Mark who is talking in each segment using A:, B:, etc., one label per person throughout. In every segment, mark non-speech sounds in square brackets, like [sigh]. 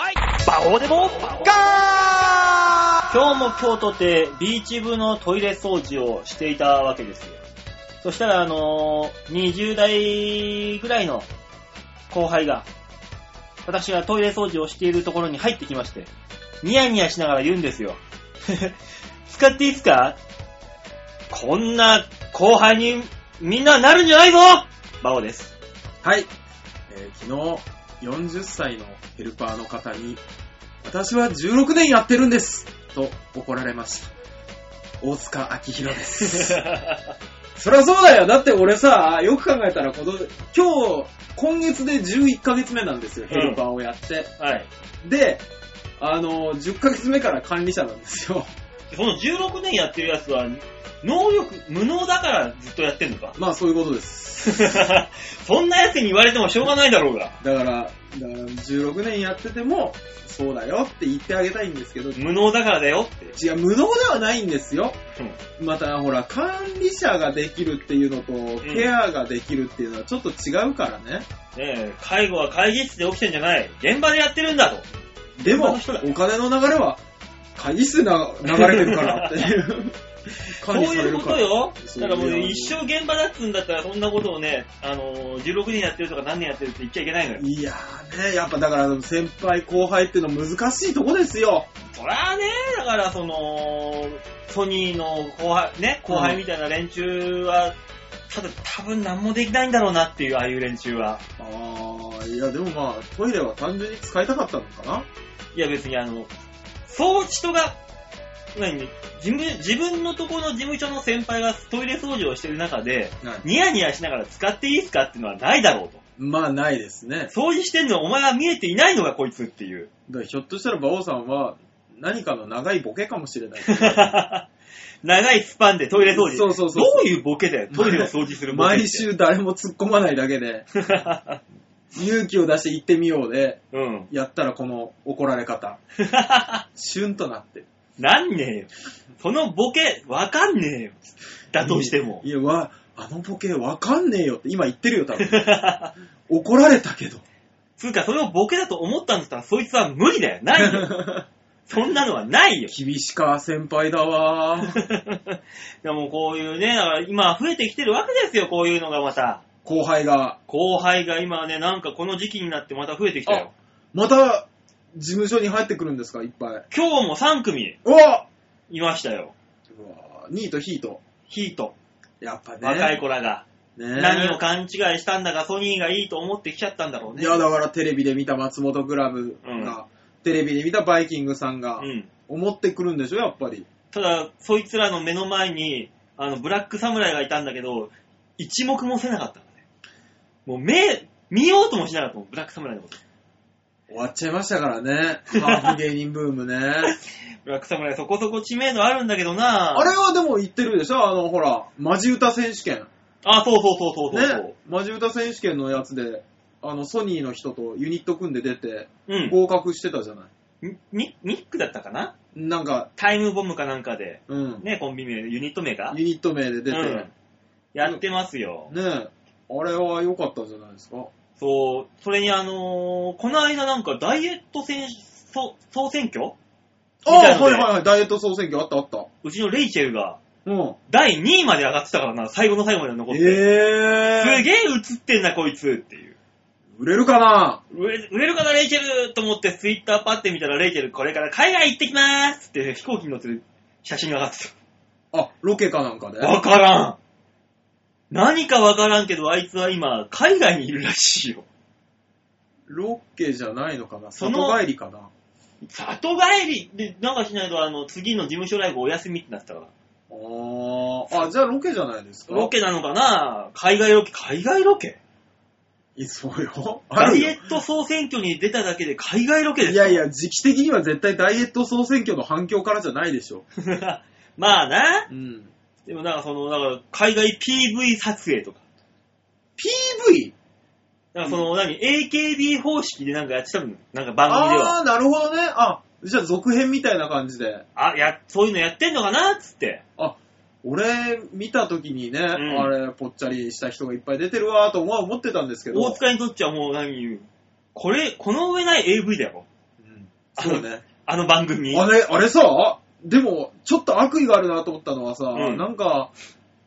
A: ここでも、ガー
B: 今日も今日とてビーチ部のトイレ掃除をしていたわけですよ。そしたら、あのー、20代ぐらいの後輩が、私がトイレ掃除をしているところに入ってきまして、ニヤニヤしながら言うんですよ。 [laughs] 使っていいっすかこんな後輩にみんななるんじゃないぞバオです。
C: はい、えー昨日、40歳のヘルパーの方に、私は16年やってるんですと怒られました。大塚明宏 [laughs] です。そりゃそうだよ。だって俺さ、よく考えたらこの、今日、今月で11ヶ月目なんですよ、ヘルパーをやって。
B: はい。
C: で、あの、10ヶ月目から管理者なんですよ。
B: その16年やってるやつは、能力、無能だからずっとやってんのか [laughs]
C: [laughs] まあそういうことです。
B: そんな奴に言われてもしょうがないだろうが。
C: だから、だから16年やってても、そうだよって言ってあげたいんですけど、
B: 無能だからだよって。
C: 違う、無能ではないんですよ。またほら、管理者ができるっていうのと、
B: ん
C: ケアができるっていうのはちょっと違うからね。
B: ねえ、介護は会議室で起きてんじゃない。現場でやってるんだと。
C: で
B: 現場
C: も、
B: の人だ
C: お金の流れは、会議室でな流れてるからって
B: [laughs]
C: いう。
B: そういうこと。よ。
C: そ
B: だ
C: う
B: からもう
C: いや
B: 一生現場だっつうんだったら、そんなことをね、あのー、16年やってるとか何年やってるって言っちゃいけないのよ。
C: いやーね、やっぱだから先輩後輩っていうの難しいとこですよ。
B: そらね、だからその、ソニーの後輩、ね、後輩みたいな連中は、ただ多分何もできないんだろうなっていう、ああいう連中は。
C: あー、いやでもまあ、トイレは単純に使いたかったのかない
B: や別にあの、そう人が、何、自分、自分のとこの事務所の先輩がトイレ掃除をしてる中で、ニヤニヤしながら使っていいですかっていうのはないだろうと。
C: まあないですね。
B: 掃除してんのお前は見えていないのがこいつっていう。 [laughs]
C: だからひょっとしたら馬王さんは何かの長いボケかもし
B: [laughs]
C: れない。
B: 長いスパンでトイレ掃除。
C: そうそうそ
B: どう
C: う
B: いうボケだよ、トイレを掃除するボケって。
C: 毎週誰も突っ込まないだけで、勇気を出して行ってみようで、
B: [laughs] うん。
C: やったらこの怒ら
B: [laughs]
C: れ方、シュンとなって。
B: なんねえよ。そのボケ、わかんねえよ。だとしても。
C: いや、わ、あのボケわかんねえよって今言ってるよ、多分。怒られ
B: [laughs]
C: たけど。
B: つうか、それをボケだと思ったんだったら、そいつは無理だよ。ない
C: [laughs]
B: よ。そんなのはないよ。
C: 厳しか先輩だわー。
B: [laughs] でもこういうね、だから今増えてきてるわけですよ、こういうのがまた。
C: 後輩が、
B: 後輩が今ね、なんかこの時期になってまた増えてきたよ。
C: また、事務所に入ってくるんですか、いっぱい。
B: 今日も3組
C: うわ
B: いましたよ。
C: うわニート、ヒート。
B: ヒート。
C: やっぱね。
B: 若い子らが。
C: ね
B: 何を勘違いしたんだが、ソニーがいいと思ってきちゃったんだろうね。
C: いや、だからテレビで見た松本クラブが、
B: うん
C: テレビで見たバイキングさんが、
B: うん。
C: 思ってくるんでしょ、やっぱり。
B: ただ、そいつらの目の前に、あの、ブラックサムライがいたんだけど、一目もせなかったのね。もう目、見ようともしなかったもん、ブラックサムライのこと。
C: 終わっちゃいましたから
B: [laughs]
C: ね。ハーフ芸人ブームね。
B: ブラックサムライそこそこ知名 [laughs] 度あるんだけどな
C: あれはでも言ってるでしょあの、ほら、マジ歌選手権。
B: あ、そうそうそうそうそうそう、
C: ね。マジ歌選手権のやつで、あの、ソニーの人とユニット組んで出て、
B: うん。
C: 合格してたじゃない。
B: ニニックだったかな
C: なんか、
B: タイムボムかなんかで、
C: うん。
B: ね、コンビ名、ユニット名が。
C: ユニット名で出て、
B: うんやってますよ。
C: ねあれは良かったじゃないですか。
B: そう、それにあのーこの間なんかダイエット選手、総総選挙
C: あ
B: 見た
C: あ、
B: の
C: はい
B: で
C: はいはい。ダイエット総選挙あったあった。
B: うちのレイチェルが
C: うん。
B: 第2位まで上がってたからな、最後の最後まで残って。
C: え
B: す
C: え
B: げえ映ってんな、こいつっていう。
C: 売れるかな
B: 売れ売れるかな、レイチェルと思ってツイッターパッて見たら、レイチェルこれから海外行ってきまーすって飛行機に乗ってる写真が上がって
C: あ、ロケかなんかで
B: た。わからん何かわからんけど、あいつは今、海外にいるらしいよ。
C: ロケじゃないのかな
B: その
C: 里帰りかな
B: 里帰りで、なんかしないと、あの、次の事務所ライブお休みってなってたから。
C: あーあ、じゃあロケじゃないですか
B: ロケなのかな海外ロケ、海外ロケ
C: いやそう
B: [laughs]
C: よ。
B: ダイ
C: あ
B: エット総選挙に出ただけで海外ロケ
C: る
B: で
C: よ
B: す
C: い
B: か
C: やいや、時期的には絶対ダイエット総選挙の反響からじゃないでしょ。
B: [laughs] まあな。
C: うん。
B: でもなんかその、だから海外 PV 撮影とか。
C: PV?
B: なんかその、何 ?AKB 方式でなんかやってたのなんか番組では。
C: ああ、なるほどね。あ、じゃあ続編みたいな感じで。
B: あ、や、そういうのやってんのかなつって。
C: あ、俺見た時にね、
B: ん
C: あれ、ぽっちゃりした人がいっぱい出てるわーとは思ってたんですけど。
B: 大塚にとっちゃもう何これ、この上ない AV だよ。
C: うんそうね。
B: あの番組。
C: あれ、あれさ、でも、ちょっと悪意があるなと思ったのはさ、
B: うん
C: なんか、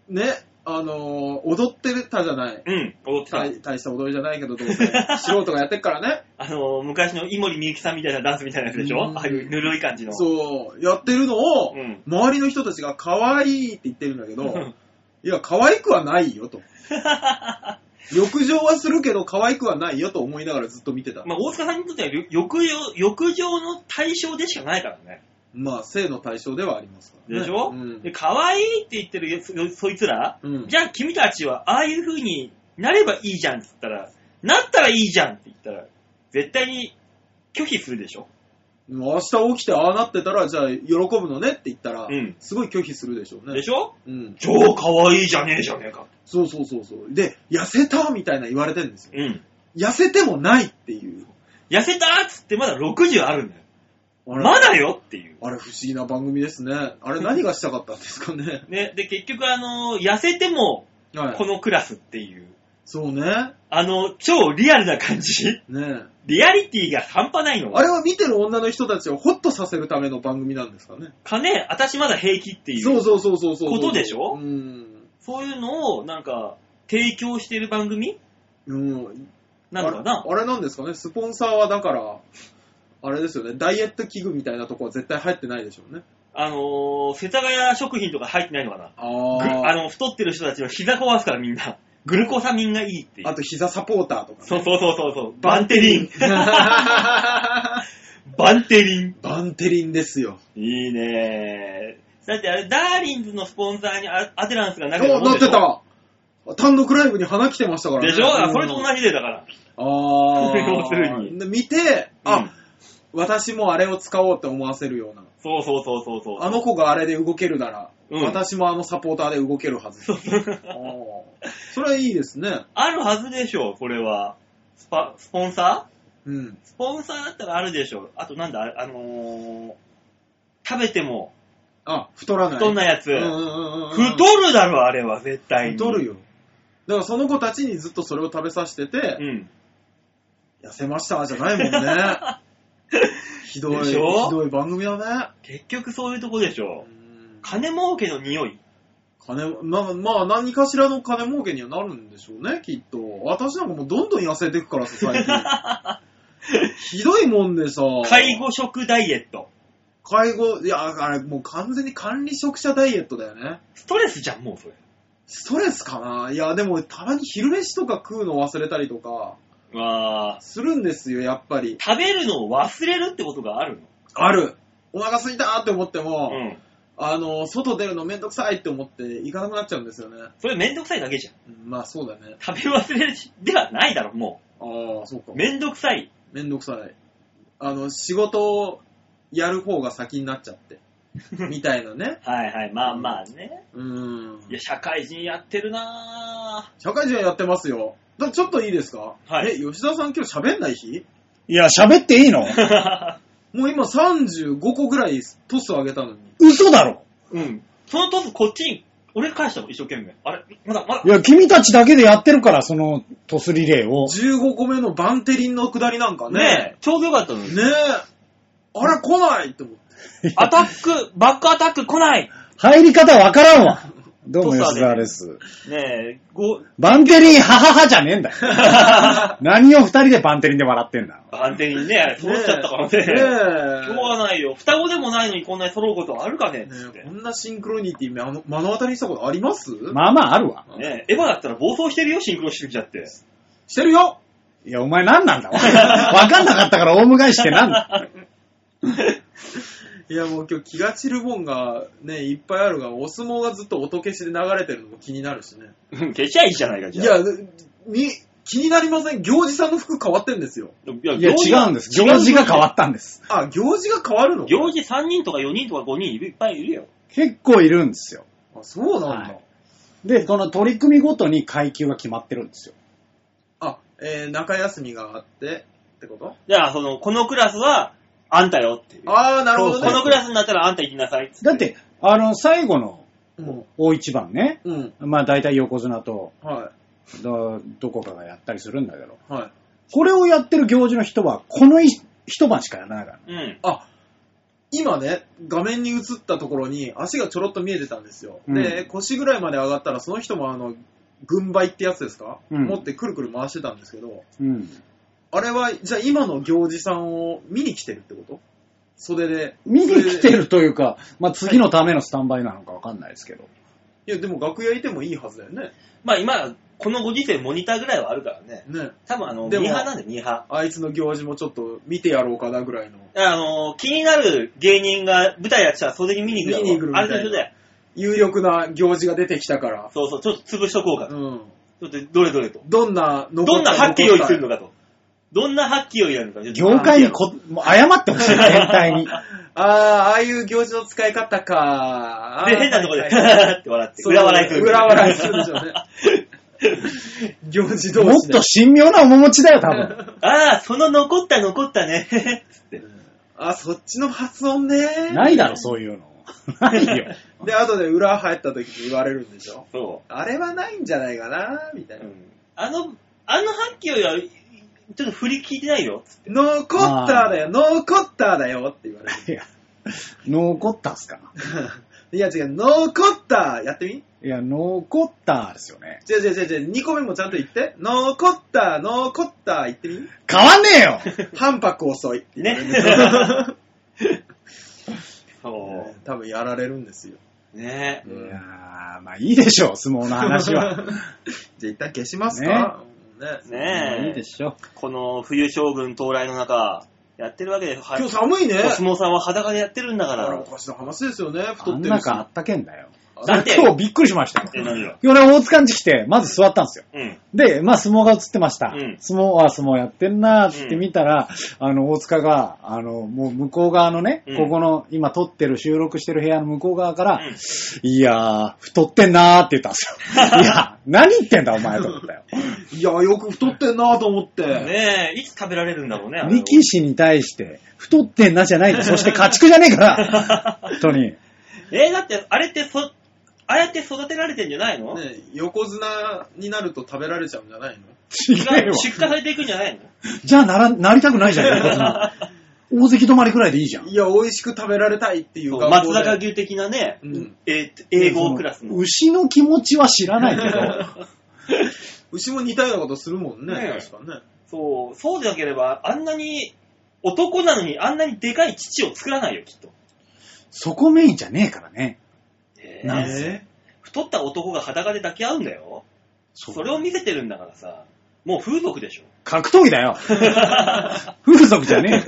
C: ね、あのー踊ってたじゃない。
B: うん、踊ってた。
C: 大大した踊りじゃないけど、どうせ。素人がやってっからね。
B: あの、昔の井森美幸さんみたいなダンスみたいなやつでし
C: う
B: ょ
C: ん
B: ああいうぬる [laughs] い感じの。う。
C: そう、やってるのを、
B: うん。
C: 周りの人たちが可愛いって言ってるんだけど、いや、可愛くはない
B: [laughs]
C: よと。浴場はするけど、可愛くはないよと思いながらずっと見てた。
B: まあ、大塚さんにとっては、浴場、浴場の対象でしかないからね。
C: まあ、性の対象ではありますから、ね。
B: でしょ、
C: うん
B: で、可愛いって言ってるそそいつら、
C: うん
B: じゃあ君たちはああいう風になればいいじゃんって言ったら、なったらいいじゃんって言ったら、絶対に拒否するでしょ
C: 明日起きてああなってたら、じゃあ喜ぶのねって言ったら、
B: うん
C: すごい拒否するでしょうね。
B: でしょ
C: うん。
B: 超可愛いじゃねえじゃねえか。
C: そうそうそうそう。で、痩せたみたいな言われてるんですよ。
B: うん。
C: 痩せてもないっていう。
B: 痩せたっつってまだ60あるんだよ。
C: あれ、
B: まだよっていう。。
C: あれ不思議な番組ですね。あれ何がしたかったんですかね
B: [laughs] ね、で、結局あの、痩せても
C: はい
B: こ。のクラスっていう、
C: そうね。
B: あの、超リアルな感じ。 [laughs]
C: ね
B: リアリティが半端ないの。
C: あれは見てる女の人たちをホッとさせるための番組なんですかね。
B: かね、私まだ平気っていう。
C: そうそうそうそうそう。
B: ことでしょ
C: うん。
B: そういうのを、なんか、提供してる番組
C: うん。
B: なのかな
C: あれあれなんですかね。スポンサーはだから、あれですよね。ダイエット器具みたいなとこは絶対入ってないでしょうね。
B: あのー、世田谷食品とか入ってないのかな
C: あ
B: ぐあ
C: あ。
B: の、太ってる人たちの膝壊すからみんな。
C: [laughs]
B: グルコサミンがいいっていう。
C: あと膝サポーターとか、ね。
B: そうそうそうそうそう。バンテリン。バンテ
C: [laughs]
B: リン。
C: [laughs] バンテリンですよ。
B: いいねーだってあれ、ダーリンズのスポンサーにあアテランスがな
C: あ
B: け
C: な
B: もん
C: っ
B: でしょ
C: てた単独ライブに花来てましたからね。
B: でしょあそれと
C: うん
B: 同じでだから。
C: あー
B: 要するに
C: で見て、あ、
B: うん
C: 私もあれを使おうって思わせるような。
B: そうそうそうそうそう。
C: あの子があれで動けるなら、
B: うん
C: 私もあのサポーターで動けるはず。あーそれはいいですね。
B: あるはずでしょ、これは。スパ、スポンサ
C: うん。
B: ースポンサーだったらあるでしょ。あとなんだ、ああのー、食べても
C: あ、太らない。
B: 太んないやつ。
C: うんうんうんうん
B: 太るだろ、あれは、絶対に。
C: 太るよ。だからその子たちにずっとそれを食べさせてて、
B: うん。
C: 痩せましたじゃないもんね。
B: [laughs]
C: ひどい、
B: で
C: ひ
B: しょ
C: どい番組だ
B: 結局そういうとこでしょ
C: ね。。
B: 金儲けの匂い。
C: 金、まあ、まあ、何かしらの金儲けにはなるんでしょうね、きっと。私なんかもうどんどん痩せていくからさ、最近。
B: [laughs]
C: ひどいもんでさ。
B: 介護食ダイエット。
C: 介護、いや、あれもう完全に管理職者ダイエットだよね。
B: ストレスじゃん、もうそれ。
C: ストレスかないや、でもたまに昼飯とか食うの忘れたりとか、
B: わー。
C: するんですよ、やっぱり。
B: 食べるのを忘れるってことがあるの
C: ある。お腹空いたーって思っても、
B: うん。
C: あの、外出るのめんどくさいって思って行かなくなっちゃうんですよね。
B: それめんどくさいだけじゃん。
C: うんまあそうだね。
B: 食べ忘れではないだろ、も
C: ああ、そうか
B: う。。めんどくさい。
C: めんどくさい。あの、仕事をやる方が先になっち
B: [laughs]
C: ゃって。みたいなね。
B: はいはい、まあまあね。
C: うーん
B: い。や、社会人やってるな
C: 社会人はやってますよ。だちょっといいですか
B: はい
C: え、吉田さん今日喋んない日
D: いや、喋っていいの
B: ぁ。 [laughs]
C: もう今35個ぐらいトスを上げたのに。
D: 嘘だろ
B: うん。そのトスこっちに、俺返したの、一生懸命。あれまだまだ
D: いや、君たちだけでやってるから、そのトスリレーを。
C: 15個目のバンテリンの下りなんかね。
B: ねえ、ちょうどよかったの
C: ね
B: に
C: え。。あれ来ないって思って。
B: アタック、バックアタック来ない
D: 入り方わからんわ。どうも、
B: トスは
D: 吉
B: ね
D: 沢です。
B: ねえ、ご、
D: バンテリン、はははじゃねえんだよ。 [laughs] 何を二人でバンテリンで笑ってんだ。
B: 安定にね、揃っちゃったから
C: ねえ。
B: ね。しょうがないよ。双子でもないのにこんなに揃うことあるかねっつっ
C: ねえ
B: て
C: こ。んなシンクロニティ目の目の当たりにしたことあります、
D: まあまああるわ。
B: ねえ、エヴァだったら暴走してるよ、シンクロしてきちゃって。
C: してるよ
D: いや、お前何なんだわ。わかんなかったから、オウム返しってなんだ。
C: いやもう今日気が散るもんがね、いっぱいあるが、お相撲がずっと音消しで流れてるのも気になるしね。
B: うん消しちゃいいじゃないか、
C: い
B: じゃあ。
C: や、に、気になりません。行司さんの服変わってんですよ。
B: いや
D: いや、違うんです。行事が変わ
B: っ
D: ったんです。
C: あ、行司が変わるの
B: 行事3人とか4人とか5人いるいっぱいいるよ。
D: 結構いるんですよ。
C: あ、そうなんだ。
D: はいで、この取り組みごとに階級が決まってるんですよ。
C: あ、えー、中休みがあって、ってこと
B: じゃあ、その、このクラスは、あんたよっていう。
C: あー、なるほど
B: こ
C: ね。
B: のクラスになったらあんた行きなさいっつ
D: だっ、て、あの、最後の
C: うん。
D: 大一番ね、
C: うん。
D: まあ大体横綱と
C: は
D: どどこかがやったりするんだけど、
C: い。はい。
D: これをやってる行事の人は、このい一晩しかやらないから。
B: うん。
C: あ、今ね、画面に映ったところに足がちょろっと見えてたんですよ。
D: うん
C: で、腰ぐらいまで上がったら、その人もあの、軍配ってやつですか、
D: うん
C: 持ってくるくる回してたんですけど、
D: うん。
C: あれは、じゃあ今の行事さんを見に来てるってこと袖で。
D: 見に来て
C: 袖で
D: るというか、まあ、次のためのスタンバイなのかわかんないですけど。
C: いや、でも楽屋いてもいいはずだよね。
B: まあ今、このご時世モニターぐらいはあるからね。
C: ね。
B: 多分あの、ミ
C: でも
B: ーハーなんでミーハ
C: あいつの行事もちょっと見てやろうかなぐらいの。
B: ー。あの、気になる芸人が舞台やってたら袖に見に行くだろ
C: 見に行くみた
B: あ
C: い
B: れ
C: な
B: と一緒だよ。
C: 有力な行事が出てきたから。
B: そうそう、ちょっと潰しとこうか
C: う
B: と。
C: ん。
B: ちょっとどれどれと。
C: どんな残
B: どんな発揮用意するの
C: か。
B: かと。どんな発揮用意なのか。
D: 業界にこ、もう謝ってほしい、全体 [laughs] に。
C: ああ、ああいう行事の使い方か。
B: で、変なとこで、
C: はいはいはい
B: はって笑って、 [laughs] 裏笑いする。
C: 裏笑いするでしょうね。行事同
D: もっ
C: 士で。
D: と神妙な面持ちだよ、多分。
B: [laughs] ああ、その残った残ったね。 [laughs] つって。
C: [laughs] あ、そっちの発音ね。
D: [laughs] ないだろ、そういうの。ないよ。
C: で、後で裏入った時に言われるんでしょ。
B: そ。
C: あれはないんじゃないかな、みたいうな。
B: あの、あの発揮用意は、ちょっと振り聞いてないよ。つって
C: ノーコッターだよ、ノーコッターだよって言われる。
D: いや、残ったっすか。
C: いや違う、ノーコッターやってみ
D: いや、残ったですよね。
C: 違う違う違う違う、2個目もちゃんと言って。ノーコッター、ノーコッター言ってみ
D: [laughs] 変わんねえよ
C: 反拍遅いって言われるんですよ。 [laughs]
B: ね。 [laughs] そ
C: 多分やられるんですよ。
B: う。ね
D: いやー、まあいいでしょう、相撲の話は。
C: [laughs] じゃあ一旦消しますか。ね
B: え。
D: まあ [laughs] いい
B: ね
D: で
B: え。
D: しょ
B: この冬将軍到来の中、やってるわけで、は
C: 今日寒いね。
B: お相撲さんは裸でやってるんだか
C: あれお
B: ら。
C: かしな話ですよね。
D: う。
C: 太
D: あ
C: っ
D: ん
C: てる
D: な
C: し。
D: かあったけんだよ。
B: だって
D: 今日びっくりしましたよ。
B: え、何が
D: 今日俺大塚んち来て、まず座ったんですよ。
B: うん。
D: で、まあ相撲が映ってました。
B: うん
D: 相撲は相撲やってんなーっつって見たら、あの、大塚が、あの、もう向こう側のね、
B: うん
D: ここの今撮ってる収録してる部屋の向こう側から、
B: うん
D: いやー、太ってんなーって言ったんで
B: [laughs]
D: すよ。いや、何言ってんだお前と思ったよ。
C: いや、よく太ってんなと思って。
B: ねえ、いつ食べられるんだろうね。あの
D: 力士に対して、太ってんなじゃないと、そして家畜じゃね
B: [laughs]
D: えから、本当に。
B: えーだって、あれってそ、ああやって育てられてんじゃないの、
C: ね横綱になると食べられちゃうんじゃないの
D: 違
B: 違
D: え
B: う
D: よ。
B: 出荷されていくんじゃないの
D: じゃあなら、なりたくないじゃん、横綱。
B: [laughs]
D: 大関止まりくらいでいいじゃん。
C: いや、美味しく食べられたいっていう
B: そう
C: 願望
B: 松
C: で
B: 坂牛的なね、
C: うん
B: えー英語クラス
D: そ
B: の。
D: の牛の気持ちは知らないけ
B: [laughs]
D: ど、
C: 牛も似たようなことするもんね。
B: ねえ
C: 確かね。
B: そう、そうでなければ、あんなに、男なのにあんなにでかい父を作らないよ、きっと。
D: そこメインじゃねえからね。
B: え
D: なん
B: ー
D: せ
C: え
B: 太った男が裸で抱き合うんだよ。
D: そう
B: それを見せてるんだからさ、もう風俗でしょ。
D: 格闘技
B: [laughs]
D: だよ。風俗じゃね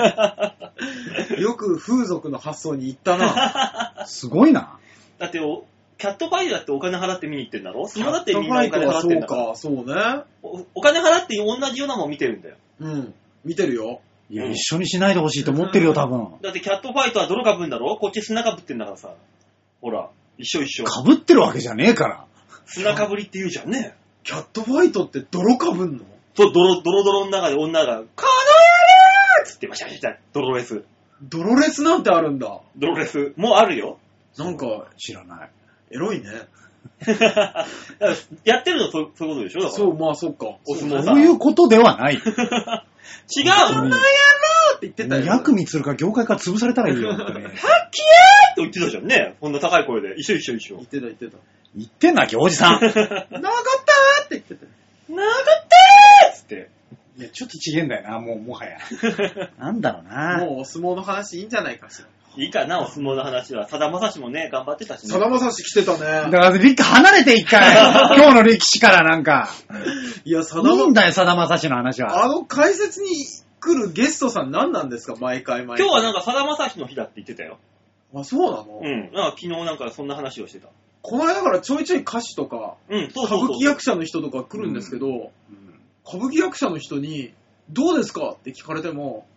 D: えよ
C: よく風俗の発想に行ったな。
D: すごいな。
B: だってお、キャットファイトだってお金払って見に行ってんだろ相撲だって
C: フ
B: みんな
C: ァ
B: お
C: イト
B: 金払
C: は
B: っ
C: そ
B: てん
C: う
B: だから。
C: か、そうね。
B: おお金払って同じようなもん見てるんだよ。
C: うん。見てるよ。
D: いや、一緒にしないでほしいと思ってるよ、多分。
B: だってキャットファイトは泥かぶんだろこっち砂かぶってんだからさ。ほら、一緒一緒。
D: 被ってるわけじゃねえから。
B: 砂かぶりって言うじゃんね。
C: キャットファイトって泥かぶんの
B: そう、泥、泥泥の中で女が、この野郎っつってバシャバシャバシャ、泥レス。
C: 泥レスなんてあるんだ。
B: 泥レス。もうあるよ。 [laughs]
C: なんか、
D: 知らない。
C: エロいね。
B: やってるのそうそういうことでしょだから
C: そう、まあそっか。
B: お相
C: そう
B: 撲
C: ね
B: さ
D: そ
B: ん。
D: うい
B: 違う
D: うことではない。
B: の
D: うん
C: って言ってたよ。
D: ヤクミツルか業界から潰されたらいいよ、本当に
B: って言ってたじゃんね。こんな高い声で。一緒一緒一緒。
C: 言ってた言ってた。
D: 言ってんな、行司さん。
C: なかったーって言ってた。
B: なかったーっつって。
D: いや、ちょっと違えんだよな、もう、もは
B: [laughs]
D: や。なんだろうな。
C: もうお相撲の話いいんじゃないかしら。
B: いいかな、お相撲の話は。さだまさしもね、頑張ってたしね。
C: さだまさし来てた
D: だ
C: ね
D: か。ら、リック離れて一
B: [laughs]
D: 回。今日の歴史からなんか。
C: いや、さだ
D: いいん
C: ま、
D: だよ、さだまさしの話は。
C: あの解説に来るゲストさん何なんですか毎回毎
B: 今
C: 回。
B: 日はなんかさだまさしの日だって言ってたよ。
C: あ、そうなの、
B: うん。なんか昨日なんかそんな話をしてた。
C: この間からちょいちょい歌手とか、
B: うん、そうそ
C: 歌
B: う
C: 舞
B: そう。
C: 伎役者の人とか来るんですけど、
D: うん
C: 歌舞伎役者の人に、どうですかって聞かれても、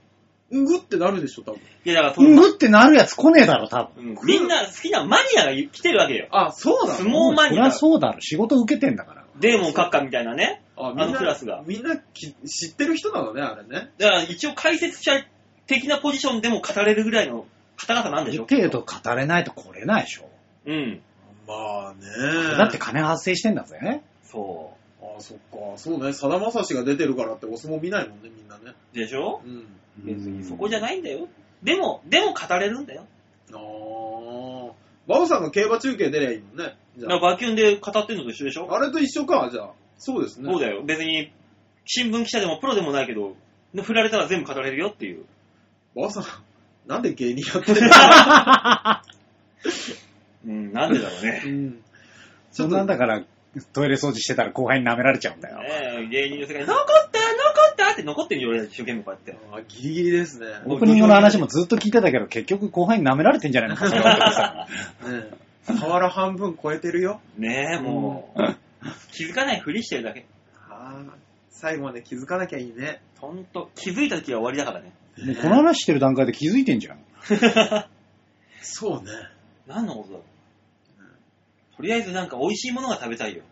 C: うんぐってなるでしょ、多分。
B: いや、だからそ
D: うん
B: の、
D: ぐってなるやつ来ねえだろ、多
B: う
D: 分。
B: んみんな好きなマニアが来てるわけよ。
C: あ、そうな
B: 相
C: の
B: 撲マ
D: そ
B: ニ
D: り
B: ア
D: ゃ。そうだろ、仕事受けてんだから。
B: デーモン閣下みたいなね。
C: あ
B: あのクラスが
C: みんなき知ってる人なのね、あれね。
B: だから一応解説者的なポジションでも語れるぐらいの方々なん
D: あ
B: で
D: る
B: しょ
D: 程度語れないと来れないでしょ。
B: うん。
C: まあね。
D: だって金発生してんだぜ。
B: そ
C: ああ、そっか。そうね。さだまさしが出てるからってお相撲見ないもんね、みんなね。
B: う。でしょ
C: うん。
B: 別
D: う
B: に
D: ん
B: そこじゃないんだよ。でも、でも語れるんだよ。
C: あー。バオさんが競馬中継出りゃいいもんね。じゃ
B: だからバキュンで語ってんのと一緒でしょ
C: あ。あれと一緒か、じゃあ。そうですね。
B: そうだよ。別に、新聞記者でもプロでもないけど、振られたら全部語れるよっていう。
C: バオさん、なんで芸人やってる
B: うん、なんでだ [laughs] ろうね。
C: の
D: そんなんだから、トイレ掃除してたら後輩に舐められちゃうんだよ。
B: ねえ芸人の世界に残った残ったって残ってるよ、俺ら一生懸命こうやって。
C: あギリギリですね。
D: オープニングの話もずっと聞いてたけど、結局後輩に舐められてんじゃないのか、それはお客さ
C: ね瓦半分超えてるよ。
B: ねえ、もう、気づかないふりしてるだけ。
C: あー最後まで気づかなきゃいいね。
B: ほんと、気づいた時は終わりだからね。
D: んもうこの話してる段階で気づいてんじゃん。
C: そうね。
B: 何のことだろう。とりあえずなんか美味しいものが食べたいよ。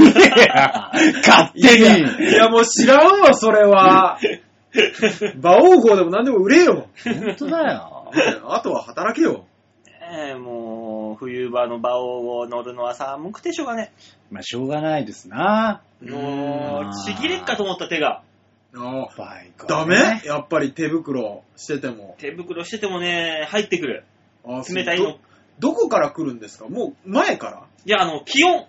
D: いや勝
C: いや
D: 手
C: い
D: に
C: や、いやもう知らんわ、それ [laughs] は。馬王号でも何でも売れよ。
D: 本当だよ。
C: あとは働けよ。
B: ねえ、もう、冬場の場を乗るのは寒くてしょうがね
D: まあ、しょうがないですな。
B: え。
C: あ
B: もう、ちぎれっかと思った手が。
C: ー
D: バイク
C: ダ
D: は
C: メ
D: ね、
C: やっぱり手袋してても。
B: 手袋しててもね、入ってくる。
C: あーそう
B: 冷たい
C: ど
B: の。
C: どこから来るんですかもう前から
B: いや、あの、気温。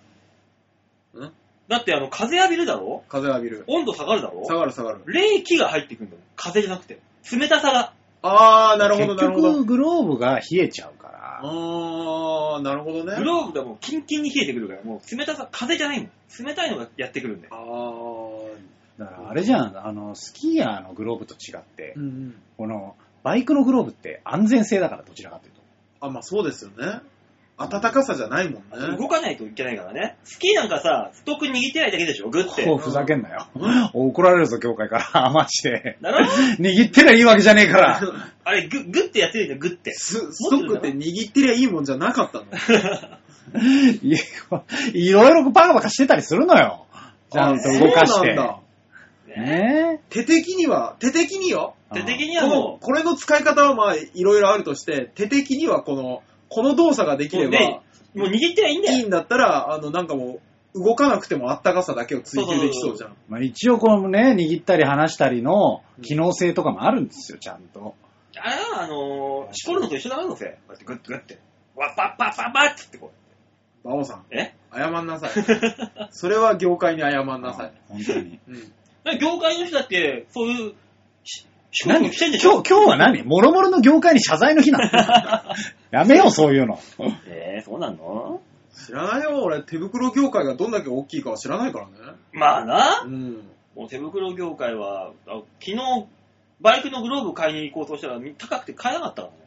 C: ん
B: だって、あの、風浴びるだろ
C: 風浴びる。
B: 温度下がるだろ
C: 下がる下がる。
B: 冷気が入ってくんだもん。風じゃなくて。冷たさが。
C: あー、なるほど、なるほ
D: 結
C: ど。
D: 局、グローブが冷えちゃうから。
C: あー、なるほどね。
B: グローブがもうキンキンに冷えてくるから、もう冷たさ、風じゃないもん。冷たいのがやってくるんだよ。
C: あー、
D: だから、あれじゃん、あの、スキーヤーのグローブと違って
C: うんう、ん。
D: この、バイクのグローブって安全性だから、どちらかというと。
C: あ、まあそうですよね。暖かさじゃないもん
B: あと
C: [laughs] ね。
B: 動かないといけないからね。スキーなんかさ、ストック握ってないだけでしょ、グって。
D: こうふざけんなよ。 [laughs] 怒られるぞ、業界から。 [laughs] マジで。
B: だろ [laughs]
D: 握ってりゃいいわけじゃね
C: [laughs]
D: えから。
B: あれ、ググってやってるんだよ、グって。
C: スストックって握ってりゃいいもんじゃなかったの。
D: いいろいろバカバカしてたりするのよ。ちゃんと動かして。
C: あそうなんだ
B: ね
D: ね
C: 手的には、手的によ。
D: え。
B: 手的に
C: こ
B: は
C: の
B: も、
C: これの使い方はまあ、いろいろあるとして、手的にはこの、この動作ができ
B: う、も
C: れ
B: うね
C: ば、、
B: もう握ってりゃいいんだ
C: い
B: よ。
C: いんだったら、あの、なんかもう、動かなくてもあったかさだけを追求できそうじゃん。
D: まあ、一応このね、握ったり離したりの機能性とかもあるんですよ、ちゃんと。
B: あれは、あのー、しこるのと一緒だろ、どうせ。こうやってグッグッて。わっぱっぱっぱっぱってってこ
C: 馬王さん、
B: う。え
C: 謝んなさい。それは業界に謝んなさい。
D: 本当に。
C: うん。
B: だから業界の人だって、そういう、ししこる
D: 何
B: の
D: 今
B: してんで
D: 日、
B: しょ
D: 今日は何もろもろの業界に謝罪の日なのやめよう、そういうの。
B: えー、そうなの
C: 知らないよ、俺、手袋業界がどんだけ大きいかは知らないからね。
B: まあな。
C: うん。
B: もう手袋業界は、あ昨日、バイクのグローブ買いに行こうとしたら、み高くて買えなかったからね。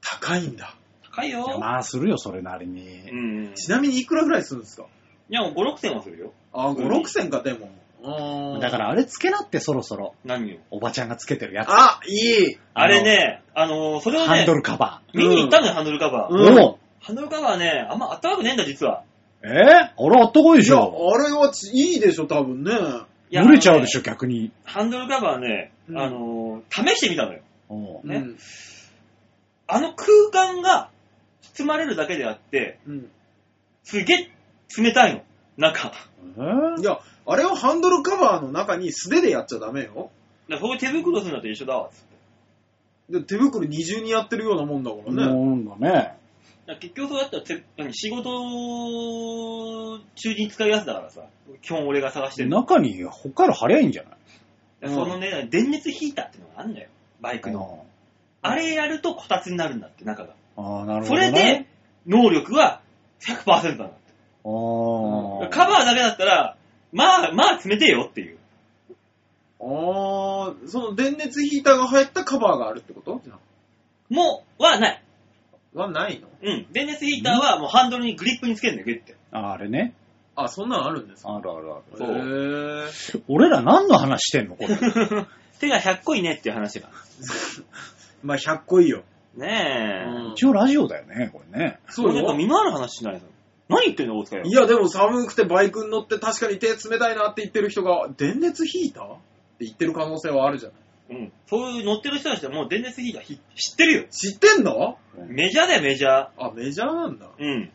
C: 高いんだ。
B: 高いよ。
D: いやまあ、するよ、それなり
B: う
D: に。
B: ん。い
C: ちなみにいくらぐらいするんですか
B: や、もう5、6千はするよ。
C: あー、
B: う
C: 5、
B: ん
C: 6千か、でも。あー
D: だから、あれつけなって、そろそろ。
B: 何よ。
D: おばちゃんがつけてるやつ。
C: あ、いい。
B: あれね、あのー、それを
D: ハン
B: ね
D: ド、ルカバ
B: 見に行ったのよ、ハンドルカバー。
D: ー。
C: う
D: うんおう
B: ハンドルカバーね、あんま暖かくねえんだ、実は。
D: えー、あれあったかいで
C: い
D: し
C: や、あ
D: ょ。
C: れはちいいでしょ、多分ね。
B: いや
D: 濡れちゃうでしょ、逆に。
B: ハンドルカバーね、
C: うん
B: あのー試してみたのよ。
D: おう
C: う
B: ね
C: ん。
B: あの空間が包まれるだけであって、
C: うん。
B: すげえ冷たいの。中。
D: えー
C: いや、あれをハンドルカバーの中に素手でやっちゃダメよ。
B: だからそういう手袋するのと一緒だわ。つって
C: で手袋二重にやってるようなもんだからね。
D: もうなんだね。
B: だから結局そうやったらて何仕事中に使うやつだからさ、基本俺が探してるの。
D: 中にほっかる貼りゃいいんじゃない
B: だからそのね、電熱ヒーターってのがあるんだよ。バイクの。あれやるとこたつになるんだって、中が。
D: ああ、なるほ
B: そ
D: ど、ね。
B: れで、能力は100%なんだって。
D: ああ。
B: カバーだけだったら、まあ、まあ冷てえよっていう。
C: あー、その電熱ヒーターが入ったカバーがあるってことじゃ
B: もう、はない。
C: あはないの
B: うん。電熱ヒーターはもうハンドルにグリップにつけるんだよ、グリって。
D: ああれね。
C: あ、そんなんあるんですか
D: あるあるあ
C: へ
B: そう
C: ー。
D: 俺ら何の話してんのこれ。
B: 手が100個いねっていう話が。
C: まあ、100個いいよ。
B: ねえ。
C: うん
D: 一応ラジオだよね、これね。
C: そう
B: なんか
C: よ。
B: 身のある話しないの何言ってんの、大塚よ
C: い。や、でも寒くてバイクに乗って確かに手冷たいなって言ってる人が、電熱ヒーターって言ってる可能性はあるじゃん。
B: うん。そういう乗ってる人たちはもう電熱ヒーターひ知ってるよ。
C: 知ってんの
B: メジャーだよ、メジャー。
C: あ、メジャーなんだ。
B: うん。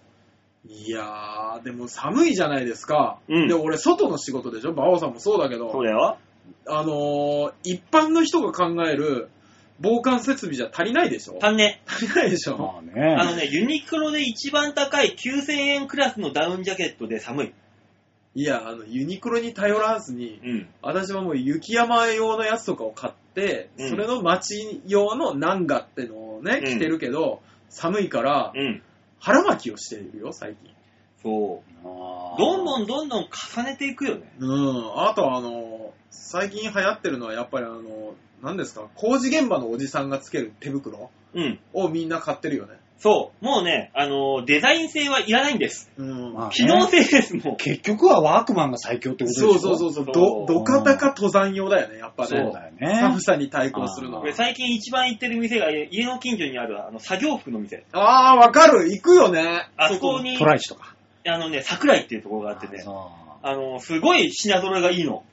C: いやー、でも寒いじゃないですか。
B: うん
C: で、俺、外の仕事でしょ馬王さんもそうだけど。
B: そうだよ。
C: あのー一般の人が考える防寒設備じゃ足りないでしょ
B: 足んね
C: 足りないでしょ
D: まあね。
B: あのね、ユニクロで一番高い9000円クラスのダウンジャケットで寒い。
C: いや、あの、ユニクロに頼らずに、
B: うん。
C: 私はもう雪山用のやつとかを買って、
B: うん
C: それの街用のナンガってのを
B: う
C: ね、
B: ん
C: 着てるけど、寒いから、
B: うん。
C: 腹巻きをしているよ、最近。
B: そう。
D: あー
B: どんどんどんどん重ねていくよね。
C: うん。あと、あの、最近流行ってるのは、やっぱりあの、何ですか、工事現場のおじさんがつける手袋
B: うん。
C: をみんな買ってるよね。
B: そう。もうね、あのーデザイン性はいらないんです。
C: うん。
D: まあね
B: 機能性です、もう。
D: 結局はワークマンが最強ってことでし
C: そ
D: ょ
C: うそうそううそう、
B: そう
C: ど、どかたか登山用だよね、やっぱ
D: そう
C: ね。
D: だよ
C: 寒
D: ね。
C: さに対抗するのは
B: 俺。最近一番行ってる店がえ家の近所にあるあの作業服の店。
C: ああ、わかる行くよね。
B: あそこに
D: ト、ライチとか。
B: あのね、桜井っていうところがあってね、
D: そう
B: あの、すごい品揃えがいいの。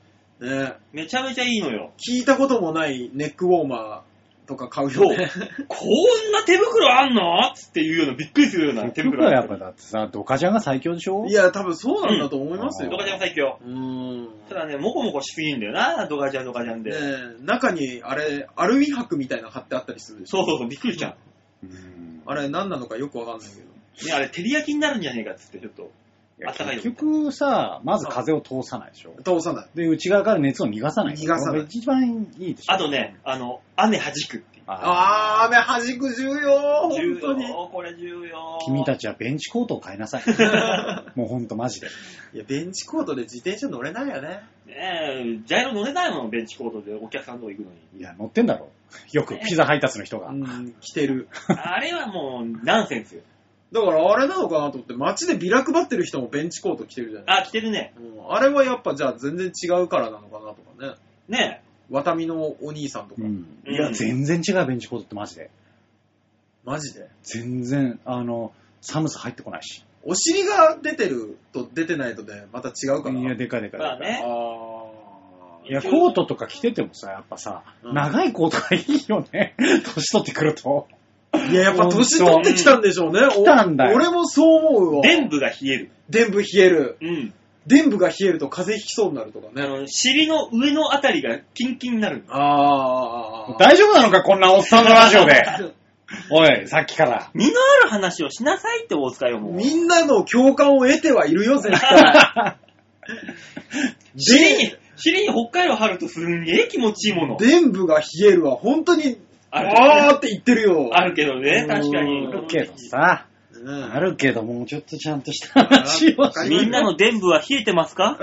C: ね。
B: めちゃめちゃいいの [laughs] よ。
C: 聞いたこともないネックウォーマーとか買うよね。
B: こんな手袋あんのつっていうような、びっくりするような手
D: 結局
B: 袋
D: は
B: あ
D: や
B: る
D: っぱだってさ、ドカジャンが最強でし
C: [laughs]
D: ょ
C: いや、多分そうなんだと思いますよ。
B: ドカジャン最強。
C: うん。
B: ただね、もこもこしすぎんだよな、ドカジャンドカジャンで。
C: ねえ中に、あれ、アルミ箔みたいなの貼ってあったりするでし
B: そ
C: ょ。
B: うそうそう、びっくりしちゃ
D: うん
C: あれ何なのかよくわかんないけど。
B: う。ね、あれ、照り焼きになるんじゃねえかっつって、ちょっと。
D: いや
B: 暖かいよ
D: 結局さ、まず風を通さないでしょ。
C: 通さない。
D: で、内側から熱を逃がさない。
C: 逃がさない
D: これ一番いいでしょ。
B: あとね、あの、雨弾くっていう。
C: あー、雨弾く重要本当に。
B: 重要これ重要。
D: 君たちはベンチコートを買いなさい。もうほんとマジで。
C: いや、ベンチコートで自転車乗れないよね。
B: ねえ、ジャイロ乗れないもん、ベンチコートでお客さんのとこ
D: [laughs]
B: 行くのに。
D: いや、乗ってんだろ。よくピザ配達の人が
C: う。ん、着てる。
B: あれはもう、ナンセンスよ。
C: だからあれなのかなと思って、街でビラ配ってる人もベンチコート着てるじゃない。
B: あ、着てるね。
C: うん、あれはやっぱじゃあ全然違うからなのかなとかね。
B: ね
C: ワタミのお兄さんとか。
D: うん。
B: うん
D: いや、全然違うベンチコートってマジで。
C: マジで。
D: 全然、あの、寒さ入ってこないし。
C: お尻が出てると出てないとで、また違うから
D: いや、
C: な。
D: でかいでかいで
B: まあ
D: かい。
B: ね。
C: あ
D: いや、コートとか着ててもさ、やっぱさ、
C: うん
D: 長いコートがいいよね。 [laughs] 年取ってくると。
C: ーいや、やっぱ年取ってきたんでしょうね。
D: 来たんだよ
C: お俺もそう思うわ。
B: 全部が冷える。
C: 全部冷える。
B: うん。
C: 全部が冷えると風邪ひきそうになるとか
B: あ
C: ね。
B: の、尻の上のあたりがキンキンになる。
C: あー。
D: 大丈夫なのか、こんなおっさんのラジ
C: [laughs]
D: オで。おい、さっきから。
B: 身のある話をしなさいって大塚よ、もう。
C: みんなの共感を得てはいるよ、
B: [laughs]
C: 絶対。
B: 尻に、尻に北海道張るとすんげえ気持ちいいもの。
C: 全部が冷えるは本当に、
B: ある
C: あーって言ってるよ。
B: あるけどね、
C: うん
D: [laughs]
B: 確かに。
D: あるけどさ、
C: うん
D: あるけど、もうちょっとちゃんとした話をし
B: みんなの伝部は冷えてますか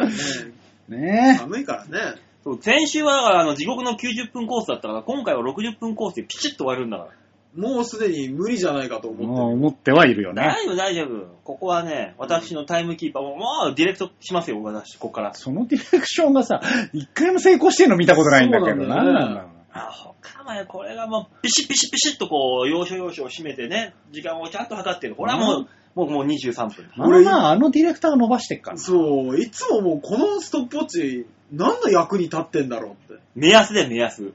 D: ね
C: 寒いからね。
B: そう先週はあの地獄の90分コースだったから、今回は60分コースでピチッと終わるんだから。
C: もうすでに無理じゃないかと
D: え。
C: 思
D: も
C: っ
D: う
C: て
D: 思ってはいるよね。
B: 大丈夫、大丈夫。ここはね、私のタイムキーパーも、もうディレクトしますよ、私、ここから。
D: そのディレクションがさ、一回も成功してるの見たことないんだけど
C: そう
D: な。
C: なんだよね
D: なんだろうな
B: あ、ほかまこれがもう、ピシッピシッピシッとこう、要所要所を締めてね、時間をちゃんと測ってる。これはもう、もうもう23分。
D: あのな、あのディレクターが伸ばしてっから
C: る。
D: な。
C: そう、いつももうこのストップウォッチ、何の役に立ってんだろうって。
B: 目安で目安。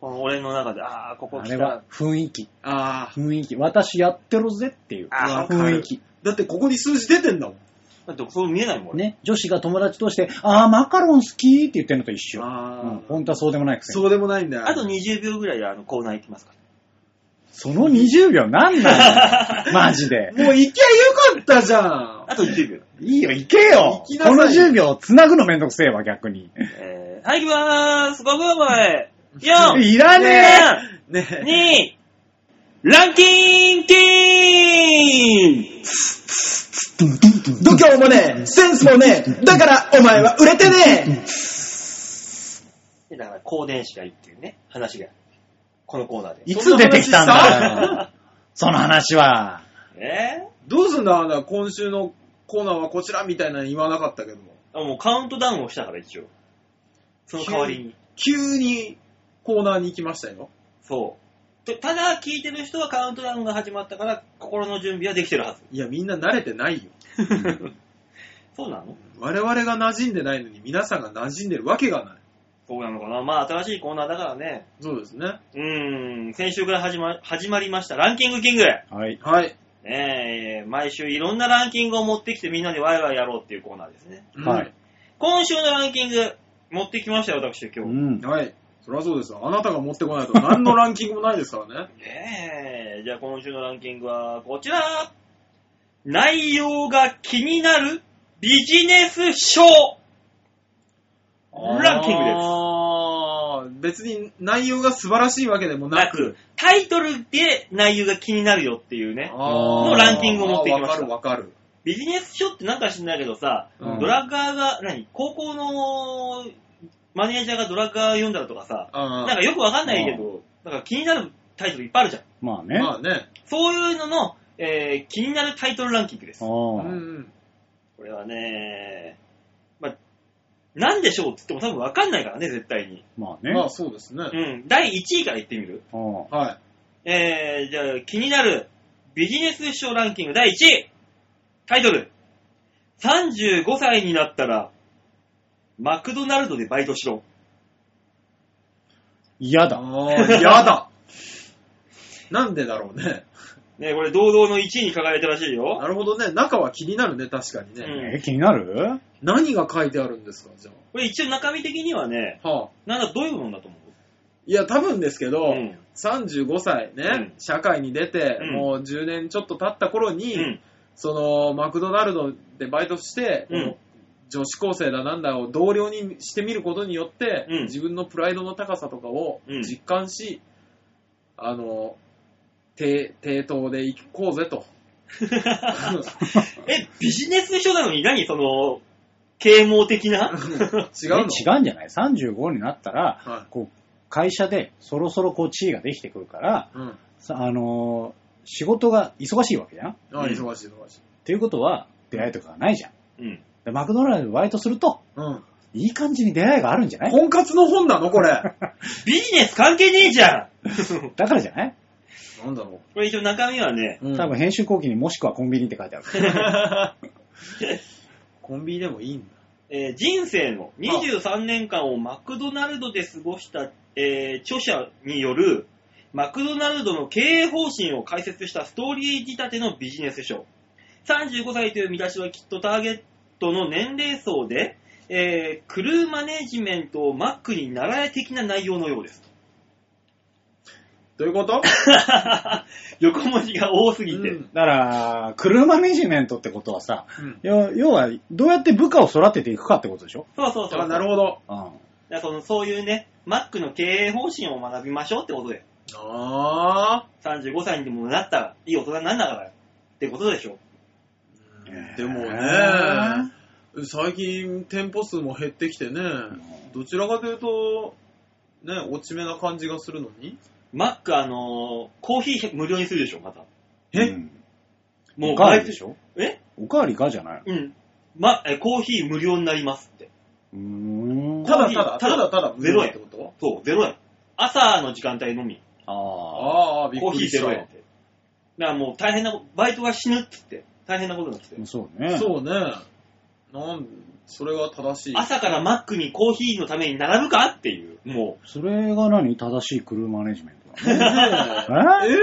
B: この俺の中で、ああ、ここ
D: あ
B: 来
D: れ
B: た
D: は
B: ら。
D: 雰囲気。
C: あ
D: 雰囲気。私やってるぜっていう。
B: あ
C: わか
D: 雰
C: る
D: 囲気。
C: だってここに数字出てんだもん。
B: だってそう見えないもん、俺。
D: ね。女子が友達として、あー、マカロン好きって言ってんのと一緒。
C: あ
D: うん
C: ー
D: 本当はそうでもないくせに。
C: そうでもないんだよ。
B: あと20秒ぐらいであのコーナー行きますから。
D: その20秒な
C: [laughs]
D: んなんだよマジで。
C: もう行きゃよかったじゃん。
B: あと10秒。
D: いいよ、行けよ
C: 行きなさ
D: こ
C: い
D: の10秒繋ぐのめんどくせえわ、逆に。
B: えー、はい、行きまーす。5分
D: [laughs]
B: 前。4、
D: いらね
B: 3、
C: ね
B: 2、
C: え。
B: ランキングキン
C: 度胸もねえ、センスもねえ、だからお前は売れてね
B: だから、高電子がいいっていうね、話が。このコーナーで
D: え。いつ出てきたんだよ。その話は。
B: [laughs] え
C: えどうすんだ、あんな今週のコーナーはこちらみたいなの言わなかったけども。
B: ー、あもうカウントダウンをしたから、一応。その代わりに。
C: 急にコーナーに行きましたよ。
B: そう。でただ、聞いてる人はカウントダウンが始まったから、心の準備はできてる [laughs] はず。
C: いや、みんな慣れてないよ。
B: そうなの
C: 我々が馴染んでないのに皆さんが馴染んでるわけがない。
B: そうなのかなまあ、新しいコーナーだからね。
C: そうですね。
B: うーん、先週から始ま始まりました、ランキングキング。
D: はい。
C: はい。
B: ねえ、毎週いろんなランキングを持ってきてみんなでワイワイやろうっていうコーナーですね。
D: はい
C: うん。
B: 今週のランキング、持ってきましたよ、私、
D: う
B: 今日。
D: ん。
C: はい。そりゃそうですよ。あなたが持ってこないと何のランキングもないですからね。
B: ねえ、じゃあ今週のランキングはこちら内容が気になるビジネス書 [laughs] ランキングです
C: あー別に内容が素晴らしいわけでもな
B: な
C: く、
B: く、タイトルで内容が気になるよっていうね。
C: あー
D: の
B: ランキングを持ってきました
C: あーわかるわかる。
B: ビジネス書ってなんか知んないけどさ、
C: うん
B: ドラッガーが、何高校のマネージャーがドラッガー読んだらとかさ、
C: あ
B: なんかよくわかんないけど、なんか気になるタイトルいっぱいあるじゃん。
D: まあ
C: ー
D: ね。
C: まあね。
B: そういうのの、えー気になるタイトルランキングです。
C: う
D: ああ。
C: ん。
B: これはね、まあ、なんでしょうって言っても多分わかんないからね、絶対に。
D: まあね。
C: まあそうですね。
B: うん。第1位から言ってみる
D: うん
C: はい。
B: えー、じゃあ気になるビジネス書ランキング第1位タイトル !35 歳になったら、マクドナルドでバイトしろ。
D: 嫌だ。
C: あーやだ。なんでだろうね。
B: ね、これ堂々の1位に輝いたらしいよ。
C: なるほどね。中は気になるね、確かにね。
B: うん
D: えー、気になる
C: 何が書いてあるんですか、じゃ
B: これ一応中身的にはね、
C: あ。はあ。
B: なんだ、どういうものだと思
C: いや、多分ですけど、
B: ううん。
C: 35歳ね、
B: うん
C: 社会に出て、
B: うん
C: もう10年ちょっと経った頃に、
B: うん。
C: その、マクドナルドでバイトして、
B: うん
C: この女子高生だなんだを同僚にしてみることによって、
B: うん
C: 自分のプライドの高さとかを
B: うん
C: 実感し、あの、低低等で行こうぜと。
B: [laughs] え、ビジネス書なのに何その、啓蒙的な
C: 違
D: え
C: うの、
D: 違うんじゃない ?35 になったら、
C: は
D: こう、会社でそろそろこう地位ができてくるから、
C: い。うん。
D: さあのー仕事が忙しいわけじゃんっ
C: あ、
B: うん
C: 忙しい忙しい。
D: ていうことは、出会いとかがないじゃん。
B: [laughs] うん。
D: でマクドナルドでバイトすると、
C: うん。
D: いい感じに出会いがあるんじゃない
C: 婚活の本なのこれ。な
B: ビジネス関係ねえじゃん
D: だからじゃない、
C: んだろ
B: これ一応中身はね、
C: う。うん
D: 多分編集後期にもしくはコンビニって書いてある。
C: コンビニでもいいんだ。
B: えー人生の23年間をマクドナルドで過ごした、えー著者によるマクドナルドの経営方針を解説したストーリー仕立てのビジネス書。35歳という見出しはきっとターゲットの年齢層で、えークルーマネジメントをマックに習え的な内容のようです。
C: どういうこと
B: [laughs] 横文字が多すぎて。
C: うん
D: だから、車マネジメントってことはさ、
C: うん
D: 要要は、どうやって部下を育てていくかってことでしょ
B: そうそうそう。
C: あなるほど。
D: うん。
B: だからそのそういうね、マックの経営方針を学びましょうってことで。
C: ああ、
B: 35歳にもなったら、いい大人になんだからってことでしょ。
D: えー
C: でもね、最近店舗数も減ってきてね、どちらかというと、ね、落ち目な感じがするのに。
B: マック、あのーコーヒー無料にするでしょ、また。
C: え
D: うん
B: も
D: お
B: う
D: かわ
B: バ
D: り
B: イ
D: で
B: ト、
D: しょ
B: え
D: おかわりがじゃない
B: うん。ま、え、コーヒー無料になりますって。
D: うーん。
C: ただただ、
B: た
C: た
B: だ
C: だただ無料ってこと
B: そう、ゼロ円。朝の時間帯のみ、
D: ああ。
C: ああ、びっ
B: コー
C: く
B: ヒー
C: り
B: ゼ
C: し。
B: ロ円ったて。だからもう大変なこと、バイトが死ぬっつって、大変なことになってて。
D: そうね。
C: そうね。なん、それが正しい。
B: 朝からマックにコーヒーのために並ぶかっていう、も
D: それが何正しいクルーマネジメント
C: ねえ
D: なのえ
C: えー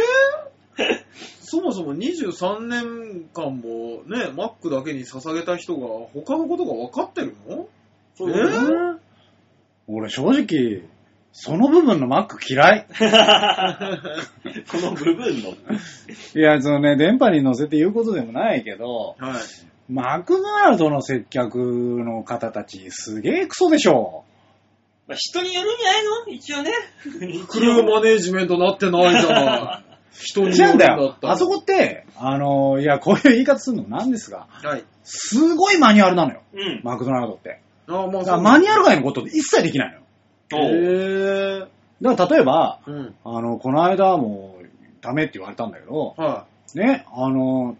C: そもそも23年間もね、マックだけに捧げた人が他のことが分かってるの
B: う。そう
C: え
B: いうこと
D: ー俺正直、その部分のマック嫌い。
B: この部分の。
D: いや、そのね、電波に乗せて言うことでもないけど、
C: はい。
D: マクドナルドの接客の方たち、すげえクソでしょ。
B: まあ、人によるんじゃないの一応ね。
C: クルーマネージメントなってないじゃない。人に
D: 違
C: よ
D: う
C: る
D: ん
C: ん
D: だ
C: だ
D: よ
C: っ。たら
D: あそこって、あの、いや、こういう言い方するのなんですが、
C: はい。
D: すごいマニュアルなのよ。
B: うん。
D: マクドナルドって。
C: ああ、まあ
D: だか
C: そ
D: ら
C: う。
D: マニュアル外のこと一切できないのよ。
B: おう
C: へえ。
D: だから例えば、
C: うん。
D: あの、この間もダメって言われたんだけど、
C: は
D: ね、あの、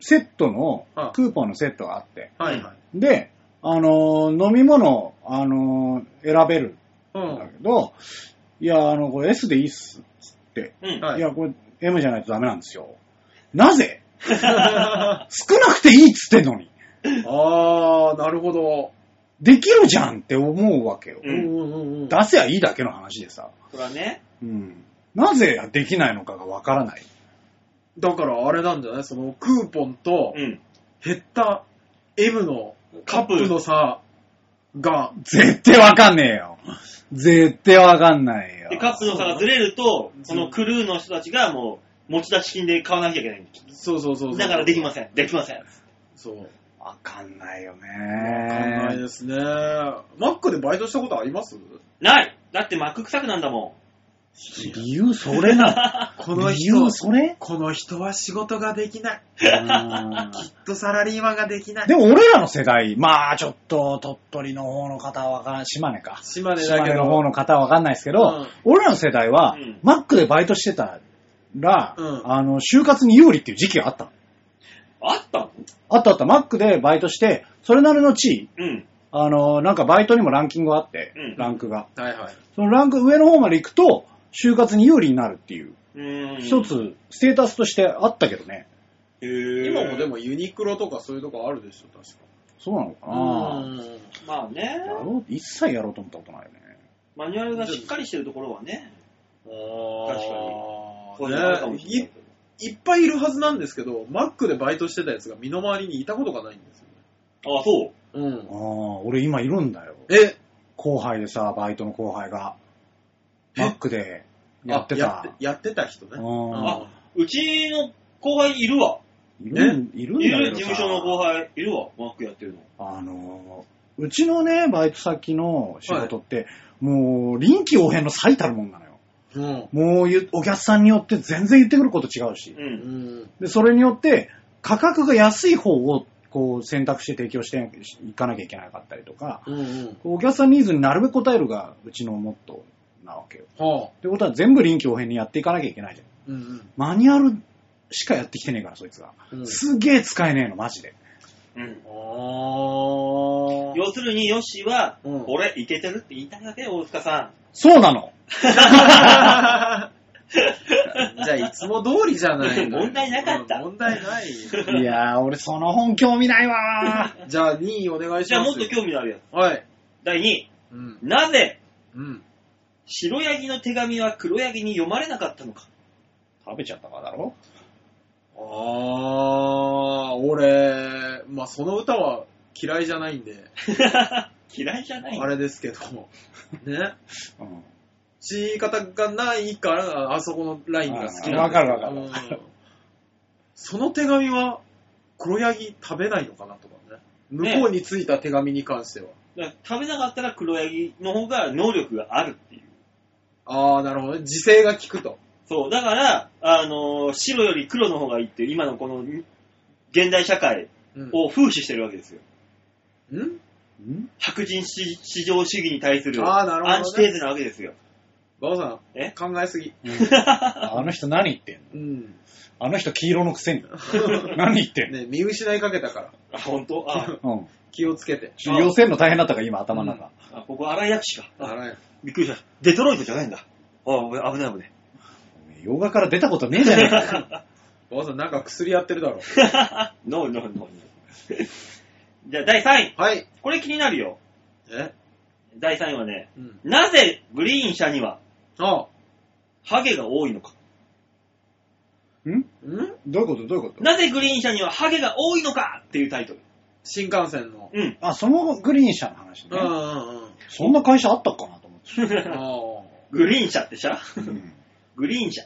D: セットの
C: は、い
D: クーポンのセットがあって、
C: い。はいはい。
D: で、あの、飲み物、あの、選べる
C: うん
D: だ
C: ん。
D: けど、いや、あの、これ S でいいっす、つって。
B: うん。
C: はいい。
D: や、これ M じゃないとダメなんですよ。
C: [laughs]
D: なぜ少なくていいっつってんのに。
C: ああ、なるほど。
D: できるじゃんって思うわけよ。
B: う
C: うんんうんうん。
D: 出せばいいだけの話でさ。
B: それはね。
D: うん。なぜできないのかがわからない。
C: だからあれなんじゃないそのクーポンと
B: うん。
C: 減った M の
B: カ
C: カ
B: ッ
C: ッ
B: プ
C: プのさ、が、
D: 絶対わかんねえよ。絶対わかんないよ
B: で、。カップの差がずれると、そのクルーの人たちがもう、持ち出し金で買わなきゃいけない。
C: そうそうそうそう。
B: だからできません。できません。
C: そう。
D: わかんないよね。
C: わかんないですね。マックでバイトしたことあります
B: ないだってマック臭くなんだも
D: 理由それな。
C: この
D: 理
C: 人
D: 由、それ
C: [laughs] この人は仕事ができない。
D: うん
C: きっとサラリーマンができない。
D: [laughs] でも俺らの世代、まあちょっと鳥取の方の方はわからん、島根か。
C: 島根だ
D: 島
C: け
D: 根の
C: ど
D: 方、の方はわかんないですけど、
C: うん
D: 俺らの世代は、
B: うん
D: マックでバイトしてたら、
C: うん
D: あの、就活に有利っていう時期があったの。
B: ん。あったの
D: あったあった、マックでバイトして、それなりの地位、
B: うん。
D: あの、なんかバイトにもランキングがあって、
B: うん
D: ランクが。
C: はいはい。
D: そのランク上の方まで行くと、就活に有利になるっていう、
B: うーん。
D: 一。つ、ステータスとしてあったけどね。
B: へー
C: 今もで。もユニクロとかそういうとこあるでしょ、確か。
D: そうなのかな
C: うん
B: まあね。
D: やろう、一切やろうと思ったことないよね。
B: マニュアルがしっかりしてるところはね。
C: あ
B: こういうのあるか
C: ー
B: も
C: ね
B: しれない
C: いいっぱいいるはずなんですけど、マックでバイトしてたやつが身の回りにいたことがないんです
B: あ、そう。
C: よね。
D: ああ、俺今いるんだよ。
C: うん。え、
D: 後輩でさ、バイトの後輩が、マックでやって
C: あ
D: た
C: やっ。てやってた人ね。
D: うん
B: あうちの後輩いるわ。
D: いるんいるんだ
B: い
D: けどさ
B: る事務所の後輩いるわ。マックやってるの。
D: あのー、うちのね、バイト先の仕事って、もう、臨機応変の最たるもんなのよ。
C: うん。
D: もうゆ、お客さんによって全然言ってくること違うし
B: う。。
C: うんん。
D: で、それによって、価格が安い方を、こう、選択して提供していかなきゃいけなかったりとか、
C: うんうん。
D: お客さんニーズになるべく応えるが、うちのモットーなわけよ。
C: はあ。
D: ってことは全部臨機応変にやっていかなきゃいけないじゃん。
C: うん
D: マニュアルしかやってきてねえから、そいつが。
C: うん。
D: すげえ使えねえの、マジで。
B: うん。
C: あ [laughs]
B: 要するに、ヨッシーは、
C: うん
B: 俺、イケてるって言いたいだけ、大塚さん。
D: そうなの
C: あ。じゃあ、いつも通りじゃないの。
B: 問題なかった
C: [laughs] うん問題ない。
D: いやー、俺その本興味ないわ
C: じゃあ、2位お願いし
B: じゃあ、
C: ま
B: もっ
C: す
B: と
C: よ。
B: 興味のあるやつ。
C: はい。
B: 第2位。
C: うん。
B: なぜ、
C: うん。
B: 白ヤギの手紙は黒ヤギに読まれなかったのか。
D: [laughs]
B: [laughs]
D: ー。食べちゃったからだろ
C: あー、俺、まあ、その歌は嫌いじゃないんで、
B: 嫌いじゃない
C: あれですけど、ね。
D: うん。
C: 言い方がないから、あそこのラインが好きなん
D: わかるわかる
C: わかる。その手紙は、黒ヤギ食べないのかなとかね。向こうについた手紙に関しては。
B: だから食べなかったら黒ヤギの方が能力があるっていう。
C: あー、なるほどね。時勢が効くと。
B: そう、だから、あのー白より黒の方がいいっていう、今のこの現代社会
C: うん。
B: を風刺してるわけですよ。
C: ん
D: ん
B: 白人至至上主義に対する
C: あーなるほどね
B: アンチテーゼなわけですよ。 [laughs]
C: バオさん、
B: え
C: 考えすぎ。
D: あの人何言ってんの
C: うん。
D: あの人黄色のくせに。何言ってんの、
C: ね、見失いかけたから、
B: あ、本当あ
D: うん。
C: 気をつけて。
D: ちょ寄せんの大変だったから、今頭の中。
B: あ、ここ荒井薬師か。あ
C: あら
B: びっくりした。デトロイトじゃないんだ。あ、危ない危ない。 [laughs]
D: 洋画から出たことねえじゃねえ [laughs] か。
C: バオさん、なんか薬やってるだろ。
B: ノーノーノーノー。じゃあ第3位。
C: はい。
B: これ気になるよ。
C: え
B: 第3位はね、
C: うん。
B: なぜグリーン車には
C: あ
B: ハゲが多いのか。
D: ん
C: うん
D: どういうことどういうこと
B: なぜグリーン車にはハゲが多いのかっていうタイトル。
C: 新幹線の。
B: うん。
D: あ、そのグリーン車の話
C: うん
D: ね
C: う。んうん。
D: そんな会社あったかなと思 [laughs] って。
C: ああ。
B: グリーン車って車
D: うん
B: グリーン車。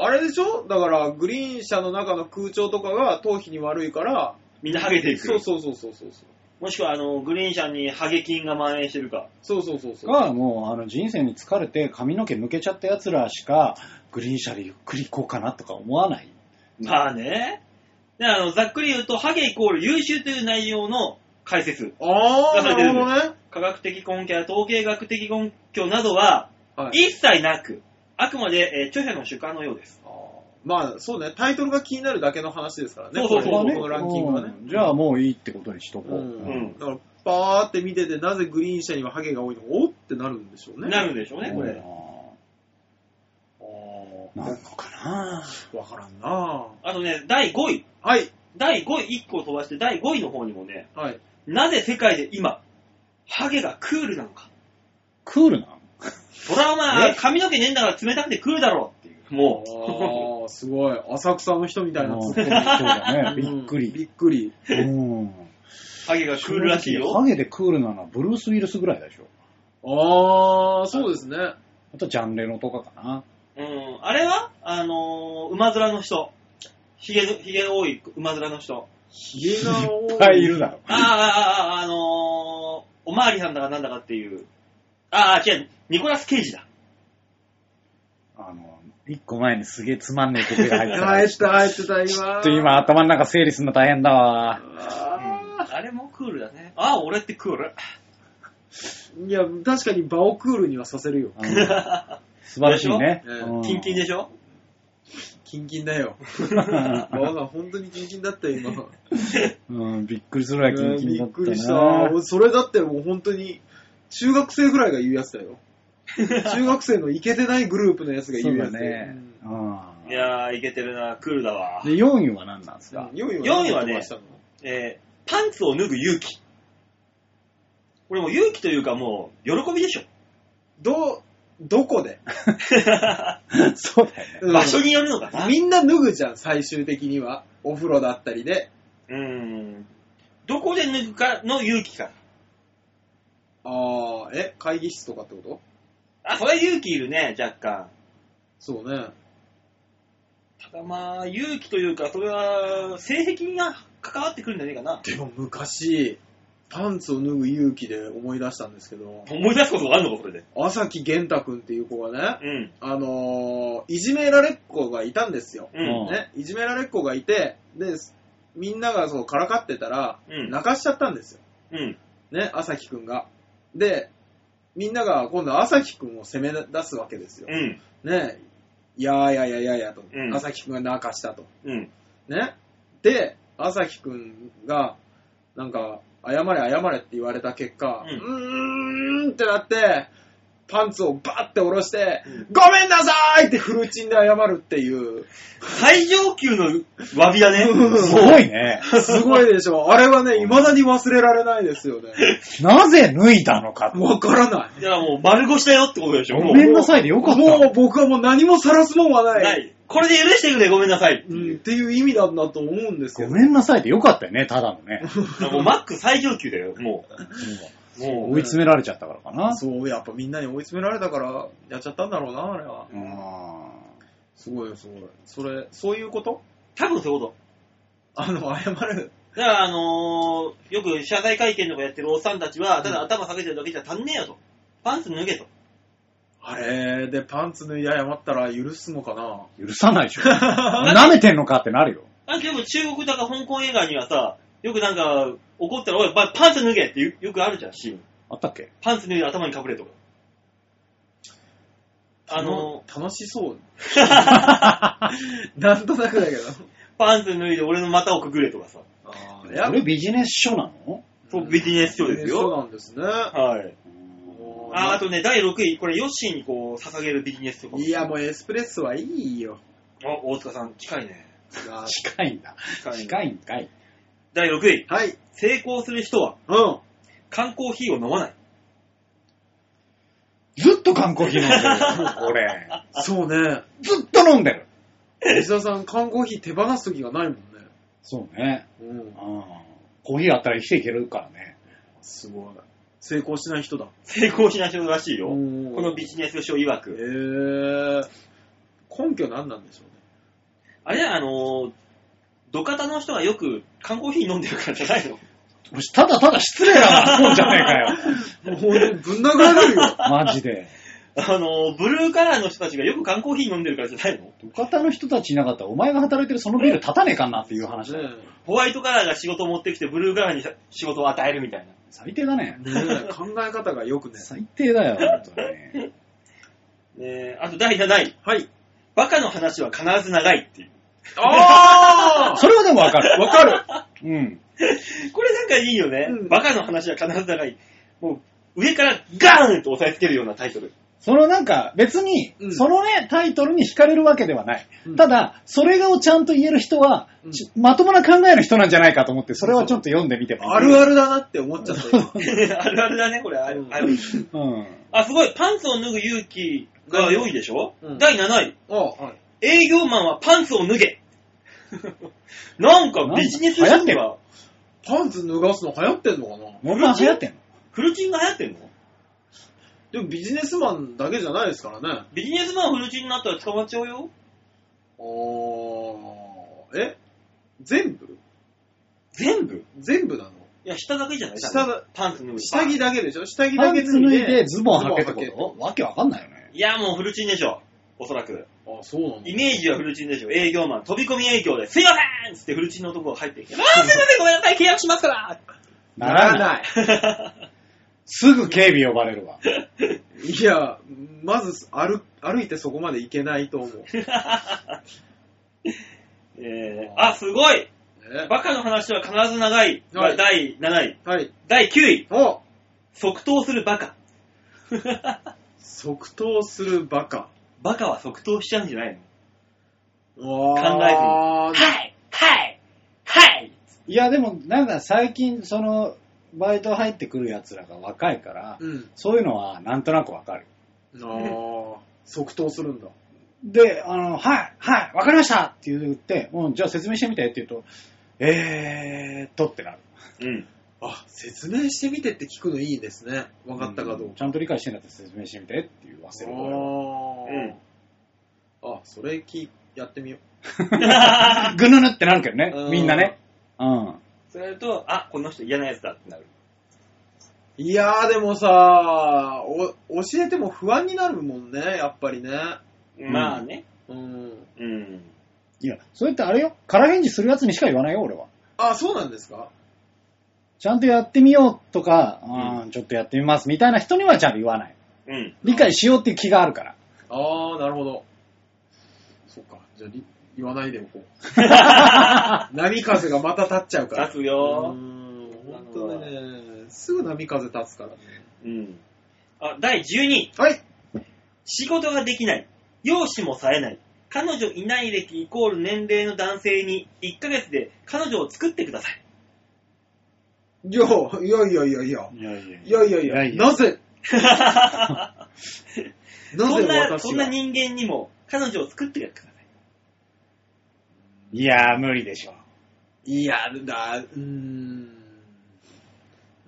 C: あれでしょだから、グリーン車の中の空調とかが頭皮に悪いから、
B: みんなハゲていく。
C: そうそうそうそうそうそう。
B: もしくは、あの、グリーン車にハゲ菌が蔓延してるか。
C: そうそうそうそう。
D: が、もう、あの、人生に疲れて髪の毛抜けちゃった奴らしか、グリーン車でゆっくり行こうかなとか思わない。
B: まあね。であのざっくり言うと、ハゲイコール優秀という内容の解説。
C: ああ、なるほどね。
B: 科学的根拠や統計学的根拠などは、
C: はい。
B: 一切なく、あくまで、えー著者の主観のようです。
C: まあ、そうね。タイトルが気になるだけの話ですからね。
B: そうそうそう
C: このこのランキングはね。
D: うんじゃあもういいってことにしと
C: う
D: こう。
C: ん。
B: うん
C: だから、パーって見てて、なぜグリーン車にはハゲが多いのおってなるんでしょうね。
B: なるんでしょうね、これ。
D: れ。
C: あ
D: なんのかな
C: あ、わからんな
B: あとね、第5位。
C: はい。
B: 第5位、1個飛ばして、第5位の方にもね、
C: はい。
B: なぜ世界で今、ハゲがクールなのか。
D: クールな
B: そらお前、
C: え
B: 髪の毛ねえんだから冷たくてクールだろっていう。もう。
C: ああ、すご [laughs] い。浅草の人みたいな
D: の
C: ツ
D: そう
C: ッコミ
D: だね。びっく
C: うんび
D: り。
C: っくり。
D: うん。
B: ハゲがクールらしい
D: 正直
B: よ。
D: ハゲでクールなのはブルース・ウィルスぐらいでし
C: あ
D: ょ。
C: ー、そうですね。
D: あとジャンレノとかかな。
B: うん。あれはあのー、馬面の人。ひげ、ひげが多い馬面の人。
C: ヒゲが多
D: いっぱいいるだろ。
B: あーあー、あーあー、あのー、おまわりさんだかなんだかっていう。ああ、違う、ニコラス・ケイジだ。
D: あの、一個前にすげえつまんねえ曲が入って
C: 入
D: た。
C: ってた、入ってた、今。
D: ちょっと今頭の中整理するの大変だわ。
C: あ
B: あれもクールだね。ああ、俺ってクール。
C: ー。いや、確かに場をクールにはさせるよ。
D: うん素晴らしいね。
C: でしょ
D: うん
B: キンキンでしょ
C: キンキンだ
D: [laughs]
C: よ。我が本当にキンキンだったよ、今。
D: うん、びっくりするぐらいキンキンだった
C: びっくりした。
D: な。
C: 俺それだってもう本当に、中学生ぐらいが言うやつ
D: [laughs]
C: だよ。中学生のイケてないグループのやつが
D: そ
C: 言
D: う
C: うや
D: だ
C: つだよ
D: ね。うん
B: いやー、いけてるな、クールだわ。
D: で、4位は何なんです
C: うん
D: か
C: 4位は
B: 4位はね
C: 何だと思いまし
B: えー、パンツを脱ぐ勇気。これもう勇気というかもう、喜びでしょ。
C: たのど、どこで
D: そうだよね。
C: うん
B: 場所によるのかな。
C: みんな脱ぐじゃん、最終的には。お風呂だったりで。
B: うん。どこで脱ぐかの勇気か。
C: あー、え、会議室とかってこと
B: あ、それは勇気いるね、若干。
C: そうね。
B: ただまあ、勇気というか、それは、性癖が関わってくるんじゃねえかな。
C: でも昔、パンツを脱ぐ勇気で思い出したんですけど、
B: 思い出すことがあるのか、それで。
C: 朝木玄太くんっていう子がね、
B: うん。
C: あのーいじめられっ子がいたんですよ。
B: うん。
C: ね、いじめられっ子がいて、で、みんながそうからかってたら、
B: うん
C: 泣かしちゃったんですよ。
B: うん。
C: ね、朝木くんが。で、みんなが今度朝木くんを責め出すわけですよ。
B: うん。
C: ね、いやいやいやいやいやと、
B: うん
C: 朝木くんが泣かしたと。
B: うん。
C: ね。で、朝木くんが、なんか、謝れ謝れって言われた結
B: う
C: 果、うーんってなって、パンツをバッて下ろして、ごめんなさいってフルチンで謝るっていう、
B: 最上級の詫びだね。
D: すごいね。
C: すごいでしょ。あれはね、未だに忘れられないですよね。
D: なぜ脱いだのかって。
C: わからない。
B: だからもう丸腰だよってことでしょ。も
D: ご
B: う
D: めんなさいでよかった。
C: もう僕はもう何もさらすもんはない。
B: ない。これで許してくれ、ごめんなさい。
C: うん、っていう意味なんだと思うんですよ
D: ご。めんなさいでよかったよね、ただのね。
B: もうマック最上級だよ、もう。も
D: 追い詰められちゃったからかな。
C: そう、やっぱみんなに追い詰められたから、やっちゃったんだろうな、あれは。
D: うん
C: すごいよ、すごい。それ、そういうこと
B: う、多分そういうこ
C: あの、謝る。
B: と。だから、あのーよく謝罪会見とかやってるおっさんたちは、ただ頭下げてるだけじゃ足んねえよと。パンツ脱げと。
C: あれでパンツ脱いで謝ったら許すのかな
D: 許さないでしょ。舐めてんのかってなるよ。
B: なんかよく中国だか香港映画にはさ、よくなんか怒ったら、おい、ばパンツ脱げってよよくあるじゃん、シーン。
D: あったっけ
B: パンツ脱いで頭にかぶれとか。あの
C: 楽楽し [laughs] そう。なんとなくだけど。
B: ーパンツ脱いで俺の股をくぐれとかさ。
C: あ
D: これビジネス書なの
B: そうビジネス書ですよ
C: そうなんですね。
B: はい。
D: うん
B: ああとね、第6位、これヨッシーにこう捧げるビジネスとかも。
C: いや、もうエスプレッソはいいよ。
B: あ、大塚さん、近いね。
C: あ
D: 近いんだ。
B: 近ね
D: 近いんかい。
B: 第6位、
C: はい。
B: 成功する人は
C: うん。
B: 缶コーヒーを飲まない。
D: ずっと缶コーヒー飲んでるよ。俺。
C: そうね。
D: ずっと飲んでる。
C: 吉田さん、缶コーヒー手放す時がないもんね。
D: そうね。
C: うん。
D: うんコーヒーあったら生きていけるからね。
C: すごい。成功しない人だ。
B: 成功しない人らしいよ。こ
C: ん
B: のビジネス書曰
C: え
B: く。
C: ー、根拠何なんでしょうね。
B: あれだ、あのー、土方の人がよく缶コーヒー飲んでるからじゃないの
D: 俺ただただ失礼な本じゃねえかよ。
C: もうほんとぶん殴られるよ。
D: [laughs] マジで。
B: あのー、ブルーカラーの人たちがよく缶コーヒー飲んでるからじゃないの
D: 土方の人たちいなかったら、お前が働いてるそのビル立たねえかんなっていう話だよ。
C: ね
B: ホワイトカラーが仕事を持ってきて、ブルーカラーに仕事を与えるみたいな。
D: 最低だね。
C: ねえ考え方がよくね。
D: 最低だよ、本当にね。
B: えー、あと第7位、
C: はい。
B: バカの話は必ず長いっていう。
C: あ
D: [laughs] それはでもわかる。
C: わかる
D: うん。
B: これなんかいいよね。
C: うん
B: バカの話は必ず長い。もう、上からガーンと押さえつけるようなタイトル。
D: そのなんか、別に
C: う、ん
D: そのね、タイトルに惹かれるわけではない。
C: うん
D: ただ、それをちゃんと言える人は、
C: うん
D: ちまともな考えの人なんじゃないかと思って、それはちょっと読んでみてもいい。
C: あるあるだなって思っちゃった今。
B: あるあるだね、これ。ある
C: うん
B: ある
D: うん。
B: あ、すごい。パンツを脱ぐ勇気が良いでしょ、
C: うん
B: 第7位。
C: あはい。
B: 営 [laughs] 業マンはパンツを脱げ。なんかビジネス書
D: なんか流
B: に
D: 行
B: は
C: パンツ脱がすの流行ってんのかな
D: モンパン流行ってんの
B: フルチンが流行ってんの
C: でもビジネスマンだけじゃないですからね。
B: ビジネスマンフルチンになったら捕まっちゃうよ。
C: あー、え全部
B: 全部
C: 全部なの
B: いや、下だけじゃない
C: 下だ
B: パンツ脱ぐ。
C: 下着だけでしょ下着
D: パ
C: だ
D: ン
C: け
D: ツ脱いでズボン履けって
C: ズボン
D: ことわけわかんないよね。
B: いや、もうフルチンでしょ。おそらく。
C: あ、そうなんだ
B: イ。メージはフルチンでしょ。営業マン、飛び込み営業で、すいませんっつってフルチンの男が入ってきて、あーすいません、ごめんなさい、契約しますから
D: ならない。
C: ない。
D: すぐ警備呼ばれるわ。
C: いや、まず歩歩いてそこまで行けないと思う。ね
B: [laughs] えー、あ、すごいバカの話は必ず長い。
C: はい
B: 第7位。
C: はい。
B: 第9位。
C: お
B: 即答するバカ。 [laughs]
C: 即答するバカ。
B: バカは即答しちゃうんじゃないの
C: 考
B: 考はいはいはい
D: いや、でも、なんか最近、その、バイト入ってくる奴らが若いから、
C: うん。
D: そういうのはなんとなくわかる。
C: あー即答するんだ。
D: で、あの、はい、はい、わかりましたって言って、うん、じゃあ説明してみてって言うと、えーっとってなる。
B: うん。
C: あ、説明してみてって聞くのいいですね。分かったかどう
D: うん
C: か。
D: ちゃんと理解してなかったら説明してみてって言わせる。
C: あーあ、それきやってみよ
D: ぐぬぬってなるけどね
C: う、ん
D: みんなね。うん。
B: それと、あ、この人嫌なやつだってなる。
C: う。いやーでもさお、教えても不安になるもんね、やっぱりね。
D: ん
B: まあね。
C: うん。
B: うん。
D: いや、それってあれよ、空返事するやつにしか言わないよ、俺は。
C: あ、そうなんですか
D: ちゃんとやってみようとか、うん、ちょっとやってみますみたいな人にはちゃんと言わない。
B: うん。
D: 理解しようっていう気があるから。
C: あー、なるほど。そっか。じゃあ、り言わないでお
B: [laughs]
C: こう。波風がまた立っちゃうから。
B: 立つよ
C: うーん。本当だね。すぐ波風立つからね。
B: うん。あ、第12位。
C: はい。
B: 仕事ができない。容姿も冴えない。彼女いない歴イコール年齢の男性に1ヶ月で彼女を作ってください。
C: よ、いやいやいやいや。
D: いやいや
C: いやいやい
D: いや
C: や、
D: いや
C: なぜ、な
B: そ
C: ぜ
B: んな、
C: 私
B: そん
C: が
B: な人間にも彼女を作ってください。
D: いやー、無理でしょ。
C: いや、だ、うーん。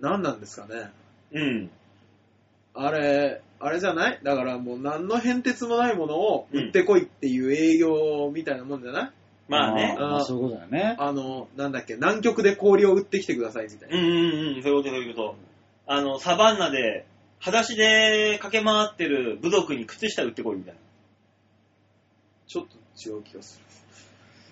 C: 何なんですかね。
B: うん。
C: あれ、あれじゃないだからもう何の変哲もないものを売ってこいっていう営業みたいなもんじゃない、
B: まあね。
D: ーそういうことだよね。
C: あの、なんだっけ、南極で氷を売ってきてくださいみたいな。
B: うんうんうん、そういうこと、そういうこと。あの、サバンナで、裸足で駆け回ってる部族に靴下売ってこいみたいな。
C: ちょっと違う気がする。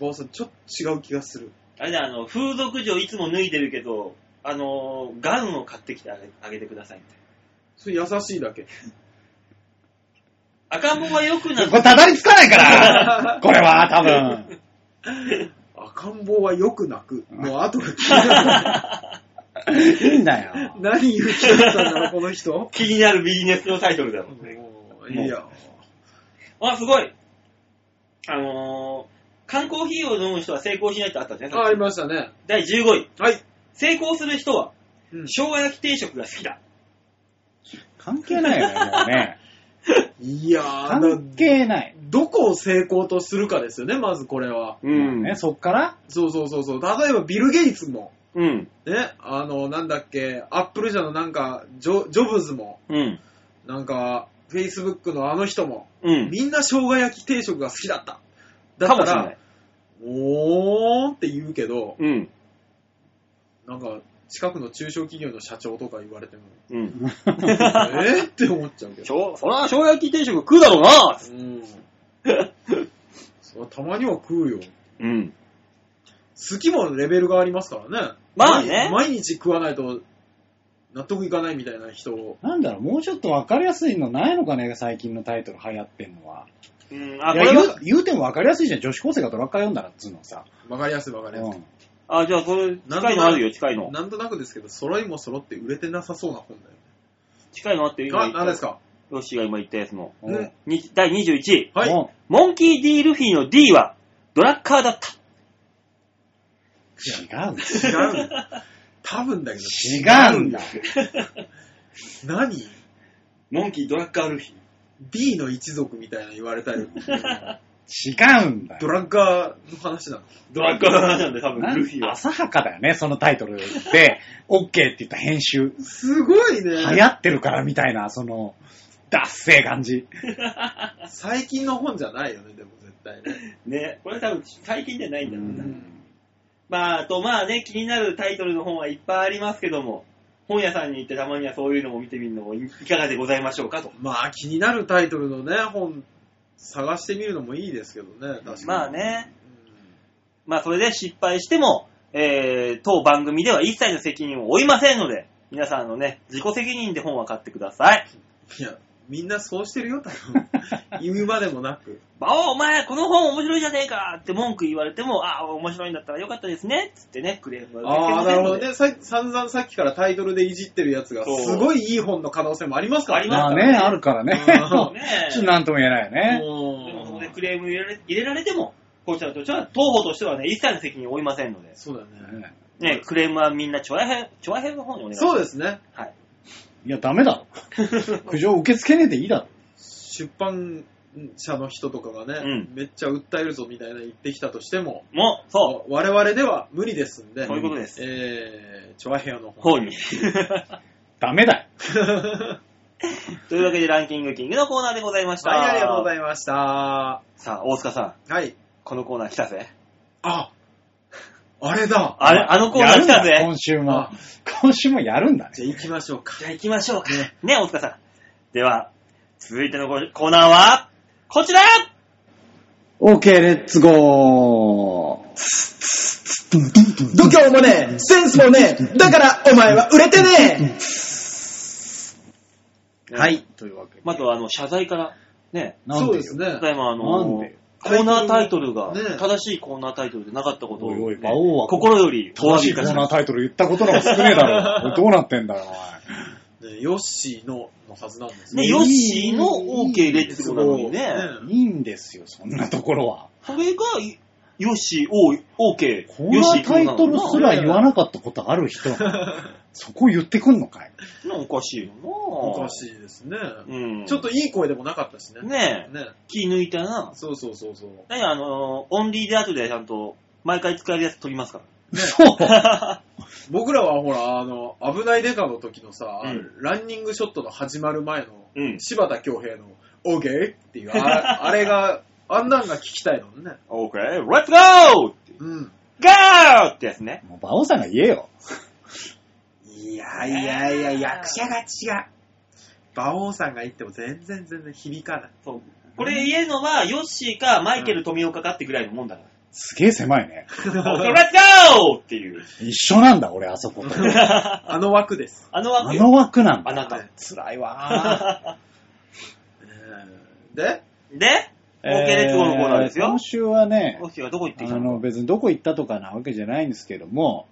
C: バオさん、ちょっと違う気がする。
B: あれだ、あの、風俗嬢いつも脱いでるけど、あの、ガウンを買ってきてあげあげてくださいみたい
C: それ優しいだけ。
B: な。赤ん坊が良くな
D: これ、たどり着かない [laughs] からこれは、多分。
C: 赤ん坊はよく泣く。もう後が気になる。
D: いいんだよ。
C: [laughs] 何言う気だったんだろう、この人。
B: 気になるビジネスのタイトルだもんね。
C: もういいや。
B: あ、すごいあのー、缶コーヒーを飲む人は成功しないってあったじゃ
C: あ、あ
B: ない
C: りましたね。
B: 第15位。
C: はい。
B: 成功する人は、
C: うん
B: 生姜焼き定食が好きだ。
D: 関係ないよね、もうね。
C: いやー、だ
D: 関係ない。
C: どこを成功とするかですよね、まずこれは。
B: う
D: ね、そっから
C: そうそうそうそう。例えばビル・ゲイツも、
B: うん。
C: ね、あの、なんだっけ、アップル社のなんか、ジョジョブズも、
B: うん。
C: なんか、Facebook のあの人も、
B: うん。
C: みんな生姜焼き定食が好きだった。だ
B: か
C: か
B: もしれな
C: ら
B: い、。
C: おーんって言うけど、
B: うん。
C: なんか、近くの中小企業の社長とか言われ
B: [laughs]
C: ても、
B: うん。
C: えーって思っちゃうけ
B: し
C: ど。
B: ょ、そら、生姜焼き定食食うだろうな
C: うん。そりゃたまには食うよ。
B: うん。
C: 好きもレベルがありますからね。
B: まあね
C: 毎毎日食わないと納得いかないみたいな人を。
D: なんだろう、もうちょっとわかりやすいのないのかね、最近のタイトル流行ってんのは。
B: うん、あ、こ
D: いや
B: れ
D: 言
B: は
D: う、言うてもわかりやすいじゃん。女子高生がドラッカー読んだらっつうのはさ。
C: わかりやすいわかりやすい。
D: う
B: あ、じゃあ、これ、近いのあるよ、近いの。
C: なんとなくですけど、揃いも揃って売れてなさそうな本だよ。
B: 近いのあって、今
C: あ、
B: 言った
C: 何ですか
B: ヨッシーが今言ったやつの。
D: ん。
C: ね
B: に第21位。
D: うん
C: はい。
D: うん
B: モンキー・ D ・ルフィの D は、ドラッカーだった。
D: 違う。
C: 違うんだ。多分だけど。
D: 違うんだ。。
C: [laughs] 何
B: モンキー・ドラッカー・ルフィ。
C: ?B の一族みたいなの言われたり。
D: 違うんだよ。
C: ドラッガーの話なの。
B: ドラッカーの話なんで、多分、ルフィ
D: なん
B: は。
D: 浅はかだよね、そのタイトルで、OK [laughs] って言った編集。
C: すごいね。
D: 流行ってるからみたいな、その、ダッセー感じ。
C: 最近の本じゃないよね、でも絶対ね。
B: ね、これ多分、最近じゃないんだろうな。
D: うん
B: まあ、あとまあね、気になるタイトルの本はいっぱいありますけども、本屋さんに行ってたまにはそういうのも見てみるのもいいかがでございましょうかと。
C: まあ気になるタイトルのね、本探してみるのもいいですけどね、確かに。
B: まあね
C: う、ん。
B: まあそれで失敗しても、えー、当番組では一切の責任を負いませんので、皆さんのね、自己責任で本は買ってください。
C: いや、みんなそうしてるよ、多分。言うまでもなく。
B: バオお前、この本面白いじゃねえかって文句言われても、ああ、面白いんだったらよかったですね、つってね、クレームが受け
C: ああ、
B: ま
C: な
B: せ
C: る
B: ん
C: ほ
B: の
C: ど
B: で。
C: ね。さ散々さっきからタイトルでいじってるやつが、
B: そう
C: すごいいい本の可能性もありますから
B: あり
D: ま
B: ま
D: あ
B: す
D: ね、あるからね。 [laughs]
C: うん
D: も
B: ね
D: うちょっとなんとも言えないよね。
C: もう
B: でもそこでクレーム入れられ入れられても、こちらとしては、当方としてはね、一切の責任を負いませんので。
C: そうだね。
B: ね、クレームはみんな、ちょやへん、ちょやへんの方にお願いします。
C: そうですね。
B: はい。
D: いや、ダメだろ。苦情受け付けねえでいいだろ。
C: 出版社の人とかがね、
B: うん
C: めっちゃ訴えるぞみたいな言ってきたとしても、
B: もう、そ
C: 我々では無理ですんで、
B: う、そういうことです。
C: えー、チョアヘアの方。
B: 方
C: [laughs]
B: に。
D: ダメだよ。
B: というわけで、ランキングキングのコーナーでございました。
C: はい、ありがとうござ
B: い
C: いました。は
B: ます。さあ、大塚さん、
C: い。
B: このコーナー来たぜ。
C: あ、あれだ。
B: あれ、あのコーナー来た
D: やるんだ
B: ぜ。
D: 今週も
C: あ。
D: 今週もやるんだね。
C: じゃあ行きましょうか。
B: じゃあ行きましょうか。
C: ね
B: ね、大塚さん。では、続いてのココーナーは、こちら
D: OK, レッツゴー。
E: 度胸もねえ、センスもねえ、だからお前は売れてねえ
D: はい。というわけで。
B: まずは、あの、謝罪から、ね、
D: なん
C: そう
D: で
C: で
D: よ
C: すね
B: た。だいま、あの、
D: なんで
B: コーナータイトルが、
C: ね
B: 正しいコーナータイトルでなかったことを、
D: おいおい、馬王は
B: 心よりお詫
D: 正し
B: びい
D: いコ
B: たし
D: ーナ
B: ま
D: ー
B: す。
D: タイトル言ったことの方が少ねえだろ。どうなってんだよ、お前。
C: ねヨッシーののはずなんです
B: ね、
D: いい
B: ヨッシーの OK レッツゴーなのにね。
C: ね
D: [laughs] いいんですよ、そんなところは。
B: それが、ヨッシー、オー、オーケー。
D: こんなタイトルすら言わなかったことある
B: [laughs]
D: 人、そこ言ってくんのかい
B: なおかしいよな
C: おか
B: い。
C: しいですね。
B: うん。
C: ちょっといい声でもなかったしね。
B: ねえ、
C: ね
B: 気抜いたな。
C: そうそうそうそう。ね
B: 何あの、オンリーで後でちゃんと、毎回使えるやつ取りますか
D: そう
B: ら。
C: 僕らはほら、あの、危ないデカの時のさ、
B: うん
C: ランニングショットの始まる前の、
B: うん。
C: 柴田恭平の、オーケーっていう、 [laughs] ああれが、あんなんが聞きたいのね。
B: オーケー、レッツゴー
C: うん。
B: ゴーってやつね。
D: もう、馬王さんが言えよ。
C: いやいやいや、役者が違う。馬王さんが言っても全然全然響かない。
B: そう。これ言えるのは、ヨッシーかマイケル富岡かってぐらいのもんだか
D: すげえ狭いね。
B: ら。オーケー、レッツゴーっていう。
D: 一緒なんだ、俺、あそ
B: [laughs]
D: こと。
B: あ
C: あの枠です。
B: の
D: あ
B: 枠よ
D: の枠なん
B: あ
D: だ。
B: なた。
D: 辛いわ
C: で、
B: で、オー
D: ー。
B: ケーレッツゴーのコーナーです
D: え
B: よ
D: 今。週はね
B: オ、ーケーはどこ行って
D: あ
B: きたの
D: の、別にどこ行ったとかなわけじゃないんですけども、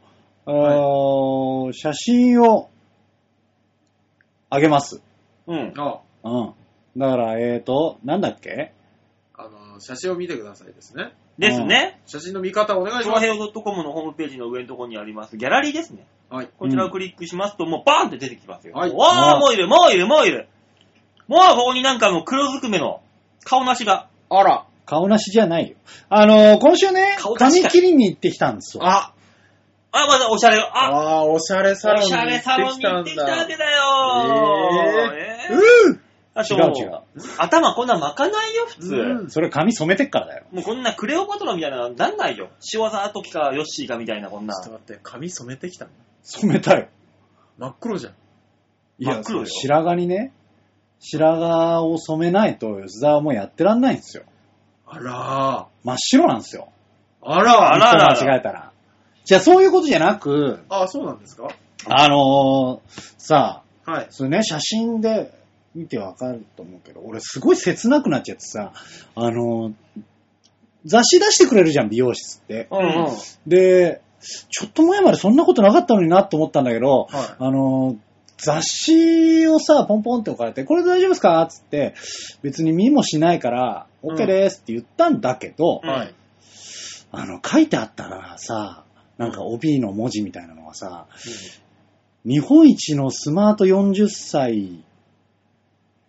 D: あー写真を、あげます。
B: うん。
C: あ、
D: うん。だから、えーと、なんだっけ
C: あの、写真を見てくださいですね。
B: ですね。
C: 写真の見方お願いし
B: 長
C: ます。
B: 平洋 .com のホームページの上のところにあります、ギャラリーですね。
C: はい。
B: こちらをクリックしますと、もうバーンって出てきますよ。
C: はい
B: わ
D: あ
B: ー、もういる、もういる、もういる。もうここになんかもう黒ずくめの顔なしが。
C: あら。
D: 顔なしじゃないよ。あのー今週ね
B: 顔、出し
D: 髪
B: たい
D: 切りに行ってきたんですよ。
C: あ、
B: あ、まだおしゃれ、あ、
C: あー、おしゃれサロン
B: お
C: に
B: し
C: 行
B: ゃ
C: っ
B: れ
C: て
B: サロン
C: き
B: に行
C: た
B: っ
C: ん
B: てきたわ
C: だ。
B: けだよー。えー
C: うー
B: あと
D: 違う違う。
B: 頭こんな巻かないよ、普通。
C: うん
D: それ髪染めてっからだよ。
B: もうこんなクレオパトラみたいなのなんないよ。仕業時かヨッシーかみたいなこんな
C: ちょっ。と待って、髪染めてきたの
D: 染めたよ。
C: 真っ黒じゃん。
D: いや、
B: 真っ黒よ
D: 白髪にね、白髪を染めないと吉沢もやってらんないんですよ。
C: あら
D: 真っ白なんですよ。
C: ー。あらー。
B: あららら
D: 一個間違えたら。じゃあそういうことじゃなく、
C: あ、そうなんですか
D: あのー、さあ、
C: はい。
D: それね、写真で見てわかると思うけど、俺すごい切なくなっちゃってさ、あのー、雑誌出してくれるじゃん、美容室って。
B: うんうん。
D: で、ちょっと前までそんなことなかったのになと思ったんだけど、
C: は
D: あの、雑誌をさ、ポンポンって置かれて、これで大丈夫ですかつって、別に見もしないから、
C: ん
D: OK ですって言ったんだけど、
B: うん
C: はい。
D: あの、書いてあったらさ、なんか帯の文字みたいなのがさ、日本一のスマート40歳、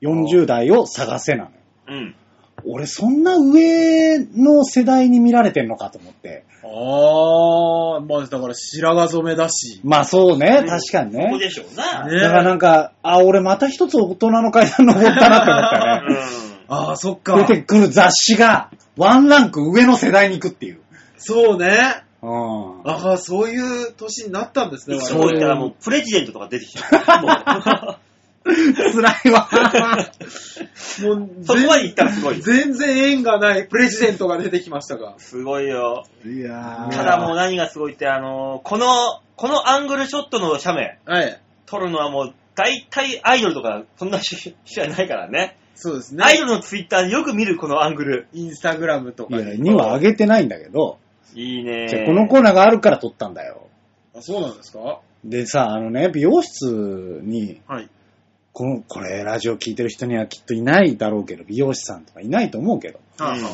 D: 40代を探せなのよ。
B: うん。
D: 俺そんな上の世代に見られてんのかと思って。
C: あー、まあだから白髪染めだし。
D: まあそうね、確かに
B: そこ
D: ね。
B: でしょうな。
C: ね
D: だからなんか、あ、俺また一つ大人の階段登ったなって
B: [laughs]
D: 思ったよね。
B: う
C: あー、そっ
D: 出
C: か。
D: てくる雑誌が、ワンランク上の世代に行くっていう。
C: そうね。
D: うん。
C: ああ、そういう年になったんですね、
B: ん。
C: 我
B: そ
C: 々
B: ういったらもうプレジデントとか出てきちゃ
D: 辛いわ。
C: [laughs] もう
B: う。そこまで行ったらすごいよ。
C: 全然縁がないプレジデントが出てきましたが。
B: すごいよ。
D: いやー
B: ただもう何がすごいって、あのーこの、このアングルショットの斜面、
C: はい。
B: 撮るのはもう、大体アイドルとか、そんなし試合ないからね。
C: そうです
B: アイド
C: ね。
B: ルのツイッターによく見るこのアングル。
C: インスタグラムと
D: い
C: か
D: や、には上げてないんだけど、
B: いいね
D: じゃあこのコーナーがあるから撮ったんだよ。
C: あそうなんですか
D: でさ、あのね、美容室に、
C: はい。
D: この、これ、ラジオ聞いてる人にはきっといないだろうけど、美容師さんとかいないと思うけど、
C: はあはあ
B: うん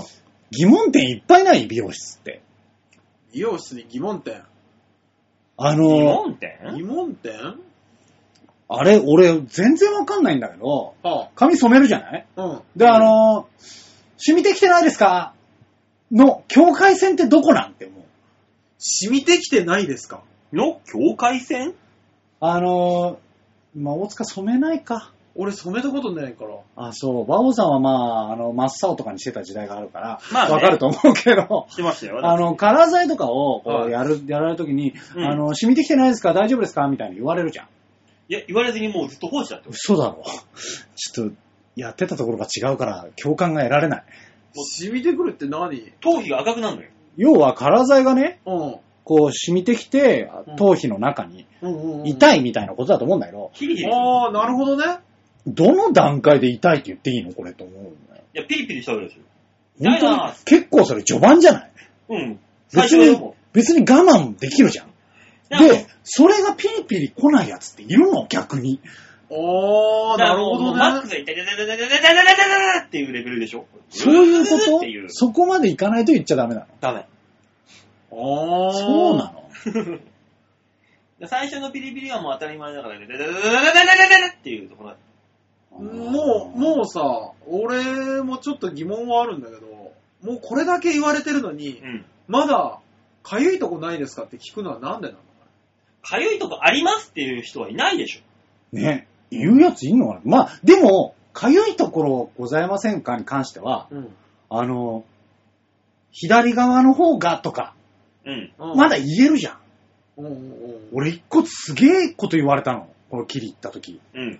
D: 疑問点いっぱいない美容室って。
C: 美容室に疑問点。
B: 疑
D: あの、
B: 問
C: 疑
B: 点
C: 問点
D: あれ、俺、全然わかんないんだけど、
C: は
D: 髪染めるじゃない
C: あ。うん。
D: で、あの、染みてきてないですかの境界線ってどこなんて思う。
C: 染みてきてないですか
B: の境界線
D: あの、まあ、大塚染めないか。
C: 俺染めたことないから。
D: あ、そう。馬王さんはまあ、あの、真っ青とかにしてた時代があるから、
B: まあ、ね、
D: わかると思うけど、
B: してましたよ。
D: あの、カラー剤とかをこ
C: は
D: う
C: い
D: やる、やられるときに、
B: うん
D: あの、染みてきてないですか大丈夫ですかみたいに言われるじゃん。
B: いや、言われずにもうずっと放置だって。
D: 嘘だろ。ちょっと、やってたところが違うから、共感が得られない。
C: 染みてくるって何
B: 頭皮が赤くなるのよ。
D: 要は、カラー剤がね、
C: うん。
D: こう、染みてきて
C: うん、
D: 頭皮の中に、
C: うんうんうん、
D: 痛いみたいなことだと思うんだけど、
B: ヒリヒリする。
C: ああ、なるほどね。
D: どの段階で痛いって言っていいのこれと思うのよ。
B: いや、ピリピリしたわけですよ。
D: 本
B: 痛い
D: 当
B: な
D: に、結構それ序盤じゃない
B: うん。最
D: 別
B: 初は
D: に
B: も、
D: 別に我慢できるじゃん。
B: う。
D: で、それがピリピリ来ないやつっているの逆に。
C: ああ、
B: な
C: な
B: る
C: る
B: ほ
C: ほ
B: ど、
C: ど
B: マック
C: ね。
B: スが痛い痛い痛い痛い痛い痛い痛い痛い痛いっていうレベルでしょ
D: そういうこ
B: っていう
D: と。そこまでいかないと言っちゃダメなの。
B: ダメ。
C: ああ。
D: そうなの
B: 最初のピリピリはもう当たり前だから、っていうところ
C: もう、もうさ、俺もちょっと疑問はあるんだけど、もうこれだけ言われてるのに、
B: うん。
C: まだ、かゆいとこないですかって聞くのはなんでなの
B: かゆいとこありますっていう人はいないでしょ。
D: う。ね。言うやついんのかなまあ、でも、かゆいところございませんかに関しては、
C: うん。
D: あの、左側の方がとか、
B: うん。
D: まだ言えるじゃん。
C: うんうんうん。
D: 俺一個すげえこと言われたの。この切り行った時。
B: うん。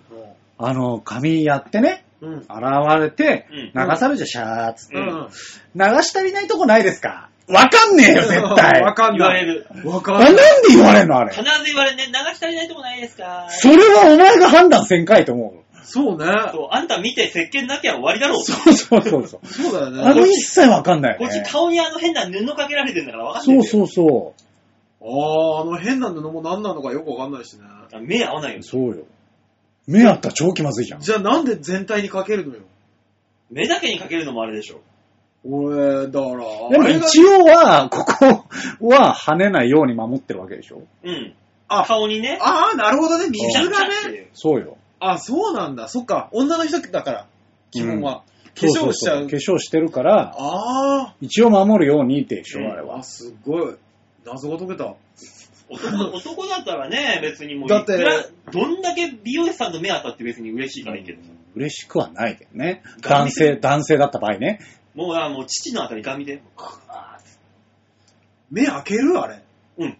D: あの、髪やってね、
C: うん。
D: 洗われて、
B: うん
D: 流されるじゃん、シャーっつって。
C: う
B: うん
C: ん。
D: 流し足りないとこないですかわかんねえよ、絶対。
C: わかん
B: 言われ
C: ない。
B: る。
C: わ
D: あ
C: かんな
D: ないんで言われんのあれ
B: 必。ず言われるね、流し足りないとこないですか
D: それはお前が判断せんかいと思う。
C: そうね。
B: そう、あんた見て石鹸なきゃ終わりだろう。
D: そうそうそうそう。
C: そうだよね。
D: あ
C: あ
D: の一切わかんない
B: こ
D: よ
B: っち
D: ね。
B: 顔にあの変な布かけられてんだから分かって
D: そ
B: る
D: うそうそ
C: あー、あの変な布も何なのかよくわかんないしね。
B: 目合わないよ
D: う。。そうよ。目あったら超気まずいじゃん。
C: じゃあなんで全体にかけるのよ。
B: 目だけにかけるのもあれでしょ。
C: 俺、だから、
D: でも
C: あれが
D: 一応は、ここは跳ねないように守ってるわけでしょ
B: うん。
C: あ
B: 顔にね、
C: ああ、なるほどね、水
B: シャッシ
C: が
B: ャッって
C: ね。
B: いう。
D: そうよ。
C: あ、そうなんだ。そっか、女の人だから、基本は。化
D: そうそ
C: 粧
D: う
C: しちゃ。
D: そうう化粧してるから、
C: あ
D: 一応守るようにってでしょ、
B: うん
D: あれ
C: あ、
D: は
C: あ。すごい。謎が解けた。
B: 男 [laughs] 男だったらね、別にもう
C: だ
B: い
C: って
B: くら、どんだけ美容師さんの目当たって別に嬉しいからいいけど、
D: 嬉しくはないけどね。
B: ガ
D: 男
B: ミ
D: 性、男性だった場合ね。
B: もう、あもう父のあたり髪で、
C: 目開けるあれ。
B: うん。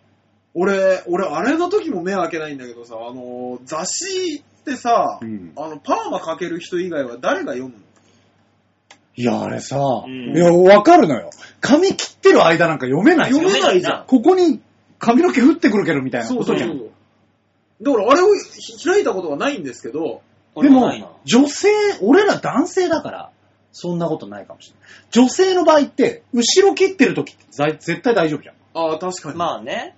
C: 俺、俺、あれの時も目開けないんだけどさ、あの、雑誌ってさ、
D: うん
C: あの、パーマかける人以外は誰が読むの
D: いや、あれさ、
B: うん
D: いや、わかるのよ。髪切ってる間なんか読めないじゃん
C: 読めないじゃん。
D: ここに髪の毛降ってくるけどみたいなことじゃん。
C: そうだから、あれをひ開いたことがないんですけど、
D: で
B: 俺も
D: も
B: ないな。、
D: 女性、俺ら男性だから、そんなことないかもしれない。女性の場合って、後ろ切ってる時ってざい絶対大丈夫じゃん。
C: ああ、確かに。
B: まあね、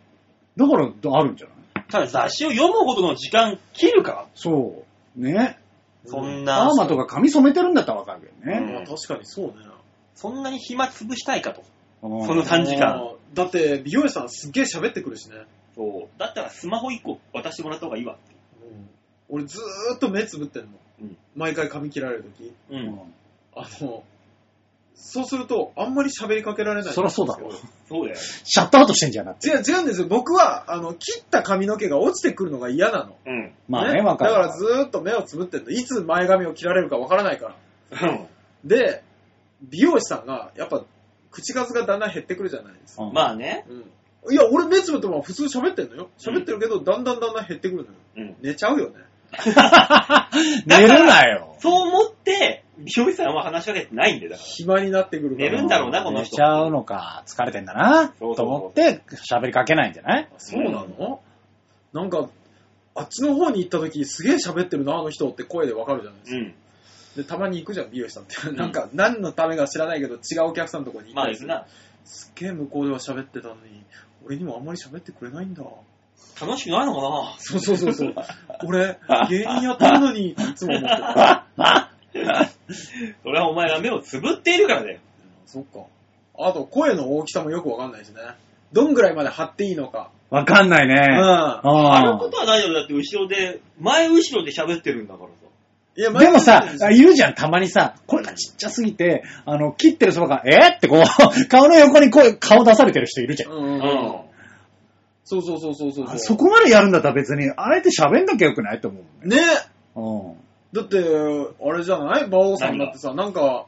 D: だから、あるんじゃない
B: ただ雑誌を読むほどの時間切るか
D: そう。ね。
B: そん
D: パ
B: な
D: ー、マとか髪染めてるんだったらわかるけど
B: う
D: ね。
B: ん
C: まあ確かにそうね。
B: そんなに暇潰したいかと。
D: うん
B: その短時
C: あ
B: 間。
C: ー。だって、美容師さんすっげえ喋ってくるしね。
B: そう。だったらスマホ1個渡してもらった方がいいわ。
C: 俺ずーっと目つぶってんの。
B: うん
C: 毎回髪切られるとき。
B: うん。
C: あの、そうすると、あんまり喋りかけられない。
D: そらそうだろう。
B: そうだよ。
D: シャットアウトしてんじゃなくて。
C: 違う、違うんですよ。僕は、あの、切った髪の毛が落ちてくるのが嫌なの。
B: うん。
D: まあね、わかる。
C: だからずーっと目をつぶってんの。いつ前髪を切られるかわからないから。で、美容師さんが、やっぱ、口数がだんだん減ってくるじゃないですか。
D: うん
B: まあね。
C: うん。いや、俺目つぶっても普通喋ってんのよ。喋ってるけど、だんだんだんだん減ってくるのよ。
B: うん。
C: 寝ちゃうよね。
D: 寝るなよ。
B: そう思って、美容師さんは話しかけてないんで、だから。
C: 暇になってくるから。
B: 寝るんだろうなこの人
D: 寝ちゃうのか、疲れてんだな、と
B: そうそう
D: 思って喋りかけないんじゃない
C: そうなの、なんか、あっちの方に行った時、すげえ喋ってるな、あの人って声でわかるじゃないで
B: う
C: すか。
B: ん。
C: で、たまに行くじゃん、美容師さんって。なんか、何のためか知らないけど、違うお客さんのとこに行
B: ま
C: った
B: あ、
C: り
B: い
C: す
B: く
C: る。
B: な。
C: すっげえ向こうでは喋ってたのに、俺にもあんまり喋ってくれないんだ。
B: 楽しくないのかな
C: そうそうそうそう。 [laughs] 俺、芸人やってるのに、いつも思ってた。
B: [laughs] それはお前が目をつぶっているからだよ。
C: そっか。あと、声の大きさもよくわかんないしね。どんぐらいまで張っていいのか。
D: わかんないうね。
C: ん。
B: あ
D: う
B: の
D: ん
B: ことは大丈夫だって、後ろで、前後ろで喋ってるんだからさ。
C: いや
D: でもさ、
C: 前に
D: 言うじゃん、たまにさ、声がちっちゃすぎて、あの、切ってるそばが、えーってこう、 [laughs] 顔の横に声、顔出されてる人いるじゃん。
C: うん。そうそうそうそうそう。
D: あそこまでやるんだったら別に、あえて喋んなきゃよくないと思
C: ね
D: う。うん。 [laughs]
C: だって、あれじゃない馬王さんだってさ、なんか、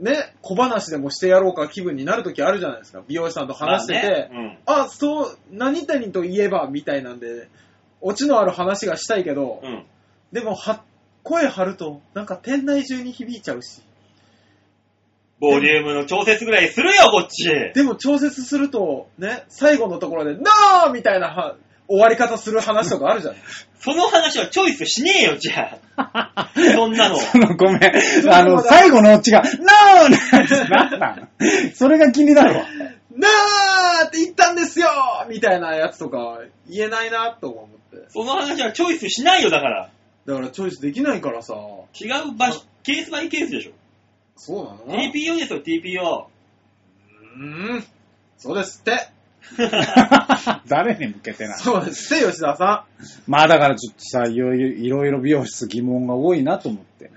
C: ね、小話でもしてやろうか気分になるときあるじゃないですか。美容師さんと話してて、
B: まあね
C: あそう、何々といえば、みたいなんで、オチのある話がしたいけど、
B: うん。うん。
C: でも、は、声張ると、なんか店内中に響いちゃうし、
B: ボリュームの調節ぐらいするよ、こっち。
C: でも調節すると、ね、最後のところで、なーみたいなは終わり方する話とかあるじゃん。
B: [laughs] その話はチョイスしねえよ、じゃ [laughs] あ。そんなの。
D: そのごめん。あ
C: ま
D: の、
C: だ
D: 最後のオチが、なー [laughs] なんなんそれが気にな
B: [laughs]
D: るわ。
C: なーって言ったんですよみたいなやつとか、言えないなと思って。
B: その話はチョイスしないよ、だから。
C: だからチョイスできないからさ、
B: 違う場所、ケースバイケースでしょ。
C: そうなの
B: TPO ですよ、TPO。
C: うーん。そうですって。
D: 誰に向けてなの
C: そうですって、吉田さ
D: まあだからちょっとさ、いろいろいろいろ美容室疑問が多いなと思って。
C: ん。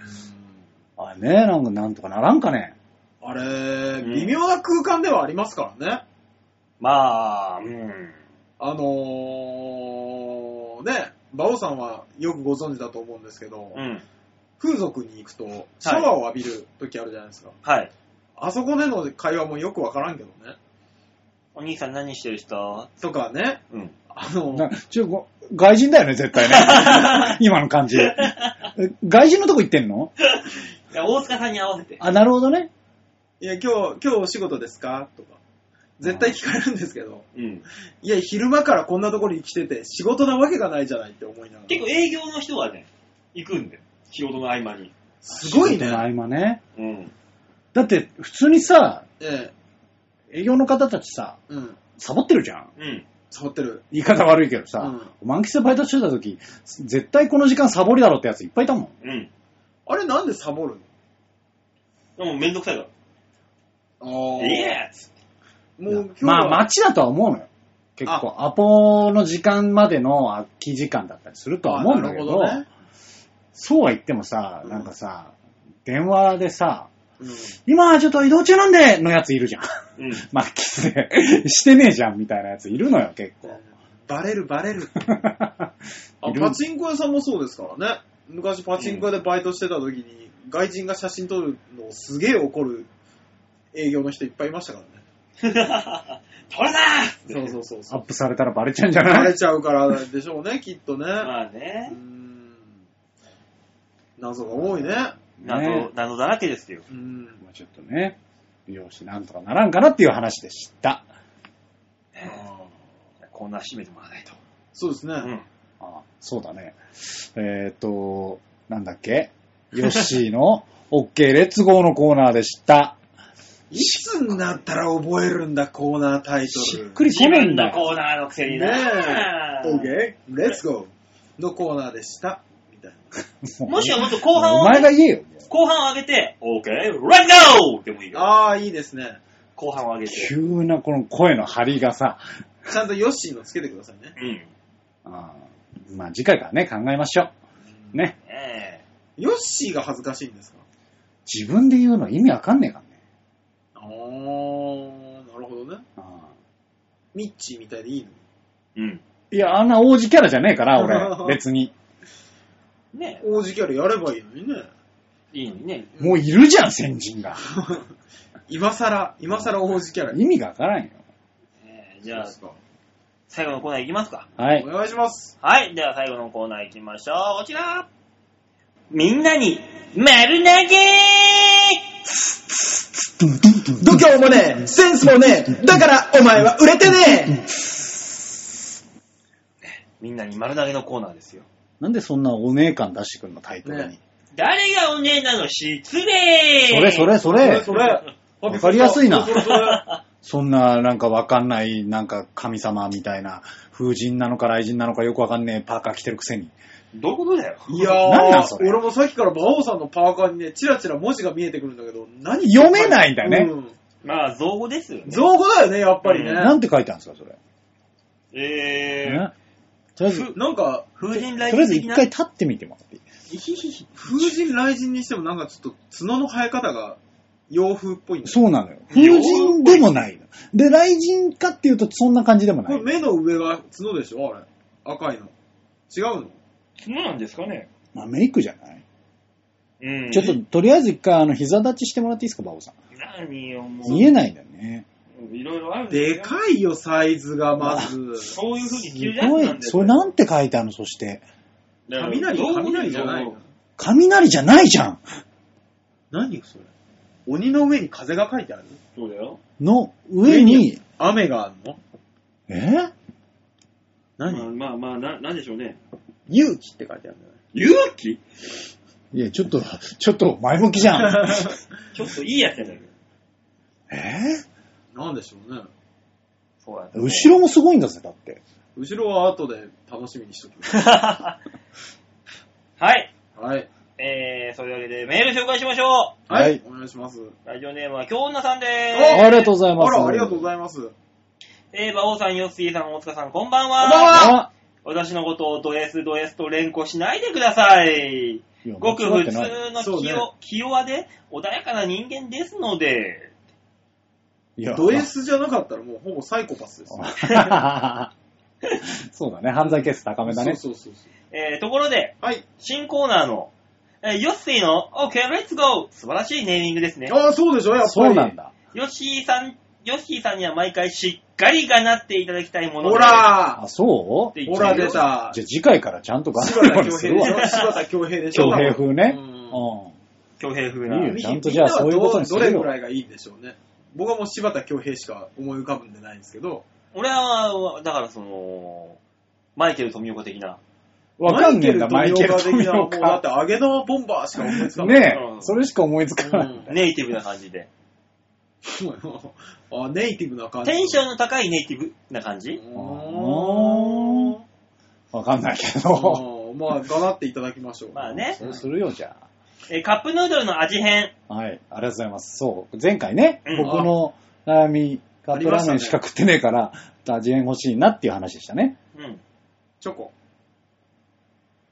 D: あれね、なんかなんとかならんかね。
C: あれ、
B: うん
C: 微妙な空間ではありますからね。
B: まあ、うん。
C: あのー、ね、馬王さんはよくご存知だと思うんですけど、
B: うん。
C: 風俗に行くとシャワーを浴びる時あるじゃないですか。
B: はい。
C: あそこでの会話もよくわからんけどね。
B: お兄さん何してる人
C: とかね、
B: うん。
C: あの
D: なちょご外人だよね、絶対ね。
C: [laughs]
D: 今の感じ。え外人のとこ行ってんの
B: いや、大塚さんに合わせて。
D: あ、なるほどね。
C: いや、今日、今日お仕事ですかとか。絶対聞かれるんですけど、
B: うん。
C: いや、昼間からこんなところに来てて、仕事なわけがないじゃないって思いながら。
B: 結構営業の人がね、行くんだよ。仕事の合間に。
C: すごい
D: 仕事
C: ね
D: の。合間ね。
B: うん。
D: だって、普通にさ、
C: ええ、
D: 営業の方たちさ、
C: うん、
D: サボってるじゃん。
B: うん。
C: サボってる。
D: 言い方悪いけど
C: う
D: さ、
C: ん
D: 満喫でバイトしてた時、絶対この時間サボりだろってやついっぱいいたもん。
B: うん。
C: あれなんでサボる
B: でもめんどくさいか
C: の
B: ら。いえっつって
C: もう今日は、
D: まあ、街だとは思うのよ。結構、アポの時間までの空き時間だったりするとは思うんだけど、
C: あなる
D: そうは言ってもさ、
C: うん
D: なんかさ、電話でさ、
C: ほどね。
D: 今ちょっと移動中なんでのやついるじゃん。 [laughs]
B: うん。
D: まあ、キスでしてねえじゃんみたいなやついるのよ、結
C: うん
D: 構。
C: バレるバ [laughs] レる。あ
D: いる
C: パチンコ屋さんもそうですからね。昔パチンコ屋でバイトしてた時に、外人が写真撮るのをすげえ怒る営業の人いっぱいいましたからね。
B: [laughs] 取れなー
C: そうそうそうそ
D: アッ
C: う。
D: プされたらバレちゃうんじゃ
C: バ
D: な
C: レ
D: い
C: ちゃうからでしょうね、きっとね。
B: まあ
C: うー
B: ね。
C: ん謎が多いね。
D: ね
B: 謎、謎だらけですよ。
C: うん。
D: まあちょっとね、美容師なんとかならんかなっていう話でした。
B: コーナー閉めてもらわないと。
C: そうですね。
B: うん。
D: あそうだね。えっ、と、なんだっけヨッシーの OK レッツゴーのコーナーでした。
C: いつになったら覚えるんだ、コーナータイトル。
D: しっくりこ
B: 自
D: ない
B: 分
D: んだ
B: の
D: よ。
B: コーナーのくせに
C: ね
B: な。
C: え。OK? Let's go! のコーナーでした。みたい
B: もしはもっと後半
D: お
B: を、
D: 前が言えよ。
B: 後半を上げて、OK, right now! でもいい
C: な。
B: よ。
C: ああー、いいですね。
B: 後半を上げて。
D: 急なこの声の張りがさ、
C: ちゃんとヨッシーのつけてくださいね。
B: うん。ね
D: あーまあ次回からね、考えましょう。ね。
B: え。
C: ヨッシーが恥ずかしいんですか
D: 自分で言うの意味わかんねえからね。
C: ミッチーみたいでいいの
F: うん。
D: いや、あんな王子キャラじゃねえから、俺。別に。
B: ね
C: 王子キャラやればいいのにね。
B: いいのにね。
D: もういるじゃん、先人が。
C: 今更、今更王子キャラに。
D: 意味がわからんよ。
B: えーじゃあ
C: そうで、すか
B: 最後のコーナーいきますか。
D: は
C: [laughs]
D: い
C: お。願いします。
B: はい。では最後のコーナー行きましょう。こちら。みんなに、丸投げ
G: 度胸もねえ、センスもねえ、だからお前は売れてね
B: みんなに丸投げのコーナーですよ。
D: なんでそんなお姉感出してくんの、タイトルに。
C: ね
B: 誰がお姉なの失礼
D: それそれそれ。
C: それ、
D: わかりやすいな
C: それそれ
D: そんな、なんかわかんない、なんか神様みたいな、風神なのか雷神なのかよくわかんねえパーカー着てるくせに。
F: どういうことだよ。
C: いや
D: なんなん
C: ー、
D: それ
C: 俺もさっきから馬王さんのパーカーにね、チラチラ文字が見えてくるんだけど、何
D: 読めないんだね
C: うん
F: まあ、造語ですよね。
C: 造語だよね、やっぱりね。
F: うん
D: なんて書いてあるんですか、それ。
F: えー、
D: ねとりあえず、と
C: なんか、
F: 風神
D: りあ
F: 雷
D: え
F: 神
D: ず
F: 的
D: 一
F: な。
D: 回立ってみてもらっていい
C: 風神雷神にしてもなんかちょっと角の生え方が洋風っぽいんだよ
D: そうなのよ。風神でもないの。で、雷神かっていうとそんな感じでもな
C: これ
D: い。
C: 目の上が角でしょあれ。赤いの。違うの
F: そうなんですかね。
D: まあ、メイクじゃない
F: うん。
D: ちょっと、とりあえず一回、あの、膝立ちしてもらっていいですか、バオさん。
F: 何よ、もう。
D: 見えないんだよね。
F: いろいろあるん
C: で
F: い
C: かいよ、サイズが、まず。
F: そういう風に
D: す
F: 急じゃ
D: ごい。それなんて書いてあるの、そして。
C: 雷、雷じゃないの。
D: 雷じゃないじゃん
C: 何それ。鬼の上に風が書いてある
F: そうだよ。
D: の上に、
C: 雨があるの
D: え
F: まあ
C: 何
F: まあ、まあ、な、なんでしょうね。
C: 勇気って書いてあるんだよね。
F: 勇気
D: いや、ちょっと、ちょっと前向きじゃん。
F: ちょっといいやつやね
D: え
C: なんでしょうね。
B: そうや
D: ー後ろもすごいんだぜ、だって。
C: 後ろは後で楽しみにしとき
B: [laughs]
D: [laughs]
C: ます。
B: はい。
C: はい。
B: えー、そういうわけでメール紹介しましょ
C: は
D: はいい。
C: お願いします。
B: う。ラジオネームは京女さんで
D: あ
B: ーす。
D: りがとうござい
C: あ
D: ます。
C: ら、ありがとうご
D: い
C: ざいます。
B: えー、馬王さん、ヨッシーさん、大塚さん、こんばん
C: こんばん
B: は。
C: は
D: ま
B: 私のことをド S ド S と連呼しないでください。
D: す。
B: ごく普通の
C: そう
B: 清,、
C: ね
B: 清和で穏やかな人間ですので、
D: いや
C: ド S じゃなかったらもうほぼサイコパスですよ。
D: [laughs] そうだね、犯罪ケース高めだね。
C: そうそうそうそう。
B: えー、ところで、
C: はい。
B: 新コーナーの、えーヨッシーの OK, let's go! 素晴らしいネーミングですね。
C: ああ、そうでしょ、やっぱり。
D: そうなんだ。
B: ヨッシーさん、ヨッシーさんには毎回しっかりがなっていただきたいもの
C: ほら
D: あ、そ
B: って言っち
C: ほ
B: ゃ
C: ら
B: いま
C: 出
B: す
C: た
D: うじ。ゃあ次回からちゃんと頑張
C: 柴
D: る
C: 田
D: ように
C: 恭平
D: する [laughs]
C: で
D: わ
C: し。ょ柴田恭平でしょ
D: 強兵風ね。
C: う
D: うんん。
B: 強兵風
D: いい
B: な
D: よ。
C: み
D: ちゃんとじゃあそういうことにする
C: みん
D: よ
C: なはどどれぐらいがいいんでしょうね。僕はもう柴田恭平しか思い浮かぶんでないんですけど、
B: 俺は、だからその、マイケル富岡的な。
D: わかんねえんだ、マイケル
C: 富
D: 富
C: 岡的な、もうだって。
D: 岡
C: 揚げのボンバーしか思いつかない。
D: ね
B: う
D: え、
B: ん
D: それしか思いつかない。
C: うん
B: ネイティブな感じで。
C: [laughs] あネイティブな感じ。
B: テンションの高いネイティブな感じ
C: う
D: う
C: ーん
D: わかんないけど。
C: うんまあ、がなっていただきましょう。
B: まあね。
D: [laughs] そうするよ、じゃあ。
B: えーカップヌードルの味変。
D: はい、ありがとうございます。そう、前回ね、
B: うん
D: 僕の悩み、カップ
C: ありま
D: ラーメ
C: したね
D: ンしか食ってねえから、味変欲しいなっていう話でしたね。
B: うん。
C: チョコ。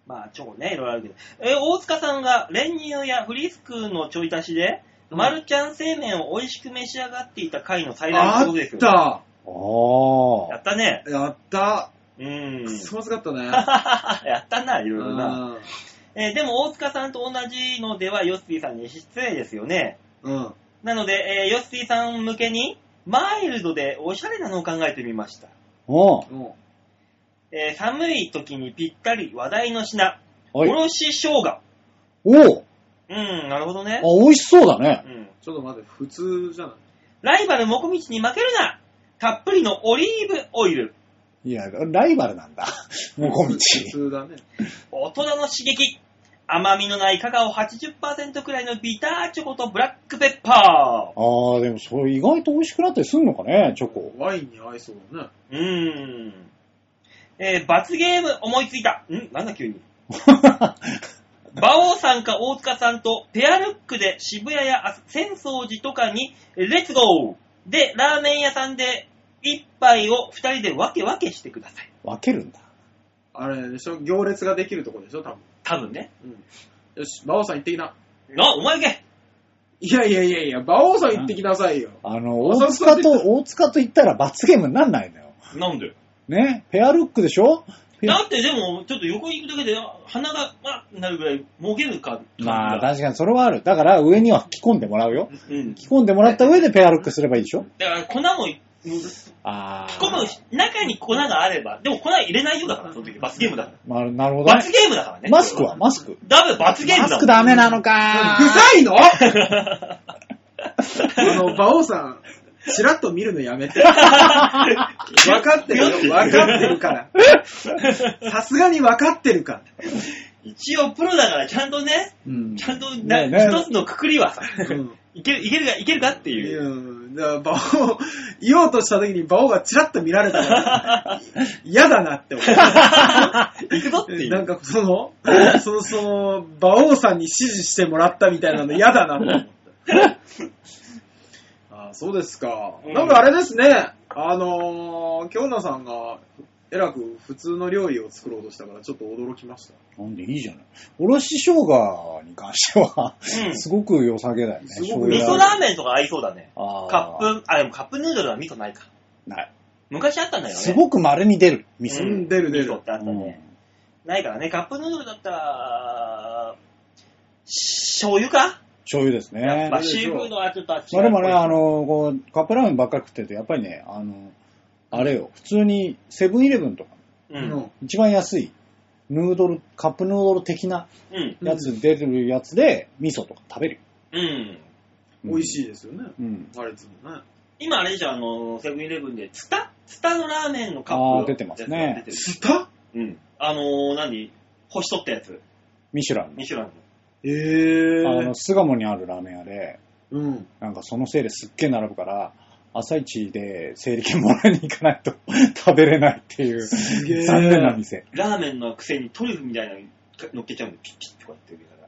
B: まあ、チョコね、いろいろあるけど。えー大塚さんが練乳やフリスクのちょい足しで、
C: うん
B: マルちゃん製麺を美味しく召し上がっていた回の最大の
C: あ
B: ことです
C: っ
B: よ。
C: た
D: お
B: や
D: ー。
B: ったね。
C: やった
B: うーん。
C: くそまずかったね。
B: [laughs] やったな、いろいろな。
C: うん
B: えーでも大塚さんと同じのでは、ヨッシーさんに失礼ですよね。
C: うん。
B: なので、えーヨッシーさん向けに、マイルドでおしゃれなのを考えてみました。
D: おー。
C: も
B: えー寒い時にぴったり話題の品、お
D: はい。
B: ろし生姜。
D: おー。
B: うん、なるほど
D: あ
B: ね。、
D: 美味しそうだね。
B: うん。
C: うちょっと待って、普通じゃない
B: ライバルもこみちに負けるなたっぷりのオリーブオイル。
D: いや、ライバルなんだ。 [laughs] もこみ
C: [laughs] 普
D: ち。
C: 通だね。
B: 大人の刺激甘みのないカカオ80%くらいのビターチョコとブラックペッパ
D: あー、でもそれ意外と美味しくなったりすんのかね、チョコ。 [laughs]
C: ワインに合いそうだね。
B: ー。うーん。えー罰ゲーム思いついた。んなんだ急に。馬王さんか大塚さんとペアルックで渋谷やあ浅草寺とかにレッツゴーでラーメン屋さんで一杯を二人で分け分けしてください。
D: 分けるんだ。
C: あれでしょ行列ができるとこでしょ多分。
B: 多分ね。
C: よし、馬王さん行ってきな。
B: あ、お前行け
C: いやいやいやいや、馬王さん行ってきなさいよ。
D: あの、
C: お
D: 大塚と、大塚と言ったら罰ゲームになんないのよ。
B: なんで
D: ね、ペアルックでしょペア
B: だってでも、ちょっと横に行くだけで、あ鼻が、あなるぐらい、もげるか。
D: まあ確かにそれはある。だから上には着込んでもらうよ。
B: うん。
D: 着込んでもらった上でペアルックすればいいでしょ
B: だから、粉も、うん
D: ああ。
B: 粉も、中に粉があれば、でも粉入れないようだから、その時。罰ゲームだか
D: まあ、なる
B: ら。
D: ほど、ね
B: 罰。ゲームだからね。
D: マスクはマスク。
B: ダメ、罰ゲームだも
D: マ
B: ん
D: スクダメなのか
C: うざいのあ
B: あ
C: の、馬王さん、チラッと見るのやめて。分かってるよ。分かってるから。さすがに分かってるから。
B: 一応プロだから、ちゃんとね、
C: うん。
B: ちゃんとな、
D: ねえねえ
B: 一つのくくり
D: [laughs]
B: はさ、
C: ん
B: いける、いけるか、いけるかっていう。
C: うん。だから、馬王、言おうとした時に馬王がチラッと見られたから、嫌だなって思
B: いくぞって
C: う。
B: い
C: なん
B: う。
C: かその、 [laughs] その、その、馬王さんに指示してもらったみたいなの嫌だなって
D: [laughs]
C: 思った。あそうですか。
B: うん
C: なんかあれですね、あのー、京奈さんが、えらく普通の料理を作ろうとしたからちょっと驚きました。
D: なんでいいじゃない。おろし生姜に関しては、
B: うん
D: すごく良さげだよね。
C: すごく
B: 味噌
D: 醤油
B: ラーメンとか合いそうだね。
D: あー
B: カップ、あ、でもカップヌードルは味噌ないか。
D: ない。
B: 昔あったんだよね。
D: すごく稀に出る、味噌。
B: う
C: うん
B: ん、
C: 出る出
B: 味噌
C: る
B: っ。てあったね。ないからね、カップヌードルだったら、醤油か
D: 醤油ですね。
B: まあ、シーフードはちょっとあっち
D: まあでもね、あ、の、こう、カップラーメンばっかり食ってると、やっぱりね、あの、あれよ、普通にセブンイレブンとか、
B: う。
C: うんん。
D: 一番安い、ヌードル、カップヌードル的な
B: うん。
D: やつ出てるやつで、味噌とか食べるよ。
B: うん。
C: 美味し
D: い。
C: いですよね。
D: うん。
C: あれですもんね。
B: 今あれじゃんあの、セブンイレブンで、ツタツタのラーメンのカップ
D: あー出てますね
B: 出て
C: スタ
B: るうん。あのー、何星取ったやつ。
D: ミシュラン
B: ミシュラン
C: え
D: の。あ
C: ー
D: の、。巣鴨にあるラーメン屋で、
C: うん。
D: なんかそのせいですっげえ並ぶから、朝一で整理券もらいに行かないと [laughs] 食べれないっていう、
C: げえ
D: 残念な店。
B: の。ラーメンのくせにトリュフみたいなの乗っけちゃうの。ピッピッてこうやって上から。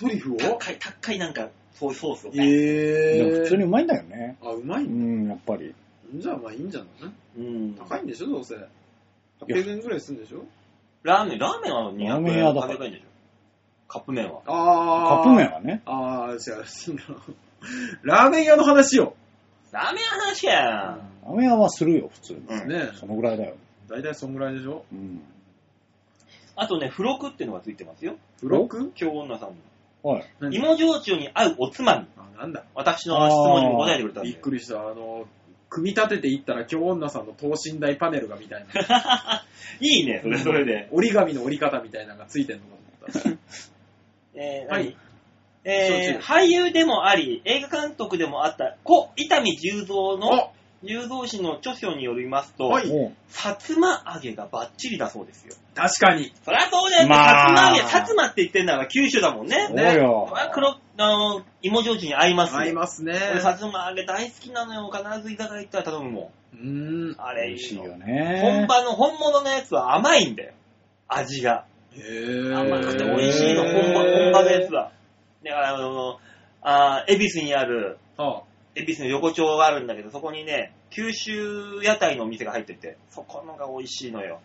C: トリュフを
B: 高い、高いなんか、そういうソースを。
D: でも
C: えー。
D: 普通にうまいんだよね。
C: あ、うまい
D: うんん、やっぱり。
C: じゃあまあいいんじゃない
B: うん。
C: 高いんでしょ、どうせ。800円くらいするんでしょ
B: ラーメン、ラーメンは200円。
D: ラーメン屋だか
B: 食
D: ら
B: べばいいんでしょカップ麺は。
C: あー。
D: カップ麺はね。
C: あー、違う違う。 [laughs] ラーメン屋の話よ。
B: ラーメン屋の話や
D: ラーメン屋はするよ、普通に。
B: うん。
C: ね
D: そのぐらいだよ。
C: 大体そんぐらいでしょ
D: うん。
B: あとね、付録っていうのがついてますよ。
C: ブロック
B: 京女さんの。
D: はい。
C: 何
B: 芋焼酎に合うおつまみ。
C: あ、なんだ。
B: 私の質問にも答えてくれたんで。
C: びっくりした。あの、組み立てていったら京女さんの等身大パネルがみたい
B: [laughs]
C: な。
B: いいね、それそれで。
C: 折り紙の折り方みたいなのがついてんのかと
B: [laughs]
C: 思っ
B: えー、
C: は
B: はいい。えー、
C: 焼
B: 俳優でもあり、映画監督でもあった、故、伊丹十三の
C: お、
B: 十三氏の著書によりますと、
C: はい
D: も
B: さつま揚げがバッチリだそうですよ。
C: た。確かに。
B: そりゃそうだよね、
D: ま
B: さつま揚
D: あ
B: げ、さつまって言ってんなら九州だもんね
D: う、そ。
C: ね
B: こ
D: うよ
B: れ。は黒、あの、芋焼酎に合いますよ。
C: 合いますね。
B: 俺、さつま揚げ大好きなのよ。必ず居酒屋行ったら頼むもん。
C: うーん。
B: あれ
D: 美
B: い
D: 味
B: い
D: しい
B: の
D: よね。
B: 本場の本物のやつは甘いんだよ。味が。
C: へぇ
B: 甘くて
D: ー
B: 美味しいの、
D: へ
B: 本
D: ー
B: 場、本場のやつは。だから、あの、あー恵比寿にある、
C: は
B: 恵比寿の横丁があるんだけど、そこにね、九州屋台のお店が入ってて、そこのが美味しいのよ。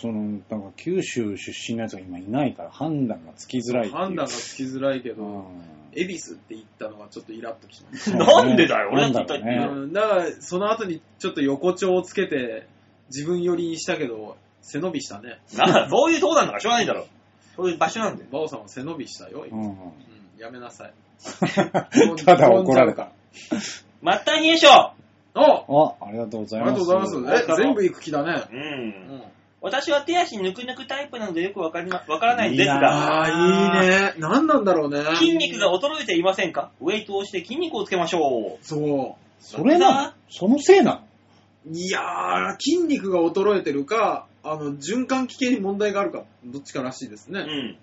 D: その、なんか九州出身のやつが今いないから判断がつきづらいっていう。
C: 判断がつきづらいけ
D: う
C: ど、
D: ん
C: 恵比寿って言ったのがちょっとイラッときまし
B: [laughs]
C: た。
B: なんでだよ
D: なん
B: 俺だって言った
D: ね
B: ら
C: うんだから、その後にちょっと横丁をつけて、自分寄りにしたけど、背伸びしたね。
B: なあ、 [laughs] そういうとこなんだからしょうがないだろ。そういう場所なんだよ。
C: バオさんは背伸びしたよ、
D: う
C: 今。
D: ん
C: うん、やめなさい。
D: [laughs] ただ怒られた。
B: まったにえしょ
C: あ
D: あ、ありがとうござ
C: あ
D: い
C: り
D: ます。
C: がとうございます。え、全部行く気だね。
B: う。
C: うんん。
B: 私は手足ぬくぬくタイプなのでよくわかりま、わからないんです
D: いや
B: が、
C: ああ、いいね。何なんだろうね。
B: 筋肉が衰えていませんかウェイトをして筋肉をつけましょう。
C: そ
D: それなのそのせいな
C: う。いやー、筋肉が衰えてるか、あの、循環器系に問題があるか、どっちからしいです
B: う
C: ね。
B: ん。
D: の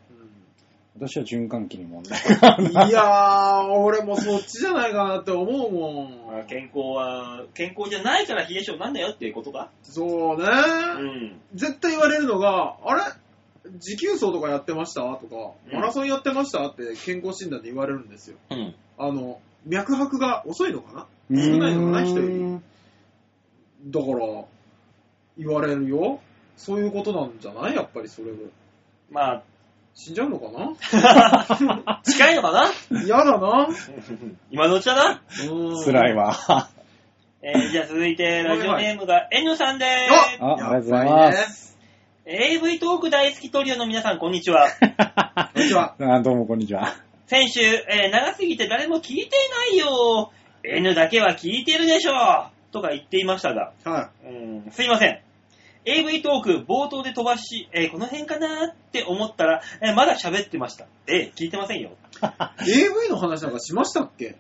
D: 私は循環器に問題。
C: うん、いやー、俺もそっちじゃないかなって思うも
B: まあ
C: ん。
B: 健康は、健康じゃないから冷え性なんだよっていうことか
C: そうね。
B: うん。
C: 絶対言われるのが、あれ持久走とかやってましたとか、
B: うん
C: マラソンやってましたって健康診断で言われるんですよ。
B: うん。
C: あの、脈拍が遅いのかな
D: う
C: 少 [laughs] ないのかな人より
D: ん
C: だから、言われるよ。そういうことなんじゃないやっぱりそれを。
B: ま
C: 死んじゃうのか
D: [laughs]
C: な
B: あ、近 [laughs] いのかな
C: 嫌だな。
B: 今のうちだな。
C: うん。
D: 辛いわ。
B: えーじゃあ続いて、ラジオネームが N さんで
C: あ
D: あありがとうござい
C: やっぱ
D: ま
C: りね
D: す。
B: ーす。AV トーク大好きトリオの皆さん、こんにちは。
C: こんにちは。
D: [laughs] あどうもこんにちは。
B: 先週、えー長すぎて誰も聞いていないよ。N だけは聞いてるでしょう。とか言っていましたが、
C: は
B: うーんすいません。AV トーク冒頭で飛ばし、えーこの辺かなって思ったら、えーまだ喋ってました。えー聞いてませんよ。
C: い。AV の話なんかしましたっけ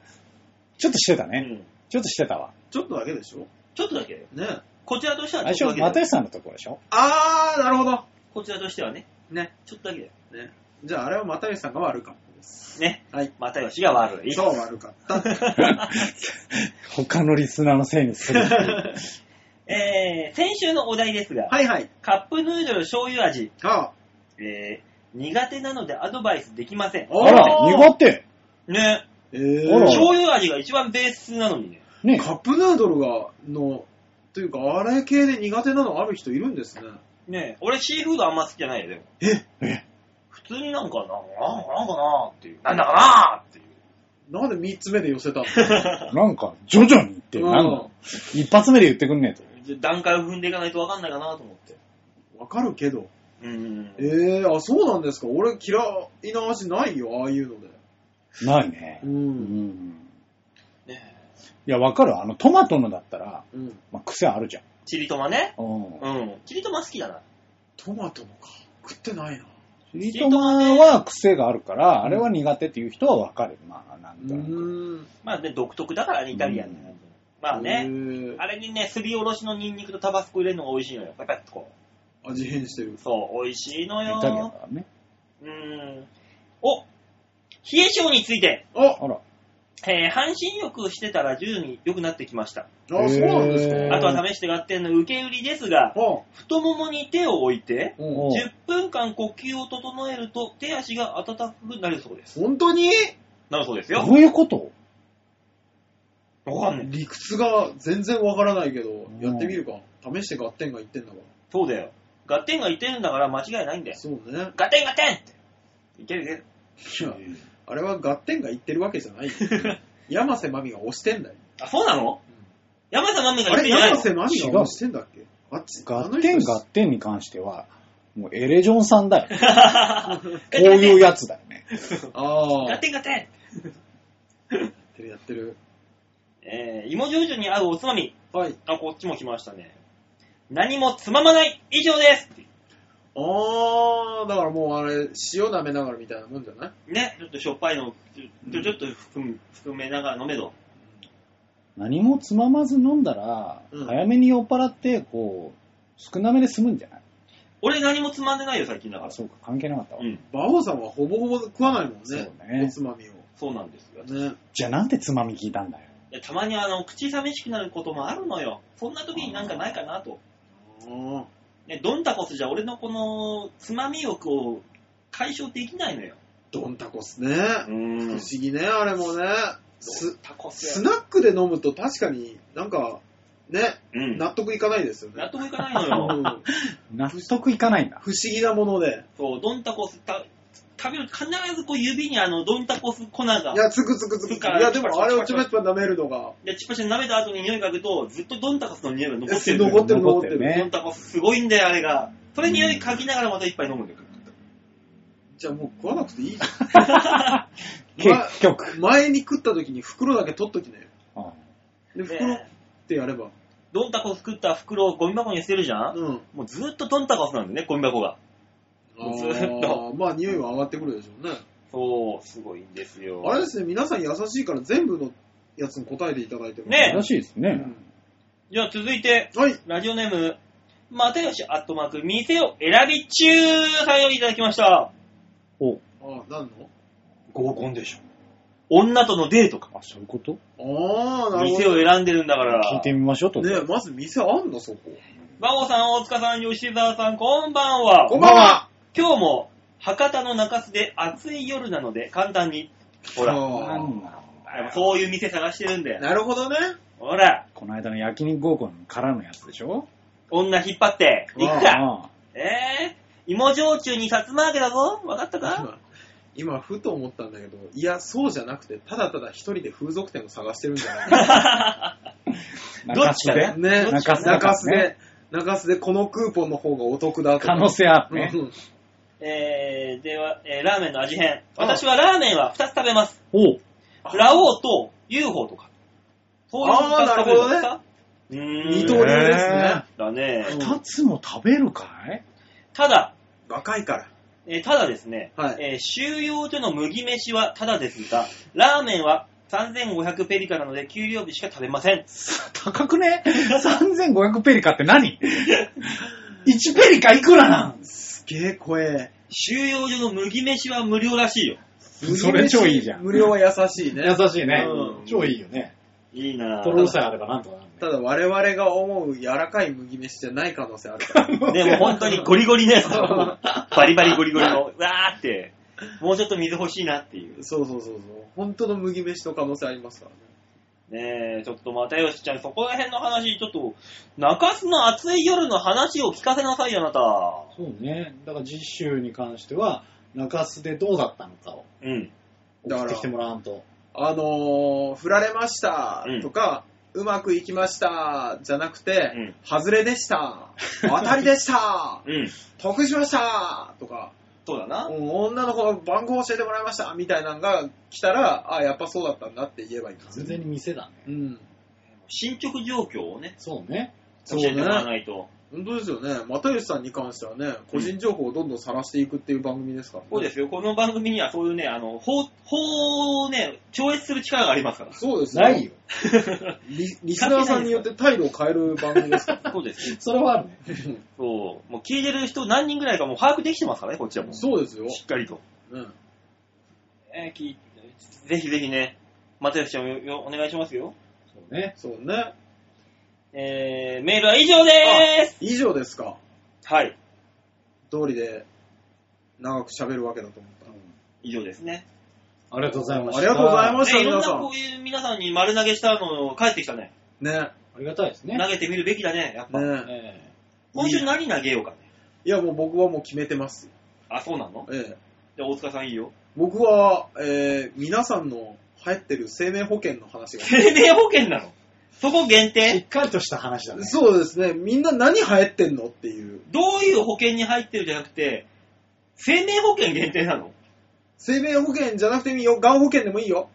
D: ちょっとしてた
B: う
D: ね。
B: ん
D: ちょっとしてたわ。
C: ちょっとだけでしょ
B: ちょっとだけだよ。
C: ね
B: こちらとしては
D: 最
B: ちょっ
D: 初、
B: とだけだ
D: 又
B: よ。
D: 吉さんのところでしょ [laughs]
C: あー、なるほど。
B: こちらとしてはね、
C: ね。
B: ちょっとだけだよ。
C: ね。じゃああれは又吉さんが悪かったです。
B: ね。
C: はい。
B: 又吉が悪い。
C: そう悪かった。
D: 他のリスナーのせいにする。
B: えー、先週のお題ですが、
C: [laughs] はいはい。
B: カップヌードル醤油味、
C: あ
B: えー、苦手なのでアドバイスできません。
C: お
D: あら、
C: おー
D: 苦手。
B: ね、
C: え
D: あら
B: 醤油味が一番ベースなのにね。
D: ね
C: カップヌードルが、の、というか、あれ系で苦手なのある人いるんですね。
B: ね俺シーフードあんま好きじゃないよ、でも。え普通になんかな、なんかなんかなっていう。なんだかなっていう。
C: なんで3つ目で寄せたの
D: なんか、徐々にって、なん
C: うん
D: か、一発目で言ってくんねえと。
B: 段階を踏んでいかないとわかんないかなと思って。
C: わかるけど。
B: うん。
C: えー、あ、そうなんですか。俺嫌いな味ないよ、ああいうので。
D: ないね
C: う。。
D: うんん。
B: ね
D: いや、わかる。あの、トマトのだったら、
C: うん。
D: まあ、癖あるじゃん。
B: チリトマね。
D: うん。
B: うん。チリトマ好きだな。
C: トマトのか。食ってないな。
D: スリートマンは癖があるから、あれは苦手っていう人はわかる。まあ、なん
C: う
D: となく。
C: ーん。
B: まあね、独特だからね、イタリアン
D: う
B: ね
D: ん。
B: まあ
C: え
B: ね。
C: ー
B: あれにね、すりおろしのニンニクとタバスコ入れるのが美味しいのよ。パパッとこ
C: 味変してる
B: う。。そう、美味しいの
D: イタリアだ
B: よ。
D: からね。
B: うん。お冷え性について。
C: あ、
D: あら。
B: えー半身浴してたら徐々に良くなってきました。
C: あ、そうなんです
D: へ
C: か。
D: ー
B: あとは試して合点の受け売りですが、
C: あ、
B: 太ももに手を置いて、
C: うん
D: お
B: 10分間呼吸を整えると手足が温かくなるそうです。
C: 本当に
B: なるそうです
D: ど
B: よ。
D: ういうこと
B: わかんない。
C: 理屈が全然わからないけど
D: ん、
C: やってみるか。試して合点が言ってんだか
B: そうだよ。合点がいてるんだから間違いないんだ
C: ら。
B: よ。
C: そうね。
B: 合点合点って。いけるいける。
C: いや、あれは合点が言ってるわけじゃ [laughs] ないよ。山瀬まみが押してんだよ。
B: あ、そうなの山田まみが
C: あ
B: 言っ
C: れ
B: てんじゃない
C: 山
B: の
C: 瀬まみが押してんだっけあっち、
D: ガ
C: あ
D: ッ
C: の
D: テ
C: 人
D: ンガッテンに関しては、もうエレジョンさ
C: [laughs]
D: んだよ。こう
B: [laughs] 合
D: いう
B: 点
D: やつだよね。
C: ああ。
B: 合
C: やっ
B: 点合点
C: てるやってる。
B: えー、芋焼酎に合うおつまみ。
C: はい。
B: あ、こっちも来ましたね。何もつままない以上です
C: ああ、だからもうあれ、塩舐めながらみたいなもんじゃない
B: ね、ちょっとしょっぱいのをちょちょっと含む含めながら飲めど。
D: 何もつままず飲んだら、
C: うん
D: 早めに酔っ払って、こう、少なめで済むんじゃない
B: 俺何もつまんでないよ、最近だか
D: あ、
B: ら。
D: そうか、関係なかったわ。
B: うん、
C: 馬王さんはほぼほぼ食わないもん
D: そう
C: ね。お
D: ね。
C: つまみを。
B: そうなんですよ。
C: ね。
D: じゃあなんでつまみ聞いたんだよ。
B: いやたまにあの、口寂しくなることもあるのよ。そんな時になんかないかなと。
C: あ
B: ね、ドンタコスじゃ俺のこの、つまみ欲を解消できないのよ。
C: ードンタコスね。
B: う
C: 不
B: ん
C: 思議ね、あれもね。す、
B: タコス
C: ス
B: や。
C: ナックで飲むと確かになんか、ね、
B: うん。
C: 納得いかないですよ
B: 納
C: ね。
B: 得いかないの
C: う
B: よ。
C: ん
D: 納得いかないんだ。
C: 不思議なもので。
B: そう、ドンタコスた食べると必ずこう指にあの、ドンタコス粉が
C: い。や、つくつくつく。
B: つ
C: い
B: くから
C: や、でもあれをちょめちょめ舐めるのが、
B: で、チュパチュ舐めた後に匂い嗅ぐと、ずっとドンタコスの匂いが残ってるのよ。
C: 残ってる残って
D: 残ってるね
C: る。
B: ドンタコスすごいんだよ、あれが。それにより嗅ぎながらまた一杯飲むんだよ。
C: じゃあもう食わなくていいじゃん。ま
D: 結局。
C: 前に食った時に袋だけ取っときなよ。
D: あ
C: で、袋っ
B: で
C: てやれば。
B: ドンタコス作った袋をゴミ箱に捨てるじゃん
C: うん。
B: もうずっとドンタコスなんだよね、ゴミ箱が。
C: あ
B: ずーっと
C: ーまあ匂いは上がってくるでしょうね。
B: そう、すごいんですよ。
C: あれですね、皆さん優しいから全部のやつに答えていただいても
B: ね
D: らしいです
C: う
D: ね。
C: ん
B: じゃあ続いて、
C: はい。
B: ラジオネーム、またよしアットマーク、店を選び中さんよりいただきました。
D: お、
C: あ、なんの
B: 合コンでしょ。女とのデートか。
D: あ、そういうこと
C: ああ、なるほ
B: 店を選んでるんだから。
D: 聞いてみましょうと。
C: ど。ねまず店あんのそこ。
B: 馬王さん、大塚さん、吉沢さん、こんばんは。
C: こんばんは
B: 今日も、博多の中洲で暑い夜なので、簡単に。ほら、
D: な
C: あー
D: んだろう
B: あそういう店探してるんだよ。
C: なるほどね。
B: ほら、
D: この間の焼肉合コンからのやつでし [laughs] ょ
B: 女引っ張って、行くか。
D: ああ
B: えぇ、芋焼酎にさつま揚げだぞ。わかったか
C: 今、今ふと思ったんだけど、
D: [laughs]
C: いや、そうじゃなくて、ただただ一人で風俗店を探してるんじゃないか。
B: どっちかね。
C: ね、
D: 中
C: 中
D: 洲
C: 洲
D: だからね
C: で、中洲でこのクーポンの方がお得だと。
D: 可能性あるね
C: う。ん
B: えー、では、えーラーメンの味変。
C: あ
B: 私はラーメンは2つ食べます。
D: おう
B: ラオウと UFO とか。そういう2つ食べるんですかう
C: 二
B: ーん。
C: 刀流です
D: へー
C: ね。
B: だ
C: う
B: ね。
C: ん
D: 二つも食べるかい
B: ただ、
C: 若いから。
B: えーただですね、
C: はい
B: えー収容所の麦飯はただですが、ラーメンは3500ペリカなので給料日しか食べません。
D: 高く [laughs] ね ?3500 ペリカって何 ?1 ペリカいくらなん
C: すげえ声。
B: 収容所の麦飯は無料らしいよ。
D: それ超いいじゃん
C: 無料は優しいね。
D: 優しいね
C: う。ん
D: 超いいよね。
B: いいなぁ
D: とろろさえあればなんとかなるね。
C: ただ我々が思う柔らかい麦飯じゃない可能性あるから。
B: でも本当にゴリゴ [laughs] リね、バリバリゴリゴリの、うわーって、もうちょっと水欲しいなっていう。
C: そうそうそうそう。本当の麦飯の可能性ありますからね。
B: ねえ、ちょっとまたよしちゃん、そこら辺の話、ちょっと、中洲の暑い夜の話を聞かせなさいよ、あなた。
D: そうね。だから実習に関しては、中洲でどうだったのかを
B: うん。
D: 送ってきてもらわんと。
C: あのー、振られましたとか、うまくいきましたじゃなくて、
B: うん
C: 外れ
B: [laughs]
C: でした、当たりでした、
B: うん。
C: 得しましたとか、
B: そうだな。
C: うん女の子の番号教えてもらいましたみたいなのが来たら、あやっぱそうだったんだって言えばいいんです
D: 完
C: よ
D: 全に店だね。
C: うん。
B: 進捗状況をね、
D: そうね。
B: 教
C: そうね
B: えてもらわないと。
C: 本当ですよね。又吉さんに関してはね、個人情報をどんどん晒していくっていう番組ですから、ね。
B: そうですよ。この番組にはそういうね、あの、法、法をね、超越する力がありますから。
C: そうですよ
D: ないよ。
C: リリスナーさんによって態度を変える番組
D: [laughs]
C: ですから。
B: そうですよ。
D: それはあるね。
B: そう。もう聞いてる人何人ぐらいかもう把握できてますからね、こっちはもう。し
C: そうですよ。
B: っかりと。
C: うん。
B: えー、聞いぜひぜひね、又吉ちゃんもよよお願いしますよ。
D: そうね。
C: そうね。
B: えー、メールは以上でーす
C: 以上ですか。
B: はい。
C: 通りで長く喋るわけだと思った。
B: 以上ですね。
D: ありがとうございました。
C: ありがとうございまし
B: ね、い
C: た、
B: ろん
C: 皆
B: な
C: さ
B: こ
C: ん。
B: ういう皆さんに丸投げしたのを帰ってきたね。
C: ね。
D: ありがたいですね。
B: 投げてみるべきだね、やっぱ。
C: ね
D: え
B: 今週何投げようかね。
C: いや、もう僕はもう決めてます。
B: あ、そうなの
C: ええ。
B: じゃあ大塚さんいいよ。
C: 僕は、えー、皆さんの流行ってる生命保険の話が。
B: 生命保険なのそこ限
D: えし
B: 定
D: っかりとした話だね。
C: [laughs] そうですね。みんな何流行ってんのっていう。
B: どういう保険に入ってるじゃなくて、生命保険限定なの
C: 生命保険じゃなくてもいいよ。がん保険でもいいよ。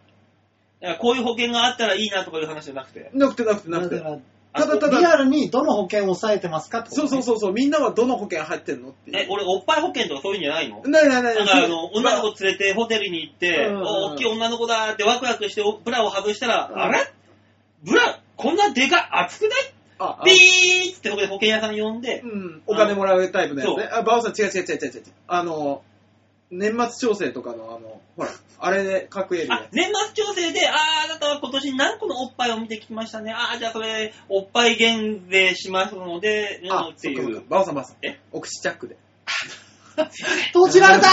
B: だからこういう保険があったらいいなとかいう話じゃなくて。
C: なくてなくてな
D: だ
C: く
D: か
C: て。
D: ら、
C: ただた
D: リ
C: だ、
D: アルにどの保険を抑えてますかってこと
C: そう
D: ね
C: そうそうそう、みんなはどの保険入ってんのっていう。
B: え、俺、おっぱい保険とかそういうんじゃないの
C: ないないないな。
B: ないんかあの、
C: ま
B: 女の子連れてホテルに行って、
C: うん
B: お大きい女の子だーってワクワクしておブラを外したら、
C: うん
B: あれブラ、こんなでかい、熱くない
C: ああ
B: ビーッつってここで保険屋さん呼んで
C: う、ん、お金もらうタイプのやつ
B: そう
C: ね。あ、バオさん違う違う違う違う違う。あの、年末調整とかのあの、ほら、あれで各エリ
B: あ
C: ア、。
B: 年末調整で、あー、あなたは今年何個のおっぱいを見てきましたね。あー、じゃあそれ、おっぱい減税しますので、うん
C: あ
B: っ、て
C: そっ
B: い
C: かそっか
B: う。。
C: バオさんバオさん。
B: え
C: お口チャックで。
D: 閉じられた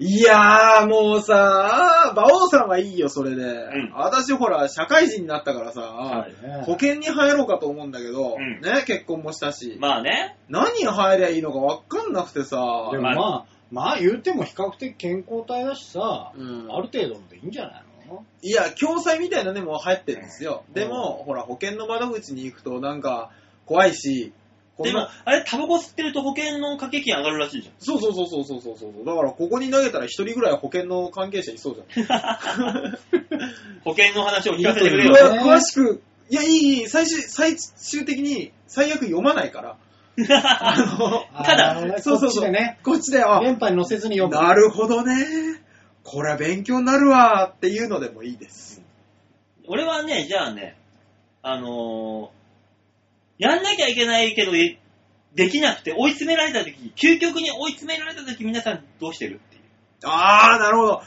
C: いやー、もうさ、バオさんはいいよ、それで。
B: ん
C: 私ほら、社会人になったからさ、
B: はい
D: ー
C: 保険に入ろうかと思うんだけど、
B: うん
C: ね、結婚もしたし、
B: まあね、
C: 何に入りゃいいのかわかんなくてさ、
D: でもまあ、まあ言うても比較的健康体だしさ、
C: うん
D: ある程度のでいいんじゃないの
C: いや、共済みたいなね、もう入ってるんですよ。でも、ほら、保険の窓口に行くと、なんか、怖いし、こん
B: でも
C: な、
B: あれ、タバコ吸ってると保険の掛け金上がるらしいじゃん。
C: そうそうそうそうそうそうそう。だから、ここに投げたら一人ぐらい保険の関係者いそうじ
B: 保険の話を聞かせてく
C: ゃ
B: れ
C: ん。
D: [laughs] いい
B: よ
D: と。
C: 詳詳しく、いや、いい、いい、最終、最終的に、最悪読まないから。
B: [laughs]
C: あの、
B: ただ
D: あーなるほどね
C: そうそう
D: こっち
C: そう。
D: でね、
C: こっちで、あ、
D: 電波に乗せずに呼ぶ。
C: なるほどね。これは勉強になるわ、っていうのでもいいです。
B: 俺はね、じゃあね、あのーやんなきゃいけないけど、いできなくて追い詰められた時、究極に追い詰められた時、皆さんどうしてるっ
C: あー、なるほど。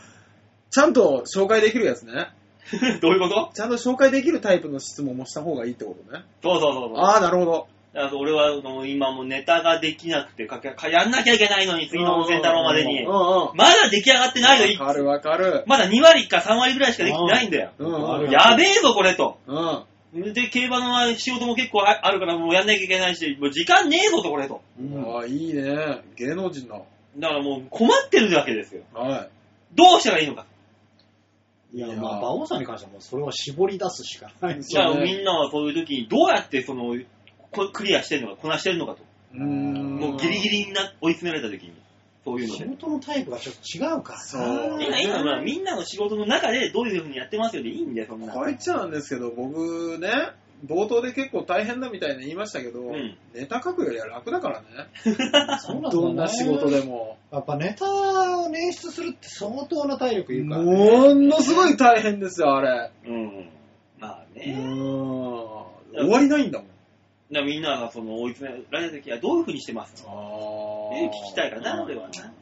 C: ちゃんと紹介できるやつね。
B: ていう。 [laughs] どういうこと
C: ちゃんと紹介できるタイプの質問もした方がいいってことね。
B: そうそうそうそう。
C: ああ、なるほど。
B: あと俺はあの今もうネタができなくてかけか、やんなきゃいけないのに、次の温泉太郎までに
C: うん。うん。
B: まだ出来上がってない
C: わ
B: よ。
C: かるわかる。
B: まだ2割か3割ぐらいしかできてないんだよ。
C: うんう
D: あ
C: ん。
B: やべえぞ、これと。
C: うん。
B: で、競馬の仕事も結構ああるから、もうやんなきゃいけないし、もう時間ねえぞと、これと。
D: うん
C: ああ、いいね。芸能人だ。
B: だからもう困ってるわけですよ。
C: はい。
B: どうしたらいいのか。
D: いや、
C: いや
D: まあ、馬王さんに関してはもうそれは絞り出すしかないです
B: じゃ
D: よ
B: あ
D: ね。
B: みんなはそういう時にどうやってその、こクリアしてるのか、こなしてるのかと。
C: うーん
B: もうギリギリにな追い詰められた時に、そういうの
D: 仕
B: で。
D: 事のタイプがちょっと違うから
C: そ
D: な
C: う
B: 今、今、まあみんなの仕事の中でどういう風にやってますよでいいんだよ、そんな。
C: こう言っちゃうんですけど、僕ね、冒頭で結構大変だみたいな言いましたけど、
B: ん
C: ネタ書くよりは楽だからね。
D: そうだね
C: どんな仕事でも。
D: やっぱネタを捻出するって相当な体力いるからね、
C: ものすごい大変ですよ、あれ。
B: うん。まあ
C: うー
B: ね。
C: ん終わりないんだもん。
B: だからみんながその追い詰められた時はどういう風にしてますか
C: あ
B: え聞きたいかな、俺はな。